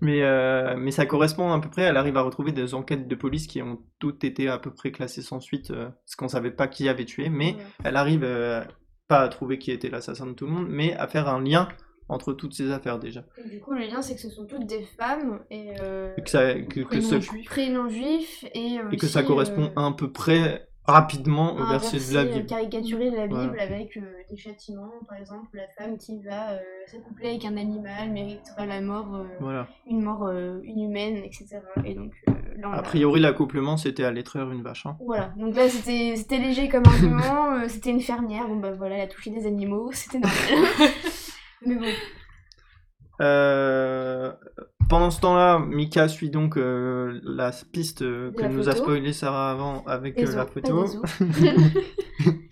[SPEAKER 3] mais, euh, mais ça correspond à peu près. Elle arrive à retrouver des enquêtes de police qui ont toutes été à peu près classées sans suite, euh, parce qu'on savait pas qui avait tué. Mais
[SPEAKER 4] Ouais.
[SPEAKER 3] elle arrive euh, pas à trouver qui était l'assassin de tout le monde, mais à faire un lien entre toutes ces affaires déjà.
[SPEAKER 4] Et Du coup, le lien, c'est que ce sont toutes des femmes et euh,
[SPEAKER 3] Et que ça, que, que
[SPEAKER 5] Prénom
[SPEAKER 3] ce-
[SPEAKER 5] juif.
[SPEAKER 4] prénoms juifs et, euh,
[SPEAKER 3] et que ça correspond
[SPEAKER 4] à
[SPEAKER 3] à un peu près rapidement au
[SPEAKER 4] un
[SPEAKER 3] verset de la
[SPEAKER 4] verset, euh,
[SPEAKER 3] Bible.
[SPEAKER 4] caricaturé de la Bible
[SPEAKER 3] Voilà.
[SPEAKER 4] avec euh, des châtiments, par exemple, la femme qui va euh, s'accoupler avec un animal méritera la mort, euh,
[SPEAKER 3] Voilà.
[SPEAKER 4] une mort euh, inhumaine, etc. Et donc, euh, là, on
[SPEAKER 3] A priori, l'accouplement, c'était à l'étreur une vache. hein.
[SPEAKER 4] Voilà, donc là c'était c'était léger comme argument, euh, c'était une fermière, bon bah voilà, elle a touché des animaux, c'était normal. Mais bon,
[SPEAKER 3] Euh, pendant ce temps-là, Mika suit donc euh, la piste euh,
[SPEAKER 4] De
[SPEAKER 3] que
[SPEAKER 4] la
[SPEAKER 3] nous a
[SPEAKER 4] photo.
[SPEAKER 3] spoilé Sarah avant avec euh,
[SPEAKER 4] des
[SPEAKER 3] la
[SPEAKER 4] os,
[SPEAKER 3] photo.
[SPEAKER 4] pas des os.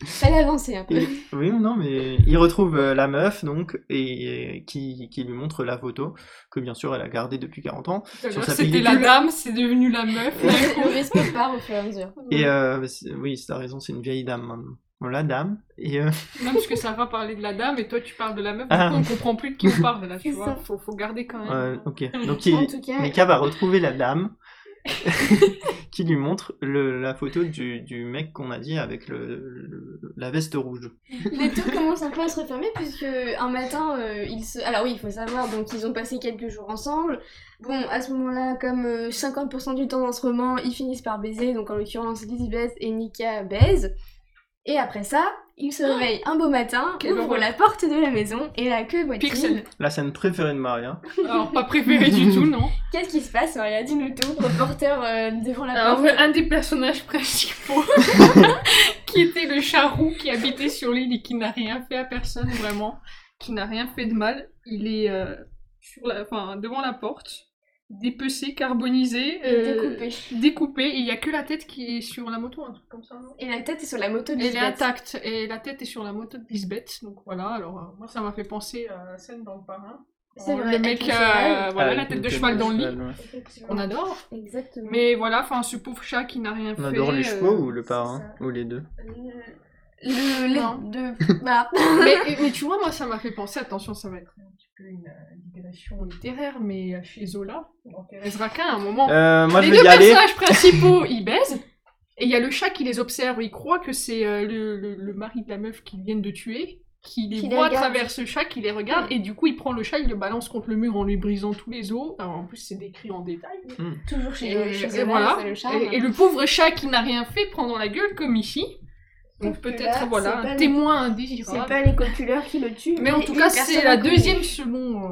[SPEAKER 4] Fallait avancer un peu.
[SPEAKER 3] Et- oui, non, mais il retrouve euh, la meuf, donc, et, et qui, qui lui montre la photo, que bien sûr elle a gardée depuis 40 ans. Sur sa
[SPEAKER 5] C'était la
[SPEAKER 3] pellicule.
[SPEAKER 5] dame, c'est devenu la meuf.
[SPEAKER 4] le respect part au fur et à mesure.
[SPEAKER 3] Et euh, c'est- oui, c'est- t'as raison, c'est une vieille dame maintenant. Bon, la dame. Et, euh,
[SPEAKER 5] Non, parce que ça va parler de la dame et toi tu parles de la meuf,
[SPEAKER 3] Ah.
[SPEAKER 5] du coup on comprend plus de qui on parle là, tu
[SPEAKER 4] C'est
[SPEAKER 5] vois.
[SPEAKER 4] ça.
[SPEAKER 5] Faut, faut garder quand même.
[SPEAKER 3] euh, ok. Donc,
[SPEAKER 4] En
[SPEAKER 3] il,
[SPEAKER 4] tout cas,
[SPEAKER 3] Mika va retrouver la dame qui lui montre le- la photo du, du mec qu'on a dit avec le, le- la veste rouge.
[SPEAKER 4] Les taux commencent un peu à se refermer puisque un matin euh, ils se. Alors oui, il faut savoir, donc ils ont passé quelques jours ensemble. Bon, à ce moment-là, comme euh, 50% du temps dans ce roman, ils finissent par baiser, donc en l'occurrence Lisbeth et Mika baisent. Et après ça, ils se réveillent un beau matin,
[SPEAKER 5] Quelle
[SPEAKER 4] ouvrent
[SPEAKER 5] horreur.
[SPEAKER 4] la porte de la maison et là que voit-il
[SPEAKER 5] Pixel.
[SPEAKER 3] La scène préférée de Maria.
[SPEAKER 5] Alors pas préféré du tout, non.
[SPEAKER 4] Qu'est-ce qui se passe Maria Dis-nous tout, reporter euh, devant la
[SPEAKER 5] Alors,
[SPEAKER 4] porte.
[SPEAKER 5] un des personnages principaux, qui était le charroux qui habitait sur l'île et qui n'a rien fait à personne, vraiment. qui n'a rien fait de mal. Il est euh, sur la, enfin, devant la porte, dépecé, carbonisé, euh,
[SPEAKER 4] Découpé.
[SPEAKER 5] découpé, et il n'y a que la tête qui est sur la moto, un truc comme ça. non
[SPEAKER 4] Et la tête est sur la moto de
[SPEAKER 5] Elle est
[SPEAKER 4] Lisbeth.
[SPEAKER 5] intacte et la tête est sur la moto de Lisbeth. Donc voilà, alors euh, moi ça m'a fait penser à la scène dans le parrain.
[SPEAKER 4] C'est
[SPEAKER 5] Quand
[SPEAKER 4] vrai,
[SPEAKER 5] le
[SPEAKER 4] avec
[SPEAKER 5] mec,
[SPEAKER 4] le cheval.
[SPEAKER 5] euh, voilà,
[SPEAKER 3] Ah,
[SPEAKER 5] la
[SPEAKER 3] avec
[SPEAKER 5] tête
[SPEAKER 3] une
[SPEAKER 5] de cheval dans le lit.
[SPEAKER 3] cheval, ouais.
[SPEAKER 4] Effectivement.
[SPEAKER 5] On adore.
[SPEAKER 4] Exactement.
[SPEAKER 5] Mais voilà, enfin ce pauvre chat qui n'a rien fait.
[SPEAKER 3] On adore les
[SPEAKER 5] euh,
[SPEAKER 3] chevaux ou le parrain
[SPEAKER 4] c'est
[SPEAKER 3] Ou les deux
[SPEAKER 4] Le- Euh, Le
[SPEAKER 5] Non.
[SPEAKER 4] les deux. Bah.
[SPEAKER 5] mais, mais tu vois, moi, ça m'a fait penser, attention, ça va être un petit peu une euh, digression littéraire, mais euh, chez Zola, dans Thérèse Raquin, à un moment,
[SPEAKER 3] Euh, Moi,
[SPEAKER 5] les
[SPEAKER 3] je vais
[SPEAKER 5] deux
[SPEAKER 3] y aller.
[SPEAKER 5] personnages principaux, ils baisent, et il y a le chat qui les observe, il croit que c'est euh, le, le- le mari de la meuf qu'ils viennent de tuer, qui les
[SPEAKER 4] Qui les
[SPEAKER 5] voit à
[SPEAKER 4] regarde.
[SPEAKER 5] travers ce chat, qui les regarde, et du coup, il prend le chat, il le balance contre le mur en lui brisant tous les os. Alors, en plus, c'est décrit en détail.
[SPEAKER 4] Toujours chez
[SPEAKER 5] Et,
[SPEAKER 4] chez
[SPEAKER 5] et
[SPEAKER 4] Zola,
[SPEAKER 5] voilà.
[SPEAKER 4] c'est le charme.
[SPEAKER 5] Et, et le pauvre chat qui n'a rien fait prend dans la gueule comme ici. Donc
[SPEAKER 4] Sauf que
[SPEAKER 5] peut-être
[SPEAKER 4] là,
[SPEAKER 5] voilà
[SPEAKER 4] c'est pas
[SPEAKER 5] un
[SPEAKER 4] le-
[SPEAKER 5] témoin
[SPEAKER 4] C'est
[SPEAKER 5] indésirable.
[SPEAKER 4] pas les copuleurs qui le tuent.
[SPEAKER 5] Mais en tout
[SPEAKER 4] une
[SPEAKER 5] cas,
[SPEAKER 4] personne
[SPEAKER 5] c'est la
[SPEAKER 4] inconnue.
[SPEAKER 5] deuxième, selon euh,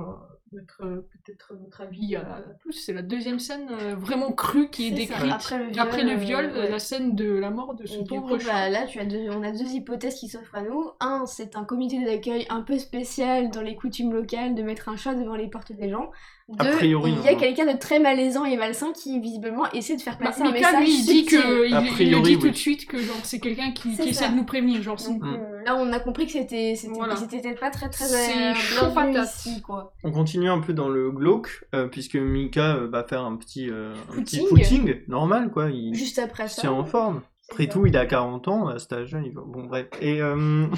[SPEAKER 5] notre, euh, peut-être notre avis à tous, c'est la deuxième scène euh, vraiment crue qui est,
[SPEAKER 4] C'est ça,
[SPEAKER 5] décrite. Après,
[SPEAKER 4] Après le viol.
[SPEAKER 5] le viol,
[SPEAKER 4] euh, ouais.
[SPEAKER 5] la scène de la mort de
[SPEAKER 4] Et
[SPEAKER 5] ce
[SPEAKER 4] du
[SPEAKER 5] pauvre
[SPEAKER 4] coup,
[SPEAKER 5] chat.
[SPEAKER 4] bah, là, tu as deux- on a deux hypothèses qui s'offrent à nous. Un, c'est un comité d'accueil un peu spécial dans les coutumes locales de mettre un chat devant les portes des gens.
[SPEAKER 3] A
[SPEAKER 4] Deux,
[SPEAKER 3] priori,
[SPEAKER 4] il y a
[SPEAKER 3] non.
[SPEAKER 4] quelqu'un de très malaisant et malsain qui visiblement essaie de faire
[SPEAKER 5] Bah,
[SPEAKER 4] passer un
[SPEAKER 5] Mika,
[SPEAKER 4] message.
[SPEAKER 5] lui, il dit
[SPEAKER 4] subtil.
[SPEAKER 5] que il,
[SPEAKER 3] A
[SPEAKER 5] il le
[SPEAKER 3] priori,
[SPEAKER 5] dit
[SPEAKER 3] oui.
[SPEAKER 5] tout de suite que genre c'est quelqu'un qui,
[SPEAKER 4] C'est
[SPEAKER 5] qui
[SPEAKER 4] ça.
[SPEAKER 5] essaie de nous prévenir, genre c'est-
[SPEAKER 4] Donc, euh, là, on a compris que c'était c'était
[SPEAKER 5] Mm. Voilà.
[SPEAKER 4] c'était peut-être pas très très
[SPEAKER 5] C'est
[SPEAKER 4] euh,
[SPEAKER 5] chaud
[SPEAKER 4] bienvenu
[SPEAKER 5] patate.
[SPEAKER 4] ici, quoi.
[SPEAKER 3] On continue un peu dans le glauque, euh, puisque Mika euh, va faire un petit, euh, un petit
[SPEAKER 5] Footing.
[SPEAKER 3] footing, normal quoi, il
[SPEAKER 4] Juste après ça.
[SPEAKER 3] c'est en forme. Après tout, il a 40 ans, à cet âge-là, il va... Bon, bref. Et, euh,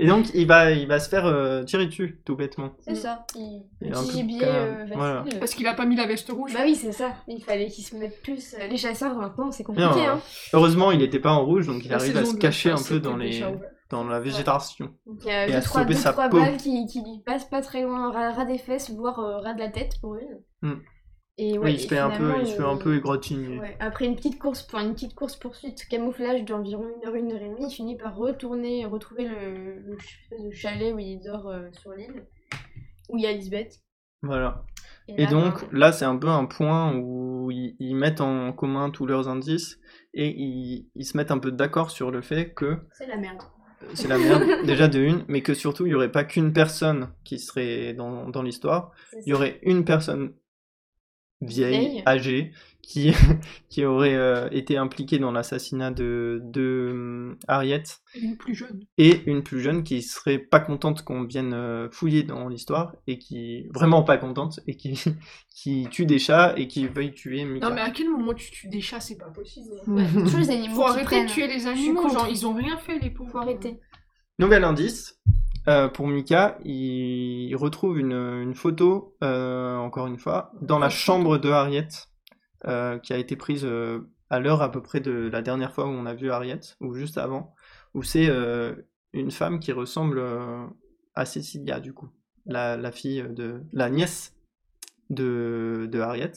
[SPEAKER 3] et donc, il va, il va se faire euh, tirer dessus, tout bêtement.
[SPEAKER 4] C'est ça. Il...
[SPEAKER 3] Il a un
[SPEAKER 4] Petit
[SPEAKER 3] peu
[SPEAKER 4] gibier
[SPEAKER 3] de cas-
[SPEAKER 4] euh, facile.
[SPEAKER 3] voilà.
[SPEAKER 5] parce qu'il a pas mis la veste rouge.
[SPEAKER 4] Bah oui, c'est ça. Il fallait qu'ils se mettent plus. euh, Les chasseurs, maintenant, c'est compliqué.
[SPEAKER 3] Non,
[SPEAKER 4] hein.
[SPEAKER 3] Heureusement, il n'était pas en rouge, donc il
[SPEAKER 5] La
[SPEAKER 3] arrive à
[SPEAKER 5] saison
[SPEAKER 3] se
[SPEAKER 5] de-
[SPEAKER 3] cacher
[SPEAKER 5] enfin,
[SPEAKER 3] un peu
[SPEAKER 5] c'était
[SPEAKER 3] dans, les...
[SPEAKER 5] déjà ouvert.
[SPEAKER 3] dans la végétation.
[SPEAKER 4] Donc, il y a
[SPEAKER 3] à
[SPEAKER 4] deux, trois,
[SPEAKER 3] sauver
[SPEAKER 4] deux,
[SPEAKER 3] sa
[SPEAKER 4] trois
[SPEAKER 3] peau.
[SPEAKER 4] balles qui, qui lui passent pas très loin, ras, ras des fesses, voire euh, ras de la tête pour une.
[SPEAKER 3] Hmm.
[SPEAKER 4] Et
[SPEAKER 3] oui, il se
[SPEAKER 4] et
[SPEAKER 3] fait un peu,
[SPEAKER 4] finalement, euh,
[SPEAKER 3] il se fait un peu égratigner.
[SPEAKER 4] ouais. Après une petite course, enfin, une petite course poursuite, camouflage d'environ une heure, une heure et demie, il finit par retourner, retrouver le, le ch- le chalet où il dort euh, sur l'île, où il y a Lisbeth.
[SPEAKER 3] Voilà.
[SPEAKER 4] Et,
[SPEAKER 3] Et
[SPEAKER 4] là,
[SPEAKER 3] donc,
[SPEAKER 4] euh,
[SPEAKER 3] là, c'est un peu un point où ils, ils mettent en commun tous leurs indices et ils, ils se mettent un peu d'accord sur le fait que
[SPEAKER 4] c'est la merde.
[SPEAKER 3] c'est la merde déjà de une, mais que surtout il n'y aurait pas qu'une personne qui serait dans, dans l'histoire,
[SPEAKER 4] C'est
[SPEAKER 3] il y aurait une personne vieille,
[SPEAKER 4] Vieille.
[SPEAKER 3] âgée, qui, qui aurait euh, été impliquée dans l'assassinat de, de hum, Harriet,
[SPEAKER 5] Il est plus jeune.
[SPEAKER 3] et une plus jeune qui serait pas contente qu'on vienne euh, fouiller dans l'histoire, et qui, vraiment pas contente, et qui, qui tue des chats et qui veuille tuer Mika.
[SPEAKER 5] Non mais à quel moment tu tues des chats, c'est pas possible.
[SPEAKER 4] ça. Toujours les animaux
[SPEAKER 5] Faut
[SPEAKER 4] qui
[SPEAKER 5] arrêter
[SPEAKER 4] prennent.
[SPEAKER 5] de tuer les
[SPEAKER 4] suis
[SPEAKER 5] animaux,
[SPEAKER 4] contre.
[SPEAKER 5] genre ils ont rien fait les pauvres.
[SPEAKER 4] Faut arrêter.
[SPEAKER 3] Nouvel indice, euh, pour Mika, il retrouve une, une photo, euh, encore une fois, dans la chambre de Harriet, euh, qui a été prise euh, à l'heure à peu près de la dernière fois où on a vu Harriet, ou juste avant, où c'est euh, une femme qui ressemble euh, à Cecilia, du coup, la, la fille de... la nièce de, de Harriet.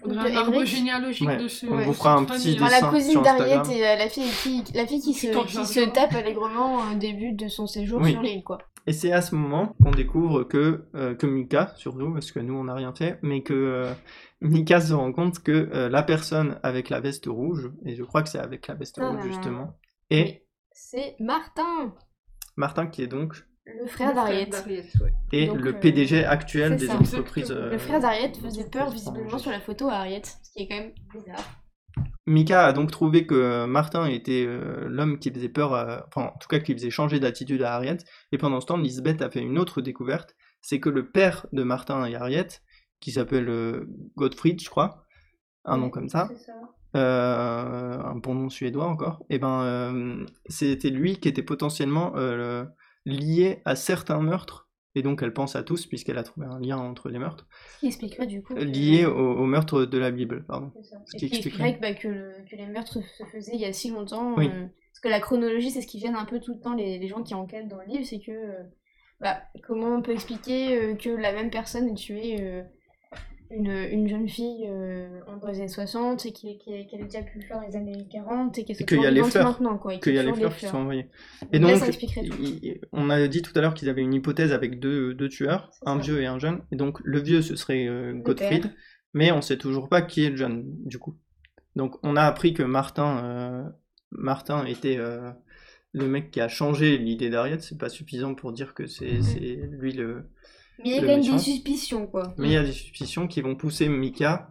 [SPEAKER 5] Faudrait
[SPEAKER 4] De
[SPEAKER 5] un arbre
[SPEAKER 4] Henrik.
[SPEAKER 5] généalogique
[SPEAKER 3] Ouais,
[SPEAKER 5] de ce.
[SPEAKER 3] on
[SPEAKER 5] de
[SPEAKER 3] vous
[SPEAKER 5] cette
[SPEAKER 3] fera un
[SPEAKER 5] famille.
[SPEAKER 3] petit
[SPEAKER 4] Enfin,
[SPEAKER 3] dessin
[SPEAKER 4] la cousine
[SPEAKER 3] sur
[SPEAKER 4] d'Ariette
[SPEAKER 3] Instagram.
[SPEAKER 4] et euh, la fille qui, la fille qui, se,
[SPEAKER 5] Putain,
[SPEAKER 4] qui
[SPEAKER 5] j'ai un
[SPEAKER 4] se
[SPEAKER 5] jour.
[SPEAKER 4] tape allègrement euh, début de son séjour
[SPEAKER 3] Oui.
[SPEAKER 4] sur l'île, quoi.
[SPEAKER 3] Et c'est à ce moment qu'on découvre que, euh, que Mika, surtout, parce que nous on n'a rien fait, mais que euh, Mika se rend compte que euh, la personne avec la veste rouge, et je crois que c'est avec la veste
[SPEAKER 4] Ah.
[SPEAKER 3] rouge justement, est
[SPEAKER 4] Oui. C'est Martin,
[SPEAKER 3] Martin qui est donc
[SPEAKER 4] le
[SPEAKER 5] Le
[SPEAKER 4] frère d'Ariette.
[SPEAKER 5] d'Ariette, ouais.
[SPEAKER 3] est
[SPEAKER 4] Donc,
[SPEAKER 3] le
[SPEAKER 4] euh,
[SPEAKER 3] PDG actuel
[SPEAKER 4] c'est
[SPEAKER 3] des
[SPEAKER 4] ça.
[SPEAKER 3] entreprises.
[SPEAKER 5] Exactement.
[SPEAKER 3] euh,
[SPEAKER 4] Le frère d'Ariette faisait peur
[SPEAKER 3] entreprises
[SPEAKER 4] visiblement
[SPEAKER 3] étrangères.
[SPEAKER 4] sur la photo à Ariette, ce qui est quand même bizarre.
[SPEAKER 3] Mika a donc trouvé que Martin était euh, l'homme qui faisait peur, à- enfin en tout cas qui faisait changer d'attitude à Harriet, et pendant ce temps Lisbeth a fait une autre découverte, c'est que le père de Martin et Harriet, qui s'appelle euh, Gottfried je crois, un nom comme ça, euh, un bon nom suédois encore, et ben euh, c'était lui qui était potentiellement euh, le- lié à certains meurtres, et donc elle pense à tous puisqu'elle a trouvé un lien entre les meurtres,
[SPEAKER 4] Ce qui expliquerait du coup. que-
[SPEAKER 3] lié au, au meurtre de la Bible, pardon.
[SPEAKER 4] C'est ça.
[SPEAKER 3] ce
[SPEAKER 4] Et
[SPEAKER 3] qui
[SPEAKER 4] qui
[SPEAKER 3] expliquerait.
[SPEAKER 4] expliquerait que, bah, que, le- que les meurtres se faisaient il y a si longtemps.
[SPEAKER 3] Oui.
[SPEAKER 4] euh, parce que la chronologie, c'est ce qui gêne un peu tout le temps les, les gens qui enquêtent dans le livre, c'est que euh, bah, comment on peut expliquer euh, que la même personne ait tué euh, une, une jeune fille euh, dans les années 60 et qu'il est- qu'il est- qu'elle ait déjà pu le faire dans les années 40 et qu'elle soit
[SPEAKER 3] Et qu'il y a
[SPEAKER 4] toujours
[SPEAKER 3] les
[SPEAKER 4] vivante
[SPEAKER 3] fleurs.
[SPEAKER 4] maintenant. Quoi, et
[SPEAKER 3] Qu'il y a les
[SPEAKER 4] toujours
[SPEAKER 3] fleurs qui sont envoyées. Et
[SPEAKER 4] Là,
[SPEAKER 3] donc,
[SPEAKER 4] ça expliquerait tout.
[SPEAKER 3] il- il- on a dit tout à l'heure qu'ils avaient une hypothèse avec deux, deux tueurs,
[SPEAKER 4] C'est
[SPEAKER 3] un
[SPEAKER 4] ça.
[SPEAKER 3] vieux et un jeune. Et donc, le vieux, ce serait euh,
[SPEAKER 4] père.
[SPEAKER 3] Gottfried, mais on sait toujours pas qui est le jeune, du coup. Donc, on a appris que Martin, euh, Martin était euh, le mec qui a changé l'idée d'Ariette, c'est pas suffisant pour dire que c'est c'est lui le.
[SPEAKER 4] Mais il y a
[SPEAKER 3] Le
[SPEAKER 4] quand même
[SPEAKER 3] méchant.
[SPEAKER 4] des suspicions, quoi.
[SPEAKER 3] Mais il y a des suspicions qui vont pousser Mika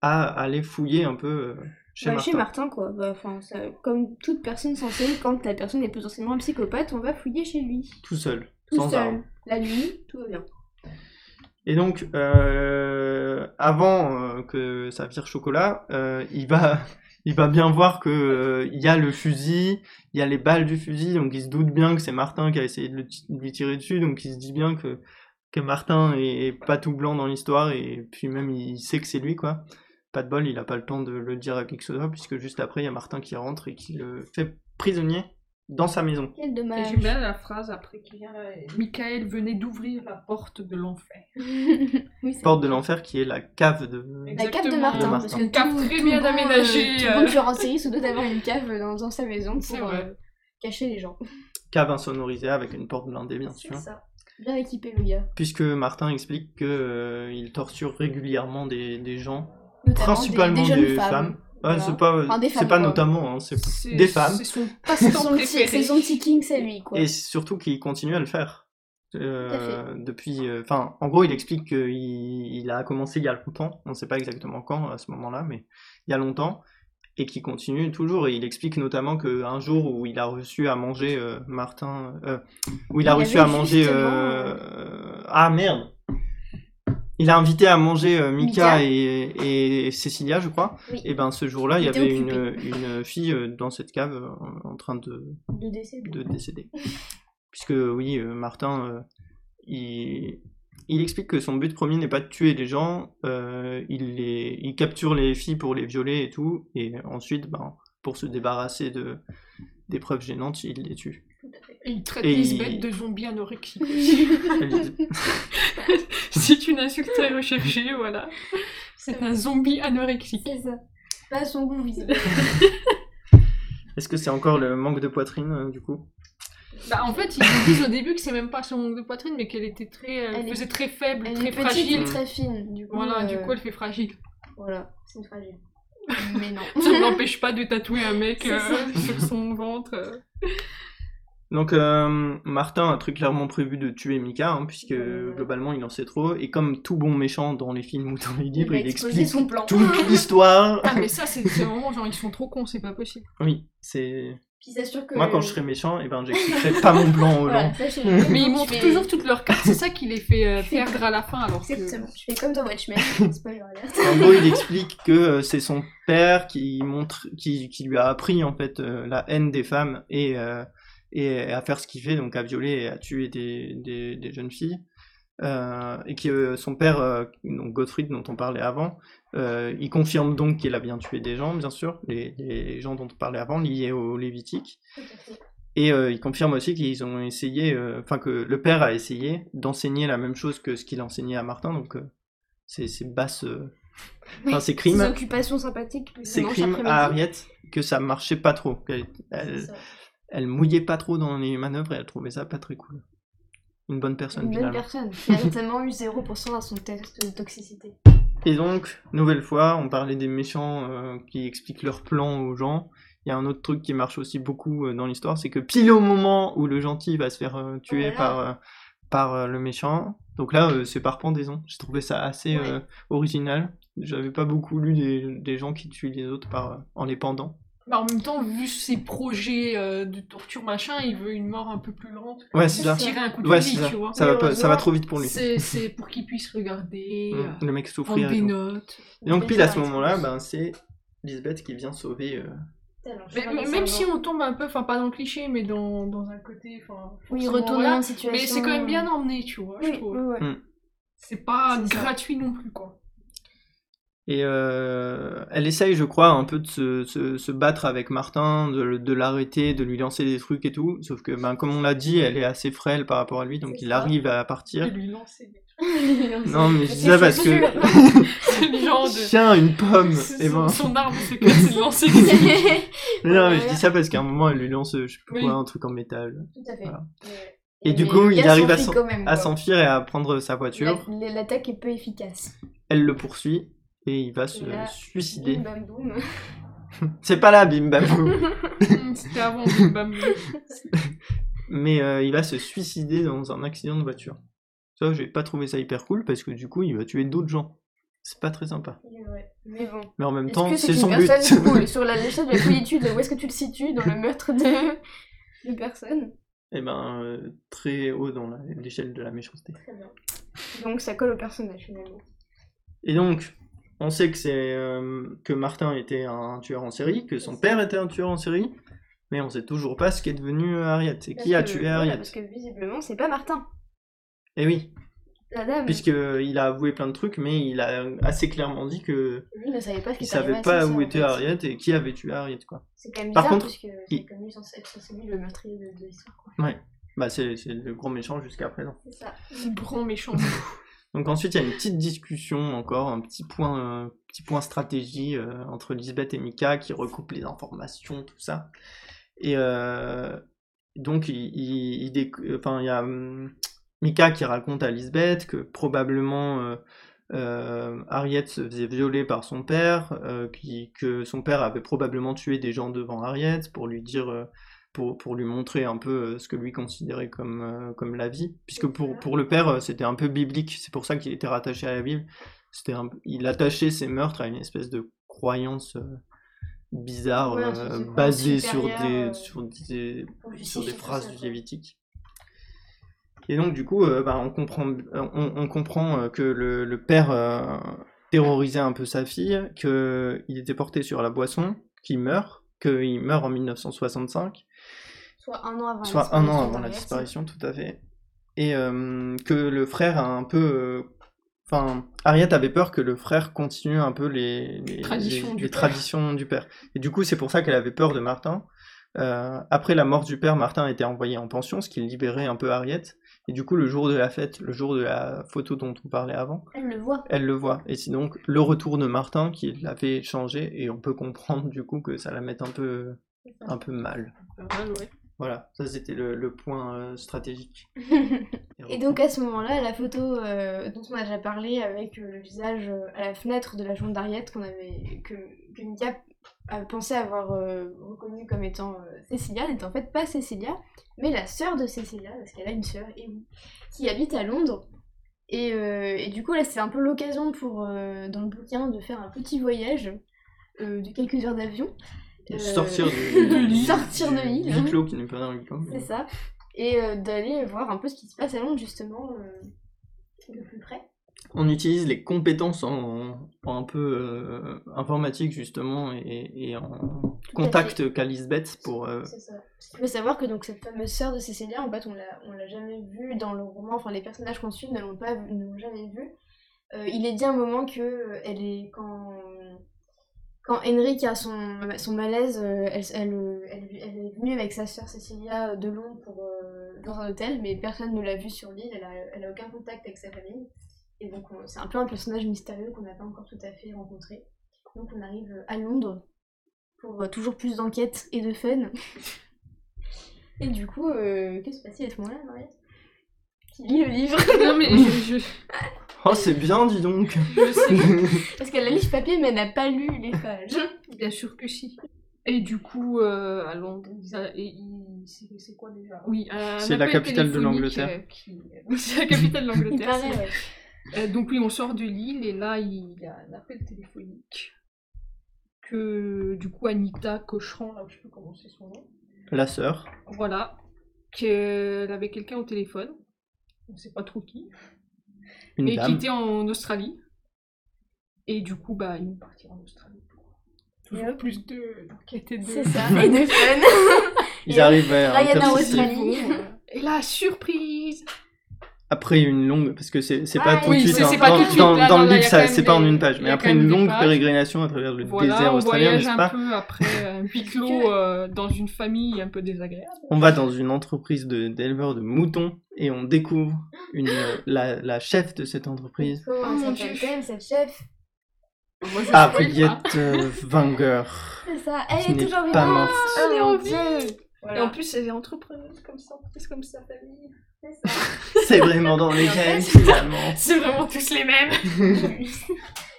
[SPEAKER 3] à aller fouiller un peu euh, chez
[SPEAKER 4] Bah,
[SPEAKER 3] Martin.
[SPEAKER 4] chez Martin, quoi. Bah, enfin, ça- comme toute personne censée, quand la personne est potentiellement un psychopathe, on va fouiller chez lui.
[SPEAKER 3] Tout seul,
[SPEAKER 4] Tout
[SPEAKER 3] sans
[SPEAKER 4] seul.
[SPEAKER 3] armes.
[SPEAKER 4] La nuit, tout va bien.
[SPEAKER 3] Et donc, euh, avant euh, que ça vire chocolat, euh, il va, il va bien voir que euh, il y a le fusil, il y a les balles du fusil, donc il se doute bien que c'est Martin qui a essayé de, le ti- de lui tirer dessus, donc il se dit bien que que Martin est, est pas tout blanc dans l'histoire et puis même il sait que c'est lui quoi. Pas de bol, il a pas le temps de le dire à qui que ce soit puisque juste après il y a Martin qui rentre et qui le fait prisonnier dans sa maison.
[SPEAKER 4] Quel
[SPEAKER 5] Et
[SPEAKER 4] dommage.
[SPEAKER 5] j'aime bien la phrase après qu'il y a euh, Michael venait d'ouvrir la porte de l'enfer.
[SPEAKER 4] Oui, c'est-
[SPEAKER 3] Porte de l'enfer qui est la cave de.
[SPEAKER 4] La cave de
[SPEAKER 5] Exactement.
[SPEAKER 4] Martin,
[SPEAKER 3] De Martin.
[SPEAKER 4] parce que
[SPEAKER 5] Une cave
[SPEAKER 4] tout-
[SPEAKER 5] très
[SPEAKER 4] tout
[SPEAKER 5] bien
[SPEAKER 4] bon, euh,
[SPEAKER 5] aménagée,
[SPEAKER 4] tout
[SPEAKER 5] euh.
[SPEAKER 4] bon tueur en série se doit avoir une cave dans, dans sa maison
[SPEAKER 5] C'est
[SPEAKER 4] pour
[SPEAKER 5] vrai.
[SPEAKER 4] euh, cacher les gens.
[SPEAKER 3] Cave insonorisée avec une porte blindée bien sûr.
[SPEAKER 4] C'est ça. Bien équipé, le gars.
[SPEAKER 3] puisque Martin explique que euh, il torture régulièrement des, des gens,
[SPEAKER 4] Notamment des-
[SPEAKER 3] principalement
[SPEAKER 4] des,
[SPEAKER 3] des,
[SPEAKER 4] jeunes
[SPEAKER 3] femmes. Ouais,
[SPEAKER 4] Voilà.
[SPEAKER 3] c'est pas,
[SPEAKER 4] Enfin, des
[SPEAKER 3] c'est
[SPEAKER 4] femmes,
[SPEAKER 3] pas
[SPEAKER 4] quoi.
[SPEAKER 3] notamment, hein, c'est
[SPEAKER 5] C'est-
[SPEAKER 3] des femmes.
[SPEAKER 5] C'est son
[SPEAKER 4] C'est
[SPEAKER 5] passe-temps
[SPEAKER 4] son petit- c'est
[SPEAKER 5] préféré.
[SPEAKER 4] son petit king, c'est lui, quoi.
[SPEAKER 3] Et surtout qu'il continue à le faire. Euh,
[SPEAKER 4] Tout
[SPEAKER 3] depuis, euh, enfin, en gros, il explique qu'il il a commencé il y a longtemps. On ne sait pas exactement quand à ce moment-là, mais il y a longtemps, et qu'il continue toujours. Et il explique notamment qu'un jour où il a reçu à manger euh, Martin, euh, où il a
[SPEAKER 4] Il
[SPEAKER 3] reçu à
[SPEAKER 4] avait
[SPEAKER 3] manger,
[SPEAKER 4] justement,
[SPEAKER 3] euh, euh, ah merde, il a invité à manger euh, Mika,
[SPEAKER 4] Mika.
[SPEAKER 3] Et, et Cécilia, je crois.
[SPEAKER 4] Oui.
[SPEAKER 3] Et ben ce jour-là, il y
[SPEAKER 4] Il était
[SPEAKER 3] avait une, une fille euh, dans cette cave euh, en train de
[SPEAKER 4] De décès.
[SPEAKER 3] de décéder. Puisque oui, euh, Martin, euh, il, il explique que son but premier n'est pas de tuer les gens, euh, il, les, il capture les filles pour les violer et tout, et ensuite, ben, pour se débarrasser de, des preuves gênantes, il les tue.
[SPEAKER 5] Et il traite
[SPEAKER 3] Et
[SPEAKER 5] Lisbeth
[SPEAKER 3] il-
[SPEAKER 5] de zombie anorexique. aussi.
[SPEAKER 3] Elle-
[SPEAKER 5] C'est une insulte très recherchée, voilà. C'est un zombie anorexique.
[SPEAKER 4] C'est ça. Pas à son goût, visiblement.
[SPEAKER 3] Est-ce que c'est encore le manque de poitrine, euh, du coup
[SPEAKER 5] Bah, en fait, ils nous disent au début que c'est même pas son manque de poitrine, mais qu'elle était très, euh,
[SPEAKER 4] Elle est-
[SPEAKER 5] faisait très faible,
[SPEAKER 4] Elle
[SPEAKER 5] très
[SPEAKER 4] est petite
[SPEAKER 5] fragile.
[SPEAKER 4] et très fine. Du coup,
[SPEAKER 5] Voilà, du
[SPEAKER 4] euh,
[SPEAKER 5] coup, elle fait fragile.
[SPEAKER 4] Voilà, c'est une fragile. Mais non.
[SPEAKER 5] Ça ne l'empêche pas de tatouer un mec
[SPEAKER 4] C'est
[SPEAKER 5] euh,
[SPEAKER 4] ça.
[SPEAKER 5] sur son ventre. euh.
[SPEAKER 3] Donc euh, Martin a très clairement prévu de tuer Mika, hein, puisque
[SPEAKER 4] Euh.
[SPEAKER 3] globalement il en sait trop, et comme tout bon méchant dans les films ou dans les livres,
[SPEAKER 4] va
[SPEAKER 3] il
[SPEAKER 4] exposer
[SPEAKER 3] explique
[SPEAKER 4] son plan.
[SPEAKER 3] toute l'histoire.
[SPEAKER 5] Ah, mais ça, c'est c'est vraiment genre, ils sont trop cons, c'est pas possible.
[SPEAKER 3] Oui, c'est...
[SPEAKER 4] Puis il s'assure que.
[SPEAKER 3] Moi, quand je serai méchant, et ben, j'expliquerai pas mon plan au
[SPEAKER 4] Voilà,
[SPEAKER 3] long.
[SPEAKER 4] ça, je sais.
[SPEAKER 3] Mais
[SPEAKER 5] Mais
[SPEAKER 4] Tu
[SPEAKER 5] ils montrent
[SPEAKER 4] fais-
[SPEAKER 5] toujours toutes leurs cartes, c'est ça qui les fait euh, perdre à la fin, alors que...
[SPEAKER 4] Exactement. Je fais comme dans Watchmen. Spoiler alert.
[SPEAKER 3] En gros, il explique que euh, c'est son père qui montre, qui, qui lui a appris en fait euh, la haine des femmes et euh, et à faire ce qu'il fait, donc à violer et à tuer des des, des jeunes filles. Euh, et que euh, son père, euh, donc Gottfried, dont on parlait avant, euh, il confirme donc qu'il a bien tué des gens, bien sûr, les, les gens dont on parlait avant, liés au Lévitique. Et euh, il confirme aussi qu'ils ont essayé, euh, enfin que le père a essayé d'enseigner la même chose que ce qu'il enseignait à Martin, donc euh, c'est c'est basse, euh, enfin c'est crime,
[SPEAKER 4] Ces occupations sympathiques. le
[SPEAKER 3] ces
[SPEAKER 4] dimanche
[SPEAKER 3] crimes à
[SPEAKER 4] après-midi.
[SPEAKER 3] Harriet que ça marchait pas trop. euh, qu'elle- Elle,
[SPEAKER 4] C'est ça.
[SPEAKER 3] elle mouillait pas trop dans les manœuvres et elle trouvait ça pas très cool. Une bonne personne,
[SPEAKER 4] Une bonne
[SPEAKER 3] finalement.
[SPEAKER 4] personne. Il a notamment eu 0% à son test de toxicité.
[SPEAKER 3] Et donc, nouvelle fois, on parlait des méchants euh, qui expliquent leurs plans aux gens. Il y a un autre truc qui marche aussi beaucoup euh, dans l'histoire, c'est que pile au moment où le gentil va se faire euh, tuer
[SPEAKER 4] Voilà.
[SPEAKER 3] par, euh, par euh, le méchant, donc là, euh, c'est par pendaison. J'ai trouvé ça assez
[SPEAKER 4] Ouais.
[SPEAKER 3] euh, original. J'avais pas beaucoup lu des, des gens qui tuent les autres par, euh, en les pendant.
[SPEAKER 5] Bah, en même temps, vu ses projets euh, de torture machin, il veut une mort un peu plus lente.
[SPEAKER 3] Ouais, c'est ça.
[SPEAKER 5] Juste Tirer un coup de
[SPEAKER 3] Ouais,
[SPEAKER 5] fusil,
[SPEAKER 3] c'est ça.
[SPEAKER 5] tu vois.
[SPEAKER 3] Ça va, pas- ça va
[SPEAKER 4] Malheureusement,
[SPEAKER 3] trop vite pour lui.
[SPEAKER 5] C'est c'est pour qu'il puisse regarder,
[SPEAKER 3] Mm.
[SPEAKER 5] euh,
[SPEAKER 3] Le mec
[SPEAKER 5] prendre
[SPEAKER 3] souffrir. Et,
[SPEAKER 5] des
[SPEAKER 3] tout.
[SPEAKER 5] notes.
[SPEAKER 3] Et donc, pile à ce
[SPEAKER 4] Bizarre,
[SPEAKER 3] moment-là,
[SPEAKER 4] c'est-
[SPEAKER 3] ben, c'est Lisbeth qui vient sauver. euh,
[SPEAKER 4] Alors, je
[SPEAKER 5] Mais-
[SPEAKER 4] regarde
[SPEAKER 5] même
[SPEAKER 4] ça
[SPEAKER 5] si on tombe un peu, enfin pas dans le cliché, mais dans, dans un côté, enfin...
[SPEAKER 4] avant. Oui,
[SPEAKER 5] forcément,
[SPEAKER 4] retourner
[SPEAKER 5] voilà.
[SPEAKER 4] en situation.
[SPEAKER 5] Mais c'est quand même bien emmené, tu vois, je
[SPEAKER 4] Oui,
[SPEAKER 5] trouve.
[SPEAKER 4] oui, ouais.
[SPEAKER 5] C'est pas
[SPEAKER 4] C'est ça.
[SPEAKER 5] gratuit non plus, quoi.
[SPEAKER 3] Et euh, elle essaye, je crois, un peu de se, se- se battre avec Martin, de, le- de l'arrêter, de lui lancer des trucs et tout. Sauf que, ben, comme on l'a dit, elle est assez frêle par rapport à lui, donc
[SPEAKER 4] C'est
[SPEAKER 3] il
[SPEAKER 4] ça.
[SPEAKER 3] arrive à
[SPEAKER 5] De
[SPEAKER 3] partir.
[SPEAKER 5] lui lancer des
[SPEAKER 3] Non, mais je dis
[SPEAKER 4] Parce que
[SPEAKER 3] ça
[SPEAKER 4] je
[SPEAKER 3] parce
[SPEAKER 4] suis
[SPEAKER 3] que.
[SPEAKER 5] trucs. genre de...
[SPEAKER 3] Tiens, une pomme Et
[SPEAKER 5] Son,
[SPEAKER 3] ben.
[SPEAKER 5] son arme, c'est que c'est de lancer des trucs.
[SPEAKER 3] Mais ben, non, mais je dis ça parce qu'à un moment, elle lui lance, je sais plus
[SPEAKER 5] Oui.
[SPEAKER 3] quoi, un truc en métal.
[SPEAKER 4] Tout à fait.
[SPEAKER 3] Voilà.
[SPEAKER 4] Ouais.
[SPEAKER 3] Et du
[SPEAKER 4] mais
[SPEAKER 3] coup,
[SPEAKER 4] le
[SPEAKER 3] il
[SPEAKER 4] gars
[SPEAKER 3] arrive à
[SPEAKER 4] s'enfuit
[SPEAKER 3] s'en-
[SPEAKER 4] quand même,
[SPEAKER 3] À
[SPEAKER 4] quoi.
[SPEAKER 3] s'enfuir et à prendre sa voiture.
[SPEAKER 4] La- L'attaque est peu efficace.
[SPEAKER 3] Elle le poursuit et il va se
[SPEAKER 4] Et là,
[SPEAKER 3] suicider.
[SPEAKER 4] Bim, bam, boum.
[SPEAKER 3] C'est pas là, Bim Bam Boum.
[SPEAKER 5] Hmm, C'était avant Bim Bam Boum.
[SPEAKER 3] mais euh, il va se suicider dans un accident de voiture. Ça, j'ai pas trouvé ça hyper cool parce que du coup, il va tuer d'autres gens. C'est pas très sympa.
[SPEAKER 4] Mais bon.
[SPEAKER 3] Mais en même
[SPEAKER 4] Est-ce
[SPEAKER 3] temps,
[SPEAKER 4] que
[SPEAKER 3] c'est
[SPEAKER 4] c'est
[SPEAKER 3] son
[SPEAKER 4] une
[SPEAKER 3] but.
[SPEAKER 4] personne cool sur la l'échelle de la solitude Où est-ce que tu le situes dans le meurtre de, de personne
[SPEAKER 3] Et ben, euh, très haut dans la- l'échelle de la méchanceté.
[SPEAKER 4] Très bien. Donc ça colle au personnage finalement.
[SPEAKER 3] Et donc, on sait que c'est euh, que Martin était un tueur en série, que son père était un tueur en série, mais on sait toujours pas ce qu'est devenu Harriet et qui a
[SPEAKER 4] Parce que-
[SPEAKER 3] tué
[SPEAKER 4] voilà,
[SPEAKER 3] Harriet.
[SPEAKER 4] Parce que visiblement c'est pas Martin,
[SPEAKER 3] Et oui,
[SPEAKER 4] la dame.
[SPEAKER 3] puisque il a avoué plein de trucs, mais il a assez clairement dit que
[SPEAKER 4] Lui ne savait pas ce qui
[SPEAKER 3] il
[SPEAKER 4] était arrivé
[SPEAKER 3] savait
[SPEAKER 4] à
[SPEAKER 3] pas
[SPEAKER 4] sa sœur,
[SPEAKER 3] où
[SPEAKER 4] en
[SPEAKER 3] était
[SPEAKER 4] fait.
[SPEAKER 3] Harriet et qui avait tué Harriet quoi.
[SPEAKER 4] C'est quand même
[SPEAKER 3] Par
[SPEAKER 4] bizarre
[SPEAKER 3] contre,
[SPEAKER 4] puisque
[SPEAKER 3] il-
[SPEAKER 4] c'est connu sans être celui le meurtrier de, de l'histoire. quoi.
[SPEAKER 3] Bah c'est c'est le grand méchant jusqu'à présent.
[SPEAKER 4] C'est ça.
[SPEAKER 5] Grand méchant.
[SPEAKER 3] Donc ensuite il y a une petite discussion encore, un petit point, euh, petit point stratégie euh, entre Lisbeth et Mika qui recoupe les informations, tout ça. Et euh, donc il, il- il déc- euh, enfin, il y a hum, Mika qui raconte à Lisbeth que probablement euh, euh, Harriet se faisait violer par son père, euh, qui- que son père avait probablement tué des gens devant Harriet pour lui dire euh, pour, pour lui montrer un peu euh, ce que lui considérait comme, euh, comme la vie. Puisque pour, pour le père, euh, c'était un peu biblique, c'est pour ça qu'il était rattaché à la Bible. C'était un- il attachait ses meurtres à une espèce de croyance euh, bizarre,
[SPEAKER 4] Ouais, un truc
[SPEAKER 3] euh,
[SPEAKER 4] supérieur,
[SPEAKER 3] basée sur des,
[SPEAKER 4] supérieur, euh,
[SPEAKER 3] sur des,
[SPEAKER 4] Pour
[SPEAKER 3] sur
[SPEAKER 4] justifier
[SPEAKER 3] des
[SPEAKER 4] tout
[SPEAKER 3] phrases
[SPEAKER 4] ça,
[SPEAKER 3] du
[SPEAKER 4] quoi.
[SPEAKER 3] Lévitique. Et donc, du coup, euh, bah, on comprend, euh, on, on comprend euh, que le, le père euh, terrorisait un peu sa fille, qu'il était porté sur la boisson, qu'il meurt, qu'il meurt en 1965
[SPEAKER 4] Soit un an avant. la
[SPEAKER 3] soit un an
[SPEAKER 4] disparition
[SPEAKER 3] avant la
[SPEAKER 4] d'Harriet.
[SPEAKER 3] disparition, tout à fait. Et euh, que le frère a un peu. euh, Enfin, Harriet avait peur que le frère continue un peu les, les-
[SPEAKER 5] Traditions
[SPEAKER 3] les-
[SPEAKER 5] du
[SPEAKER 3] les
[SPEAKER 5] père.
[SPEAKER 3] traditions du père. Et du coup, c'est pour ça qu'elle avait peur de Martin. Euh, après la mort du père, Martin était envoyé en pension, ce qui libérait un peu Harriet. Et du coup, le jour de la fête, le jour de la photo dont on parlait avant,
[SPEAKER 4] Elle le voit.
[SPEAKER 3] elle le voit. Et c'est donc le retour de Martin qui l'avait changé. Et on peut comprendre du coup que ça la mette un peu, un peu mal.
[SPEAKER 5] Pas mal, ouais.
[SPEAKER 3] Voilà, ça c'était le, le point euh, stratégique.
[SPEAKER 4] Et donc à ce moment-là, la photo euh, dont on a déjà parlé avec euh, le visage euh, à la fenêtre de la jambe d'Ariette qu'on avait que, que Mika a pensé avoir euh, reconnu comme étant euh, Cécilia n'est en fait pas Cécilia, mais la sœur de Cécilia, parce qu'elle a une sœur, Amy, qui habite à Londres. Et, euh, et du coup là c'est un peu l'occasion pour euh, dans le bouquin de faire un petit voyage euh, de quelques heures d'avion.
[SPEAKER 3] Et
[SPEAKER 4] Euh,
[SPEAKER 3] sortir
[SPEAKER 4] de
[SPEAKER 3] de l'île.
[SPEAKER 4] sortir de l'île, hein.
[SPEAKER 3] Huis clos qui n'est pas un huis clos, mais-
[SPEAKER 4] C'est ça. Et euh, d'aller voir un peu ce qui se passe à Londres, justement, euh, de plus près.
[SPEAKER 3] On utilise les compétences en, en un peu euh, informatique justement et, et en
[SPEAKER 4] à
[SPEAKER 3] contact qu'a Lisbeth pour. euh,
[SPEAKER 4] C'est ça. Il faut savoir que donc, cette fameuse sœur de Cécilia, en fait, on l'a, on l'a jamais vue dans le roman. Enfin, les personnages qu'on suit ne l'ont, pas, vu- ne l'ont jamais vue. Euh, il est dit à un moment que euh, elle est quand. Quand Henrik a son, son malaise, euh, elle, elle, euh, elle- elle est venue avec sa sœur Cécilia de Londres pour, euh, dans un hôtel, mais personne ne l'a vue sur l'île, elle a, elle a aucun contact avec sa famille. Et donc on- c'est un peu un personnage mystérieux qu'on n'a pas encore tout à fait rencontré. Donc on arrive à Londres pour euh, toujours plus d'enquêtes et de fun. et du coup, euh, que se passe-t-il à ce moment-là, Marie Qui lit le livre
[SPEAKER 5] Non, mais je, je-
[SPEAKER 3] Oh, c'est bien, dis donc
[SPEAKER 5] je sais
[SPEAKER 4] Parce qu'elle a lu ce papier, mais elle n'a pas lu les pages.
[SPEAKER 5] Bien sûr que si. Et du coup, euh, à Londres, ils a- et ils- c'est c'est quoi déjà Oui, euh, un
[SPEAKER 3] C'est la
[SPEAKER 5] appel
[SPEAKER 3] capitale de
[SPEAKER 5] téléphonique,
[SPEAKER 3] l'Angleterre.
[SPEAKER 5] euh, qui- C'est la capitale de
[SPEAKER 4] Il
[SPEAKER 5] l'Angleterre.
[SPEAKER 4] paraît, ouais.
[SPEAKER 5] c'est- Euh, donc oui, on sort de l'île et là, il y a un appel téléphonique que du coup Anita Cochran, là, je sais pas comment c'est son nom,
[SPEAKER 3] La sœur.
[SPEAKER 5] voilà, qu'elle avait quelqu'un au téléphone, on sait pas trop qui,
[SPEAKER 3] Une
[SPEAKER 5] mais qui
[SPEAKER 3] dame.
[SPEAKER 5] était en Australie. Et du coup, bah, ils vont partir en Australie. Toujours
[SPEAKER 4] Yep.
[SPEAKER 5] plus de- d'enquêtes et de...
[SPEAKER 4] C'est ça, et de fun
[SPEAKER 3] Ils arrivent à
[SPEAKER 4] Ryan a
[SPEAKER 3] Intercity.
[SPEAKER 4] Australie.
[SPEAKER 5] Et la surprise
[SPEAKER 3] après une longue parce que c'est c'est
[SPEAKER 4] Ah,
[SPEAKER 3] pas tout de
[SPEAKER 4] oui,
[SPEAKER 3] suite
[SPEAKER 4] c'est-
[SPEAKER 3] hein.
[SPEAKER 4] c'est pas
[SPEAKER 3] dans,
[SPEAKER 4] tout de suite,
[SPEAKER 3] dans-
[SPEAKER 5] là,
[SPEAKER 3] dans
[SPEAKER 5] Ah, non,
[SPEAKER 3] le
[SPEAKER 5] là,
[SPEAKER 3] livre
[SPEAKER 5] y a
[SPEAKER 3] ça-
[SPEAKER 5] quand même
[SPEAKER 3] c'est pas en
[SPEAKER 5] des-
[SPEAKER 3] une page
[SPEAKER 5] y a
[SPEAKER 3] mais
[SPEAKER 5] quand
[SPEAKER 3] après
[SPEAKER 5] même
[SPEAKER 3] une
[SPEAKER 5] des
[SPEAKER 3] longue
[SPEAKER 5] pages.
[SPEAKER 3] pérégrination à travers le désert
[SPEAKER 5] Voilà, on
[SPEAKER 3] australien
[SPEAKER 5] voyage
[SPEAKER 3] n'est-ce
[SPEAKER 5] un
[SPEAKER 3] pas
[SPEAKER 5] peu après un huis clos euh, dans une famille un peu désagréable.
[SPEAKER 3] on va dans une entreprise de d'éleveurs de moutons et on découvre une euh, la, la chef de cette entreprise
[SPEAKER 4] Comment
[SPEAKER 5] Oh,
[SPEAKER 4] elle
[SPEAKER 5] mon
[SPEAKER 4] s'appelle
[SPEAKER 5] Dieu.
[SPEAKER 4] elle, cette chef
[SPEAKER 5] Moi, je
[SPEAKER 3] Ah,
[SPEAKER 5] spoil pas.
[SPEAKER 3] Harriet euh, Wanger
[SPEAKER 4] C'est ça,
[SPEAKER 3] qui
[SPEAKER 4] elle est
[SPEAKER 3] n'est
[SPEAKER 4] toujours
[SPEAKER 3] pas
[SPEAKER 4] vivante
[SPEAKER 3] morte
[SPEAKER 4] Oh
[SPEAKER 5] Elle est
[SPEAKER 4] mon
[SPEAKER 5] en
[SPEAKER 4] Dieu
[SPEAKER 5] Et en plus, elle est entrepreneuse comme ça, entreprise comme sa famille.
[SPEAKER 4] C'est ça.
[SPEAKER 3] c'est vraiment dans les
[SPEAKER 4] Et en fait-
[SPEAKER 3] gènes finalement
[SPEAKER 5] C'est vraiment tous les mêmes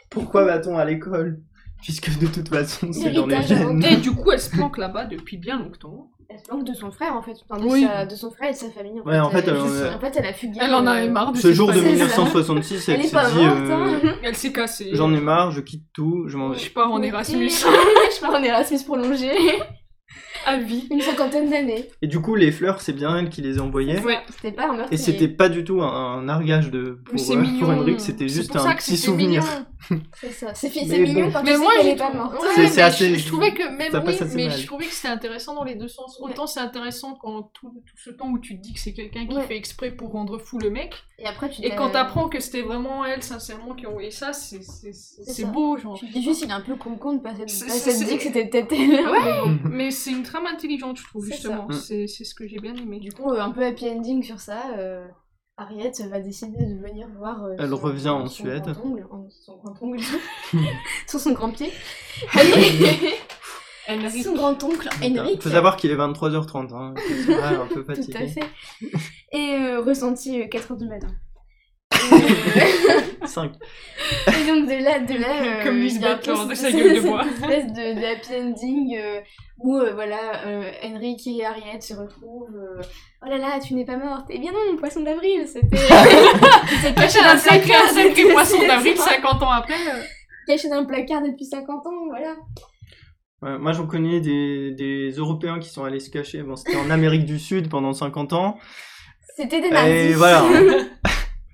[SPEAKER 3] pourquoi va-t-on à l'école puisque de toute façon, c'est dans les
[SPEAKER 4] Héritage
[SPEAKER 3] gènes.
[SPEAKER 5] Et du coup, elle se planque là-bas depuis bien longtemps.
[SPEAKER 4] Elle se manque de son frère en fait, Enfin, de,
[SPEAKER 5] Oui.
[SPEAKER 4] sa- de son frère et de sa famille.
[SPEAKER 3] Ouais, en fait, euh, elle
[SPEAKER 4] elle,
[SPEAKER 3] en a-
[SPEAKER 4] en fait, elle a fugué.
[SPEAKER 5] Elle en avait
[SPEAKER 4] euh,
[SPEAKER 5] marre de
[SPEAKER 3] Ce
[SPEAKER 5] cette
[SPEAKER 3] jour de
[SPEAKER 5] famille.
[SPEAKER 4] mille-
[SPEAKER 3] 1966,
[SPEAKER 4] Elle
[SPEAKER 3] elle
[SPEAKER 4] est
[SPEAKER 3] s'est
[SPEAKER 4] pas
[SPEAKER 3] dit
[SPEAKER 4] morte,
[SPEAKER 3] euh,
[SPEAKER 4] hein.
[SPEAKER 5] Elle s'est cassée.
[SPEAKER 3] J'en ai marre, je quitte tout, je m'en
[SPEAKER 5] Je
[SPEAKER 3] vais.
[SPEAKER 5] pars en Erasmus
[SPEAKER 4] je pars en Erasmus prolongé.
[SPEAKER 5] à vie.
[SPEAKER 4] Une cinquantaine d'années.
[SPEAKER 3] Et du coup, les fleurs, c'est bien elle qui les envoyait.
[SPEAKER 5] Ouais.
[SPEAKER 4] C'était pas un meurtrier.
[SPEAKER 3] Et c'était pas du tout un, un argage de,
[SPEAKER 5] Mais
[SPEAKER 3] pour,
[SPEAKER 5] c'est
[SPEAKER 3] euh, pour
[SPEAKER 5] mignon.
[SPEAKER 3] Henrik, c'était
[SPEAKER 5] C'est
[SPEAKER 3] juste
[SPEAKER 5] pour
[SPEAKER 3] un
[SPEAKER 5] ça que
[SPEAKER 3] petit
[SPEAKER 5] c'était
[SPEAKER 3] souvenir.
[SPEAKER 5] mignon.
[SPEAKER 4] C'est ça. C'est fi-
[SPEAKER 3] Mais
[SPEAKER 4] c'est mignon
[SPEAKER 3] bon.
[SPEAKER 4] quand
[SPEAKER 5] Mais
[SPEAKER 4] tu
[SPEAKER 5] moi,
[SPEAKER 4] sais qu'elle
[SPEAKER 5] j'ai
[SPEAKER 4] est pas
[SPEAKER 5] trou-
[SPEAKER 4] morte.
[SPEAKER 5] Ouais,
[SPEAKER 3] C'est-
[SPEAKER 5] mais
[SPEAKER 3] c'est assez-
[SPEAKER 5] Je, je trouvais que même
[SPEAKER 3] ça
[SPEAKER 5] oui,
[SPEAKER 3] passe assez
[SPEAKER 5] mais
[SPEAKER 3] mal.
[SPEAKER 5] je trouvais que c'était intéressant dans les deux sens.
[SPEAKER 4] Ouais.
[SPEAKER 5] Autant c'est intéressant quand tout, tout ce temps où tu te dis que c'est quelqu'un qui
[SPEAKER 4] Ouais.
[SPEAKER 5] fait exprès pour rendre fou le mec,
[SPEAKER 4] Et après, tu
[SPEAKER 5] et
[SPEAKER 4] t'as-
[SPEAKER 5] quand t'apprends que c'était vraiment elle sincèrement qui a envoyé ça, c'est c'est- c'est- c'est
[SPEAKER 4] ça.
[SPEAKER 5] beau genre.
[SPEAKER 4] Tu te dis juste, il est un peu con-con de pas s'être
[SPEAKER 5] C'est-
[SPEAKER 4] pas
[SPEAKER 5] c'est-
[SPEAKER 4] s'être
[SPEAKER 5] c'est-
[SPEAKER 4] dit que c'était peut-être elle.
[SPEAKER 5] Ouais.
[SPEAKER 3] Mm.
[SPEAKER 5] Mais c'est une trame intelligente, je trouve
[SPEAKER 4] C'est
[SPEAKER 5] justement.
[SPEAKER 3] ça.
[SPEAKER 5] C'est c'est ce que j'ai bien aimé.
[SPEAKER 4] Du coup, euh, un peu happy ending sur ça. euh, Ariette va décider de venir voir. euh,
[SPEAKER 3] Elle
[SPEAKER 4] son-
[SPEAKER 3] revient en
[SPEAKER 4] son
[SPEAKER 3] Suède.
[SPEAKER 4] grand ongle- en- son grand ongle. sur son grand pied. Et-
[SPEAKER 5] Elle arrive.
[SPEAKER 4] son grand oncle, Henrik.
[SPEAKER 3] Faut savoir qu'il est 23h30, hein. c'est vrai, un peu
[SPEAKER 4] Tout à
[SPEAKER 3] fatigué.
[SPEAKER 4] fait. Et euh, ressenti 4h du matin. euh,
[SPEAKER 3] 5.
[SPEAKER 4] Et donc de là, de là, euh,
[SPEAKER 5] Comme Miss
[SPEAKER 4] il y a un
[SPEAKER 5] Butler,
[SPEAKER 4] peu
[SPEAKER 5] de
[SPEAKER 4] ce-
[SPEAKER 5] sa gueule de
[SPEAKER 4] cette
[SPEAKER 5] bois.
[SPEAKER 4] espèce de, de happy ending euh, où euh, voilà, euh, Henrik et Harriet se retrouvent. euh, oh là là, tu n'es pas morte. Eh bien non, poisson d'avril, c'était. c'est
[SPEAKER 5] J'ai
[SPEAKER 4] caché dans
[SPEAKER 5] un
[SPEAKER 4] le
[SPEAKER 5] sacré,
[SPEAKER 4] placard.
[SPEAKER 5] un sacré
[SPEAKER 4] c'était-
[SPEAKER 5] poisson
[SPEAKER 4] c'est-
[SPEAKER 5] d'avril
[SPEAKER 4] c'est
[SPEAKER 5] 50 ans après. euh.
[SPEAKER 4] Caché dans le placard depuis 50 ans, voilà.
[SPEAKER 3] Ouais, moi, j'en connais des, des Européens qui sont allés se cacher. Bon, c'était en Amérique du Sud pendant 50 ans.
[SPEAKER 4] C'était des nazis.
[SPEAKER 3] Et voilà.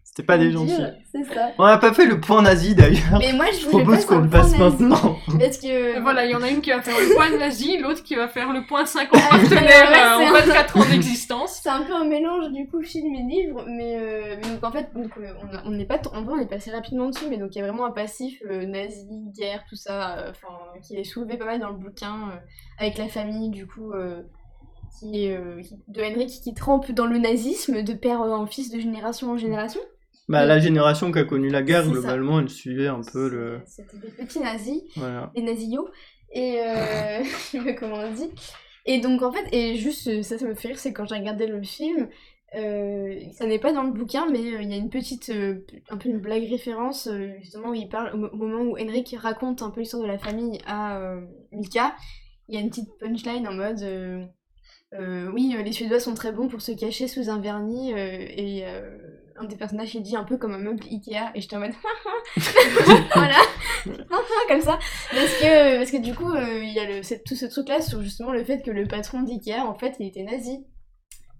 [SPEAKER 3] C'était pas des
[SPEAKER 4] Dire,
[SPEAKER 3] gentils.
[SPEAKER 4] C'est ça.
[SPEAKER 3] On n'a pas fait le point nazi d'ailleurs.
[SPEAKER 4] Mais moi, je
[SPEAKER 3] Je
[SPEAKER 4] voulais
[SPEAKER 3] propose qu'on
[SPEAKER 4] pas faire
[SPEAKER 3] le passe
[SPEAKER 4] point nazi,
[SPEAKER 3] maintenant.
[SPEAKER 4] Parce que.
[SPEAKER 5] Euh, Voilà, il y en a une qui va faire le point nazi, l'autre qui va faire le point 50
[SPEAKER 4] Ouais,
[SPEAKER 5] partenaire euh, en
[SPEAKER 4] c'est un-
[SPEAKER 5] 24 ans d'existence.
[SPEAKER 4] C'est un peu un mélange du coup film et livre, mais, euh, mais donc en fait donc, euh, on a- on n'est pas t- en vrai, on est passé rapidement dessus, mais donc il y a vraiment un passif euh, nazi, guerre, tout ça, euh, enfin qui est soulevé pas mal dans le bouquin euh, avec la famille du coup euh, qui, est, euh, qui- de Henrik qui trempe dans le nazisme de père en fils de génération en génération.
[SPEAKER 3] Bah, la génération qui a connu la guerre,
[SPEAKER 4] C'est ça.
[SPEAKER 3] globalement, elle suivait un peu le.
[SPEAKER 4] C'était des petits nazis
[SPEAKER 3] Voilà.
[SPEAKER 4] des nasillots et euh, je sais pas comment on dit et donc en fait et juste euh, ça ça me fait rire c'est quand j'ai regardé le film euh, ça n'est pas dans le bouquin mais euh, il y a une petite euh, un peu une blague référence euh, justement où il parle au, mo- au moment où Henrik raconte un peu l'histoire de la famille à euh, Mika il y a une petite punchline en mode euh, euh, oui euh, les Suédois sont très bons pour se cacher sous un vernis euh, et euh, un des personnages il dit un peu comme un meuble Ikea et j'étais en mode voilà comme ça parce que, parce que du coup, euh, il y a le, cette- tout ce truc-là sur justement le fait que le patron d'IKEA, en fait, il était nazi.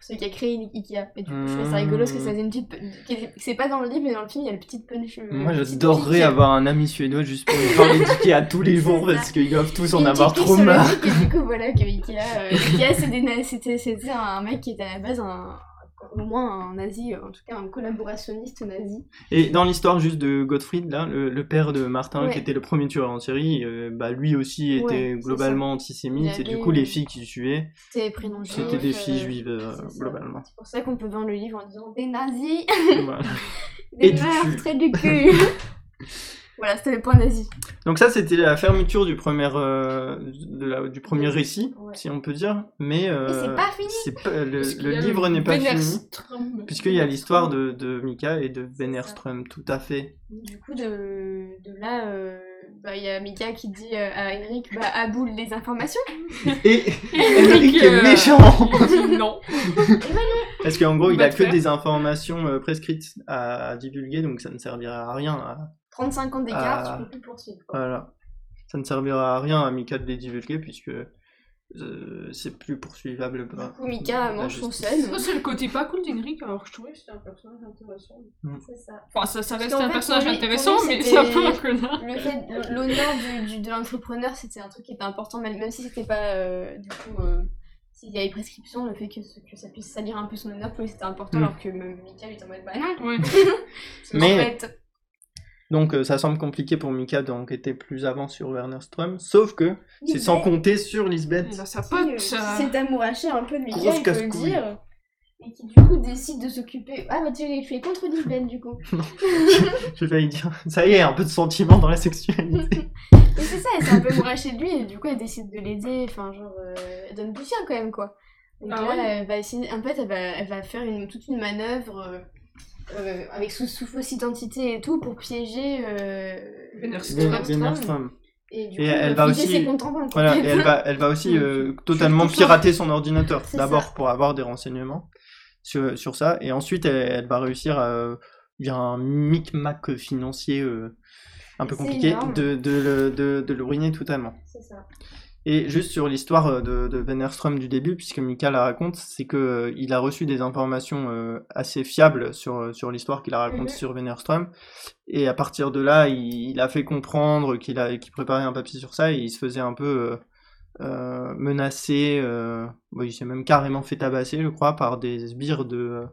[SPEAKER 4] Celui qui a créé IKEA. Et du coup, je trouve ça rigolo
[SPEAKER 3] Hmm.
[SPEAKER 4] parce que ça faisait une petite. que C'est pas dans le livre, mais dans le film, il y a le petit punch. euh,
[SPEAKER 3] Moi,
[SPEAKER 4] petite
[SPEAKER 3] j'adorerais
[SPEAKER 4] pique.
[SPEAKER 3] avoir un ami suédois juste pour lui parler d'Ikea tous les jours
[SPEAKER 4] C'est ça.
[SPEAKER 3] parce qu'ils doivent tous
[SPEAKER 4] Une
[SPEAKER 3] en
[SPEAKER 4] petite
[SPEAKER 3] avoir
[SPEAKER 4] pique
[SPEAKER 3] trop
[SPEAKER 4] sur le
[SPEAKER 3] marre.
[SPEAKER 4] fait que Du coup, voilà, que Ikea, euh, Ikea, c'est des nazis- c'était c'était un mec qui était à la base un. Au moins un nazi, euh, en tout cas un collaborationniste nazi.
[SPEAKER 3] Et dans l'histoire juste de Gottfried, là, le, le père de Martin,
[SPEAKER 4] Ouais.
[SPEAKER 3] qui était le premier tueur en série, euh, bah, lui aussi était
[SPEAKER 4] Ouais, c'est
[SPEAKER 3] globalement antisémite,
[SPEAKER 4] Il
[SPEAKER 3] et du
[SPEAKER 4] avait-
[SPEAKER 3] coup, les filles qui le suivaient,
[SPEAKER 4] C'était prénom
[SPEAKER 3] c'était
[SPEAKER 4] juif,
[SPEAKER 3] des
[SPEAKER 4] euh,
[SPEAKER 3] filles juives, euh,
[SPEAKER 4] c'est ça.
[SPEAKER 3] globalement.
[SPEAKER 4] C'est pour ça qu'on peut vendre le livre en disant des nazis
[SPEAKER 3] Voilà. Et
[SPEAKER 4] Des
[SPEAKER 3] du cul.
[SPEAKER 4] meurtres et du cul. voilà, c'était le point nazi.
[SPEAKER 3] Donc ça, c'était la fermeture du premier, euh, de la- du premier récit,
[SPEAKER 4] Ouais.
[SPEAKER 3] si on peut dire, mais...
[SPEAKER 4] Mais
[SPEAKER 3] euh,
[SPEAKER 4] c'est pas fini.
[SPEAKER 3] c'est pas- le,
[SPEAKER 5] Parce qu'il
[SPEAKER 3] le
[SPEAKER 5] y a
[SPEAKER 3] livre n'est pas
[SPEAKER 5] Vénère
[SPEAKER 3] fini,
[SPEAKER 5] Strum.
[SPEAKER 3] puisqu'il y a l'histoire de, de Mika et de Venerström, tout à fait.
[SPEAKER 4] Du coup, de, de là, euh, bah, il y a Mika qui dit euh, à Henrik bah, aboule les informations.
[SPEAKER 3] Et
[SPEAKER 5] Henrik,
[SPEAKER 3] Henrik est
[SPEAKER 5] euh,
[SPEAKER 3] méchant
[SPEAKER 5] Non.
[SPEAKER 3] Parce qu'en gros, il
[SPEAKER 5] va
[SPEAKER 3] a
[SPEAKER 5] te
[SPEAKER 3] que
[SPEAKER 5] faire.
[SPEAKER 3] des informations euh, prescrites à, à divulguer, donc ça ne servira à rien. à-
[SPEAKER 4] 35 ans d'écart,
[SPEAKER 3] Ah.
[SPEAKER 4] tu peux plus poursuivre. quoi.
[SPEAKER 3] Voilà. Ça ne servira à rien à Mika de les divulguer, puisque euh, c'est plus poursuivable. par-
[SPEAKER 4] Du coup, Mika
[SPEAKER 3] bah, la
[SPEAKER 4] mange son
[SPEAKER 3] justice.
[SPEAKER 4] seum.
[SPEAKER 5] Ça, c'est le côté pas cool d'Henrik, alors je trouvais que c'était un personnage intéressant.
[SPEAKER 4] C'est ça.
[SPEAKER 5] Enfin, ça, ça reste
[SPEAKER 4] Parce qu'en
[SPEAKER 5] un
[SPEAKER 4] fait,
[SPEAKER 5] personnage
[SPEAKER 4] pour lui-
[SPEAKER 5] intéressant,
[SPEAKER 4] pour lui,
[SPEAKER 5] mais
[SPEAKER 4] c'était-
[SPEAKER 5] c'est un peu un connard.
[SPEAKER 4] Le fait, l'honneur du, du- de l'entrepreneur, c'était un truc qui était important, même, même si c'était pas, euh, du coup, euh, s'il y avait prescription, le fait que, ce- que ça puisse salir un peu son honneur, pour lui, c'était important,
[SPEAKER 3] Mm.
[SPEAKER 4] alors que même Mika, il était en mode, bah non,
[SPEAKER 5] Ouais.
[SPEAKER 3] Mais-
[SPEAKER 4] en fait,
[SPEAKER 3] Donc euh, ça semble compliqué pour Mika d'enquêter plus avant sur Wernerström, sauf que c'est sans compter sur
[SPEAKER 5] Et
[SPEAKER 3] Lisbeth.
[SPEAKER 5] là, ça pote,
[SPEAKER 4] euh, C'est
[SPEAKER 5] ça.
[SPEAKER 4] cet amour haché un peu de Mika,
[SPEAKER 3] Grosse
[SPEAKER 4] il faut le
[SPEAKER 3] casse-couille.
[SPEAKER 4] dire. Et qui du coup décide de s'occuper. Ah bah tu es, tu es contre Lisbeth du coup.
[SPEAKER 3] Je vais dire, ça y est, un peu de sentiment dans la sexualité.
[SPEAKER 4] Et c'est ça, elle s'est un peu mourachée de lui et du coup elle décide de l'aider. Enfin genre, euh, elle donne du chien quand même quoi. Donc
[SPEAKER 5] Ah
[SPEAKER 4] là
[SPEAKER 5] ouais.
[SPEAKER 4] elle va essayer. En fait elle va, elle va faire une, toute une manœuvre euh, euh, avec sous, sous fausse identité et tout pour piéger. Euh,
[SPEAKER 5] Vénère
[SPEAKER 3] Wen-
[SPEAKER 5] Strum.
[SPEAKER 4] Strum.
[SPEAKER 3] Wennerström.
[SPEAKER 4] Et du
[SPEAKER 3] Et
[SPEAKER 4] coup,
[SPEAKER 3] elle va
[SPEAKER 4] vider
[SPEAKER 3] aussi-
[SPEAKER 4] ses comptes en banque.
[SPEAKER 3] Voilà, et elle va, elle va aussi
[SPEAKER 4] Mm.
[SPEAKER 3] euh, totalement
[SPEAKER 4] Je suis d'accord.
[SPEAKER 3] pirater son ordinateur,
[SPEAKER 4] C'est
[SPEAKER 3] d'abord pour avoir des renseignements sur, sur ça, et ensuite elle, elle va réussir à, via un micmac financier euh, un peu
[SPEAKER 4] C'est
[SPEAKER 3] compliqué
[SPEAKER 4] énorme.
[SPEAKER 3] de, de, le, de, de le ruiner totalement.
[SPEAKER 4] C'est ça.
[SPEAKER 3] Et juste sur l'histoire euh, de, de Wennerström du début, puisque Mika la raconte, c'est que euh, il a reçu des informations euh, assez fiables sur, euh, sur l'histoire qu'il a raconte
[SPEAKER 4] Mhm.
[SPEAKER 3] sur Wennerström. Et à partir de là, il, il a fait comprendre qu'il a- qu'il préparait un papier sur ça et il se faisait un peu euh, euh, menacer. euh, bon, il s'est même carrément fait tabasser, je crois, par des sbires de, euh,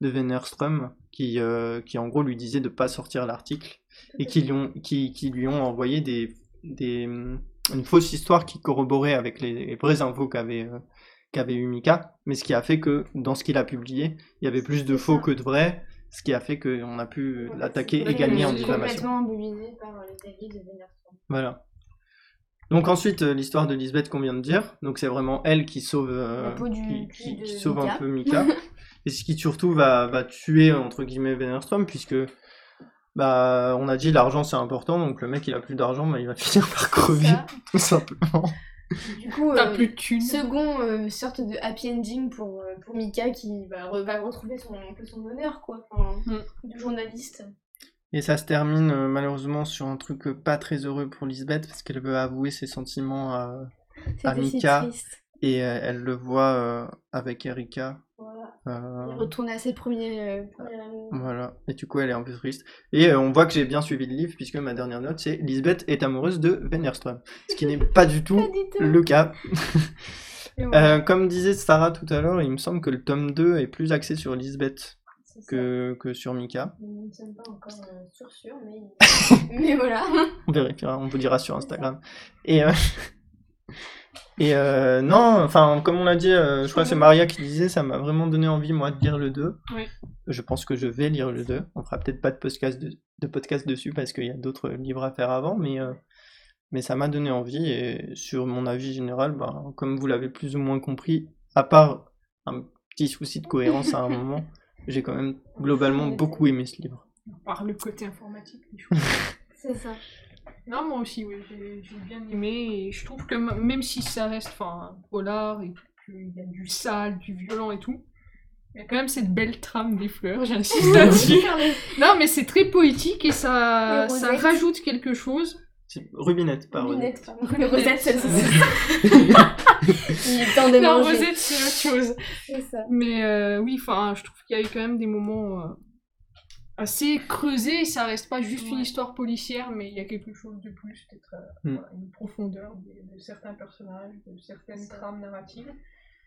[SPEAKER 3] de Wennerström qui, euh, qui, en gros, lui disaient de ne pas sortir l'article et qui lui ont, qui, qui lui ont envoyé des, des, hum, une fausse histoire qui corroborait avec les, les vraies infos qu'avait euh, qu'avait eu Mika, mais ce qui a fait que dans ce qu'il a publié, il y avait plus de faux que de vrais, ce qui a fait qu'on a pu
[SPEAKER 4] Ouais,
[SPEAKER 3] l'attaquer
[SPEAKER 4] c'est
[SPEAKER 3] et gagner en
[SPEAKER 5] complètement-
[SPEAKER 3] diffamation.
[SPEAKER 4] complètement embolisé par les avis de Wennerström.
[SPEAKER 3] Voilà. Donc ensuite, euh, l'histoire de Lisbeth qu'on vient de dire, donc c'est vraiment elle qui sauve, euh,
[SPEAKER 4] La peau du
[SPEAKER 3] qui,
[SPEAKER 4] cul
[SPEAKER 3] qui-
[SPEAKER 4] de
[SPEAKER 3] qui sauve un
[SPEAKER 4] Mika.
[SPEAKER 3] peu Mika, et ce qui surtout va, va tuer, entre guillemets, Wennerstrom, puisque, bah, on a dit l'argent c'est important, donc le mec il a plus d'argent, mais il va finir par crever,
[SPEAKER 4] Ça,
[SPEAKER 3] tout simplement.
[SPEAKER 4] du coup,
[SPEAKER 5] T'as
[SPEAKER 4] euh,
[SPEAKER 5] plus de thunes.
[SPEAKER 4] second euh, sorte de happy ending pour, euh, pour Mika qui va, re- va retrouver son, un peu son honneur, quoi, enfin,
[SPEAKER 5] Mm.
[SPEAKER 4] de journaliste.
[SPEAKER 3] Et ça se termine euh, malheureusement sur un truc euh, pas très heureux pour Lisbeth, parce qu'elle veut avouer ses sentiments à-
[SPEAKER 4] C'était si
[SPEAKER 3] Mika.
[SPEAKER 4] triste.
[SPEAKER 3] et euh, elle le voit euh, avec Erika.
[SPEAKER 4] Voilà.
[SPEAKER 3] euh,
[SPEAKER 4] Il retourne à ses premiers, euh, premiers amours.
[SPEAKER 3] Voilà, et du coup elle est un peu triste. Et euh, on voit que j'ai bien suivi le livre puisque ma dernière note c'est Lisbeth est amoureuse de Wennerström. Ce qui n'est pas du
[SPEAKER 4] Pas
[SPEAKER 3] tout
[SPEAKER 4] du tout.
[SPEAKER 3] le cas.
[SPEAKER 4] Et voilà,
[SPEAKER 3] Euh, comme disait Sarah tout à l'heure, il me semble que le tome 2 est plus axé sur Lisbeth
[SPEAKER 4] c'est ça.
[SPEAKER 3] que, que sur Mika.
[SPEAKER 4] Nous ne sommes pas encore euh, sûrs, sûrs, mais... mais voilà.
[SPEAKER 3] On vérifiera, on vous dira sur Instagram. Et, euh, et euh, non, enfin comme on l'a dit, euh, je crois que c'est Maria qui disait, ça m'a vraiment donné envie moi de lire le 2.
[SPEAKER 5] Oui.
[SPEAKER 3] Je pense que je vais lire le 2. On fera peut-être pas de podcast, de, de podcast dessus parce qu'il y a d'autres livres à faire avant, mais, euh, mais ça m'a donné envie. Et sur mon avis général, ben, comme vous l'avez plus ou moins compris, à part un petit souci de cohérence à un moment, j'ai quand même globalement beaucoup aimé ce livre.
[SPEAKER 5] Par le côté informatique des choses.
[SPEAKER 4] C'est ça.
[SPEAKER 5] Non, moi aussi, oui, j'ai j'ai bien aimé. Et je trouve que m- même si ça reste enfin, un polar et tout, qu'il y a du sale, du violent et tout, il y a quand même cette belle trame des fleurs, j'insiste là-dessus. non, mais c'est très poétique et ça,
[SPEAKER 4] Les
[SPEAKER 5] ça
[SPEAKER 4] rosettes.
[SPEAKER 5] rajoute quelque chose.
[SPEAKER 3] C'est Rubinette, pas Rosette.
[SPEAKER 4] Lunettes, pardon. Le rosette, c'est
[SPEAKER 5] Euh,
[SPEAKER 4] Il est temps de
[SPEAKER 5] La
[SPEAKER 4] manger.
[SPEAKER 5] rosette, c'est autre chose.
[SPEAKER 4] C'est ça.
[SPEAKER 5] Mais euh, oui, enfin, je trouve qu'il y a eu quand même des moments euh, assez creusés. Ça reste pas juste une
[SPEAKER 4] Ouais.
[SPEAKER 5] histoire policière, mais il y a quelque chose de plus, peut-être euh,
[SPEAKER 3] Mm.
[SPEAKER 5] voilà, une profondeur de, de certains personnages, de certaines
[SPEAKER 4] C'est ça.
[SPEAKER 5] trames narratives,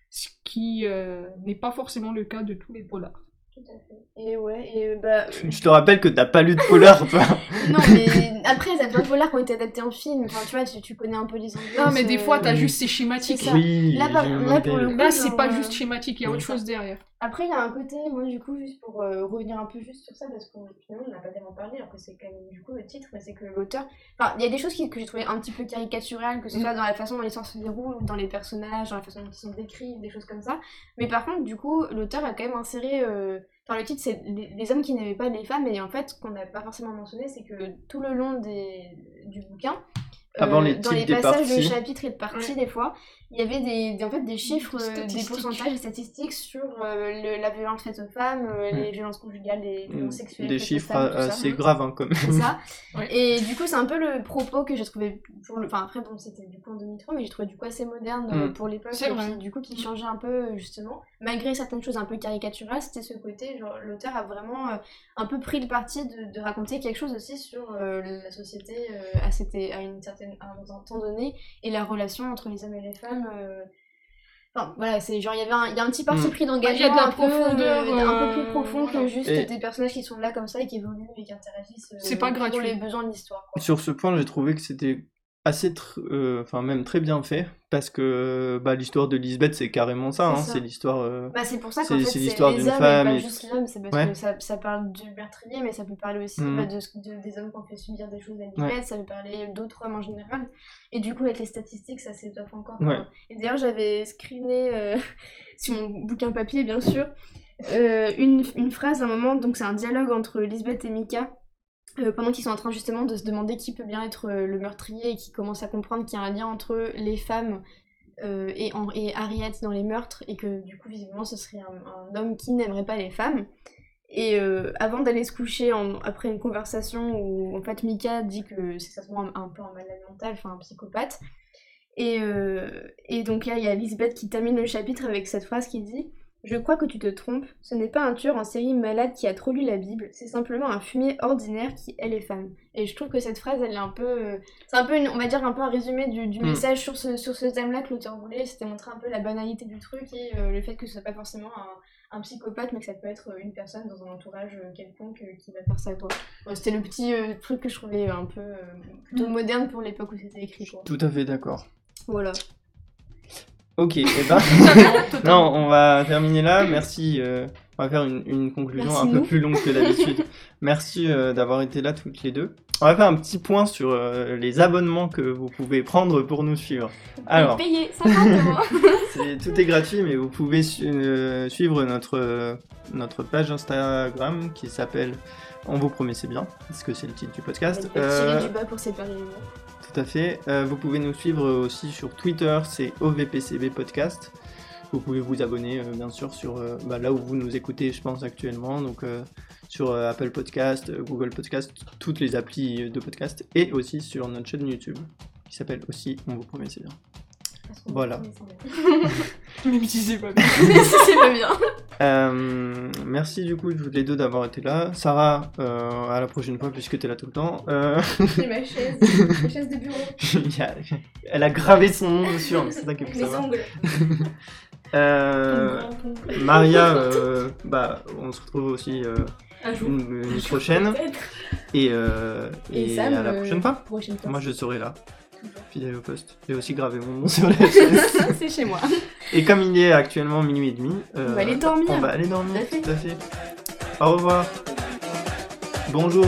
[SPEAKER 5] ce qui euh, n'est pas forcément le cas de tous les polars.
[SPEAKER 4] Tout à fait. Et ouais, et euh, bah...
[SPEAKER 3] Je te rappelle que t'as pas lu de polar, toi.
[SPEAKER 4] Non, mais après, les adaptations polaires qui ont été adaptées en film, enfin, tu vois, tu, tu connais un peu les anglais.
[SPEAKER 5] Non, mais des fois, t'as
[SPEAKER 3] Oui.
[SPEAKER 5] juste ces schématiques.
[SPEAKER 4] C'est ça.
[SPEAKER 3] Oui,
[SPEAKER 4] Là, par-
[SPEAKER 3] j'ai
[SPEAKER 4] là,
[SPEAKER 3] manqué.
[SPEAKER 4] pour le coup,
[SPEAKER 5] Là, c'est
[SPEAKER 4] genre,
[SPEAKER 5] pas
[SPEAKER 4] euh,
[SPEAKER 5] juste schématique, il y a
[SPEAKER 3] Oui.
[SPEAKER 5] autre chose derrière.
[SPEAKER 4] Après, il y a un côté, moi, du coup, juste pour euh, revenir un peu juste sur ça, parce qu'on finalement, on n'a pas tellement parlé, alors que c'est quand même, du coup, le titre, mais c'est que l'auteur... Enfin, il y a des choses qui- que j'ai trouvé un petit peu caricaturales, que ce
[SPEAKER 5] Mm.
[SPEAKER 4] soit dans la façon dont l'histoire se déroule, ou dans les personnages, dans la façon dont ils sont décrits, des choses comme ça. Mais par contre, du coup, l'auteur a quand même inséré... euh, Enfin, le titre, c'est les, les hommes qui n'aimaient pas les femmes, et en fait, ce qu'on n'a pas forcément mentionné, c'est que tout le long des, du bouquin, euh,
[SPEAKER 3] Avant les
[SPEAKER 4] dans
[SPEAKER 3] titres
[SPEAKER 4] les
[SPEAKER 3] des
[SPEAKER 4] passages de
[SPEAKER 3] parties.
[SPEAKER 4] chapitres et de parties, des fois, il y avait des, des- en fait, des chiffres, euh, des,
[SPEAKER 5] statistiques.
[SPEAKER 4] pourcentages, des statistiques sur euh, le- la violence faite aux femmes, euh,
[SPEAKER 3] Mm.
[SPEAKER 4] les violences conjugales, les violences sexuelles.
[SPEAKER 3] Des
[SPEAKER 4] faites aux
[SPEAKER 3] chiffres
[SPEAKER 4] femmes, tout ça.
[SPEAKER 3] assez graves, hein, quand même.
[SPEAKER 4] C'est ça.
[SPEAKER 5] Ouais.
[SPEAKER 4] Et du coup, c'est un peu le propos que j'ai trouvé. Pour le... Enfin, après, bon, c'était du coup en 2003, mais j'ai trouvé du coup assez moderne euh,
[SPEAKER 3] Mm.
[SPEAKER 4] pour l'époque.
[SPEAKER 5] C'est
[SPEAKER 4] et
[SPEAKER 5] vrai.
[SPEAKER 4] puis, du coup, qui
[SPEAKER 5] Mm.
[SPEAKER 4] changeait un peu, euh, justement. Malgré certaines choses un peu caricaturales, c'était ce côté. Genre, l'auteur a vraiment euh, un peu pris le parti de, de raconter quelque chose aussi sur euh, la société euh, à, cette- à une certaine. à un temps donné et la relation entre les hommes et les femmes. euh, Enfin, voilà, c'est genre, il y avait un, il y a un petit parti
[SPEAKER 3] Mm.
[SPEAKER 4] pris d'engagement.
[SPEAKER 5] Il y a de la
[SPEAKER 4] un peu, euh,
[SPEAKER 5] profondeur,
[SPEAKER 4] un peu
[SPEAKER 5] euh,
[SPEAKER 4] plus profond que
[SPEAKER 5] voilà.
[SPEAKER 4] juste
[SPEAKER 3] Et-
[SPEAKER 4] des personnages qui sont là comme ça et qui évoluent et qui interagissent euh,
[SPEAKER 5] C'est pas
[SPEAKER 4] pour
[SPEAKER 5] gratuit.
[SPEAKER 4] les besoins de l'histoire. quoi.
[SPEAKER 3] Sur ce point, j'ai trouvé que c'était assez, tr- euh, enfin même très bien fait, parce que bah, l'histoire de Lisbeth, c'est carrément ça,
[SPEAKER 4] C'est
[SPEAKER 3] hein,
[SPEAKER 4] ça.
[SPEAKER 3] c'est l'histoire... euh,
[SPEAKER 4] Bah, c'est pour ça
[SPEAKER 3] C'est-
[SPEAKER 4] qu'en fait,
[SPEAKER 3] c'est
[SPEAKER 4] c'est
[SPEAKER 3] l'histoire
[SPEAKER 4] les
[SPEAKER 3] d'une
[SPEAKER 4] hommes
[SPEAKER 3] femme
[SPEAKER 4] et pas
[SPEAKER 3] et-
[SPEAKER 4] juste l'homme, c'est parce
[SPEAKER 3] Ouais.
[SPEAKER 4] que ça, ça parle du meurtrier, mais ça peut parler aussi
[SPEAKER 3] Mhm.
[SPEAKER 4] bah, de, ce- de- des hommes qui ont fait subir des choses à Lisbeth, ça peut parler d'autres hommes en général. Et du coup, avec les statistiques, ça s'étoffe encore.
[SPEAKER 3] Ouais.
[SPEAKER 4] quoi. Et d'ailleurs, j'avais screené euh, sur mon bouquin papier, bien sûr, euh, une, une phrase à un moment, donc c'est un dialogue entre Lisbeth et Mika. euh, pendant qu'ils sont en train justement de se demander qui peut bien être euh, le meurtrier et qui commencent à comprendre qu'il y a un lien entre les femmes euh, et, en- et Harriet dans les meurtres et que du coup visiblement ce serait un, un homme qui n'aimerait pas les femmes. Et euh, avant d'aller se coucher, en- après une conversation où en fait Mika dit que c'est certainement un, un peu un malade mental, enfin un psychopathe. Et, euh, et donc là, il y a Lisbeth qui termine le chapitre avec cette phrase qui dit je crois que tu te trompes, ce n'est pas un tueur en série malade qui a trop lu la Bible, c'est simplement un fumier ordinaire qui hait les femmes. Et je trouve que cette phrase, elle est un peu. euh, C'est un peu, une- on va dire, un peu un résumé du, du
[SPEAKER 3] Mm.
[SPEAKER 4] message sur ce, sur ce thème-là que l'auteur voulait. C'était montrer un peu la banalité du truc et euh, le fait que ce soit pas forcément un, un psychopathe, mais que ça peut être euh, une personne dans un entourage euh, quelconque euh, qui va faire ça, quoi. Bon, c'était le petit euh, truc que je trouvais un peu euh, plutôt moderne pour l'époque où c'était écrit, quoi.
[SPEAKER 3] Tout à fait d'accord.
[SPEAKER 4] Voilà.
[SPEAKER 3] Ok, et ben.
[SPEAKER 5] Totalement,
[SPEAKER 3] non,
[SPEAKER 5] totalement.
[SPEAKER 3] on va terminer là. Merci. euh, on va faire une, une conclusion
[SPEAKER 4] Merci,
[SPEAKER 3] un peu
[SPEAKER 4] nous.
[SPEAKER 3] plus longue que d'habitude. Merci euh, d'avoir été là toutes les deux. On va faire un petit point sur euh, les abonnements que vous pouvez prendre pour nous suivre. Alors,
[SPEAKER 4] Payé 50 euros
[SPEAKER 3] c'est- tout est gratuit, mais vous pouvez su- euh, suivre notre, euh, notre page Instagram qui s'appelle On vous promet c'est bien, parce que c'est le titre du podcast.
[SPEAKER 4] Avec le petit
[SPEAKER 3] Euh,
[SPEAKER 4] lit du bas pour séparer les mots.
[SPEAKER 3] tout à fait. Euh, vous pouvez nous suivre aussi sur Twitter, c'est OVPCB Podcast. Vous pouvez vous abonner, euh, bien sûr, sur euh, bah, là où vous nous écoutez, je pense, actuellement. Donc, euh, sur euh, Apple Podcast, euh, Google Podcast, toutes les applis euh, de podcast. Et aussi sur notre chaîne YouTube, qui s'appelle aussi On vous promet, c'est bien.
[SPEAKER 4] Parce qu'on-
[SPEAKER 3] Voilà.
[SPEAKER 5] Même si c'est pas bien.
[SPEAKER 4] Si c'est pas bien.
[SPEAKER 3] Euh, merci, du coup, toutes les deux d'avoir été là. Sarah, euh, à la prochaine fois, puisque tu es là tout le temps. Euh,
[SPEAKER 4] C'est ma chaise, ma chaise de bureau,
[SPEAKER 3] il y a- Elle a gravé son nom dessus, hein, c'est ça qui est plus
[SPEAKER 4] mes
[SPEAKER 3] sympa.
[SPEAKER 4] ongles.
[SPEAKER 3] Euh,
[SPEAKER 4] Mon grand ongle.
[SPEAKER 3] Maria, euh, bah, on se retrouve aussi euh,
[SPEAKER 4] Un jour.
[SPEAKER 3] une, une prochaine
[SPEAKER 4] Peut-être.
[SPEAKER 3] et, euh,
[SPEAKER 4] Et,
[SPEAKER 3] et
[SPEAKER 4] Sam,
[SPEAKER 3] à la
[SPEAKER 4] euh,
[SPEAKER 3] prochaine fois.
[SPEAKER 4] Prochaine fois.
[SPEAKER 3] Moi, je serai là, fidèle au poste. J'ai aussi gravé mon nom sur la chaise.
[SPEAKER 4] C'est chez moi.
[SPEAKER 3] et comme il est actuellement minuit et demi, euh,
[SPEAKER 4] On va aller dormir.
[SPEAKER 3] On va aller dormir,
[SPEAKER 4] Tout à fait.
[SPEAKER 3] tout à fait. Au revoir. Bonjour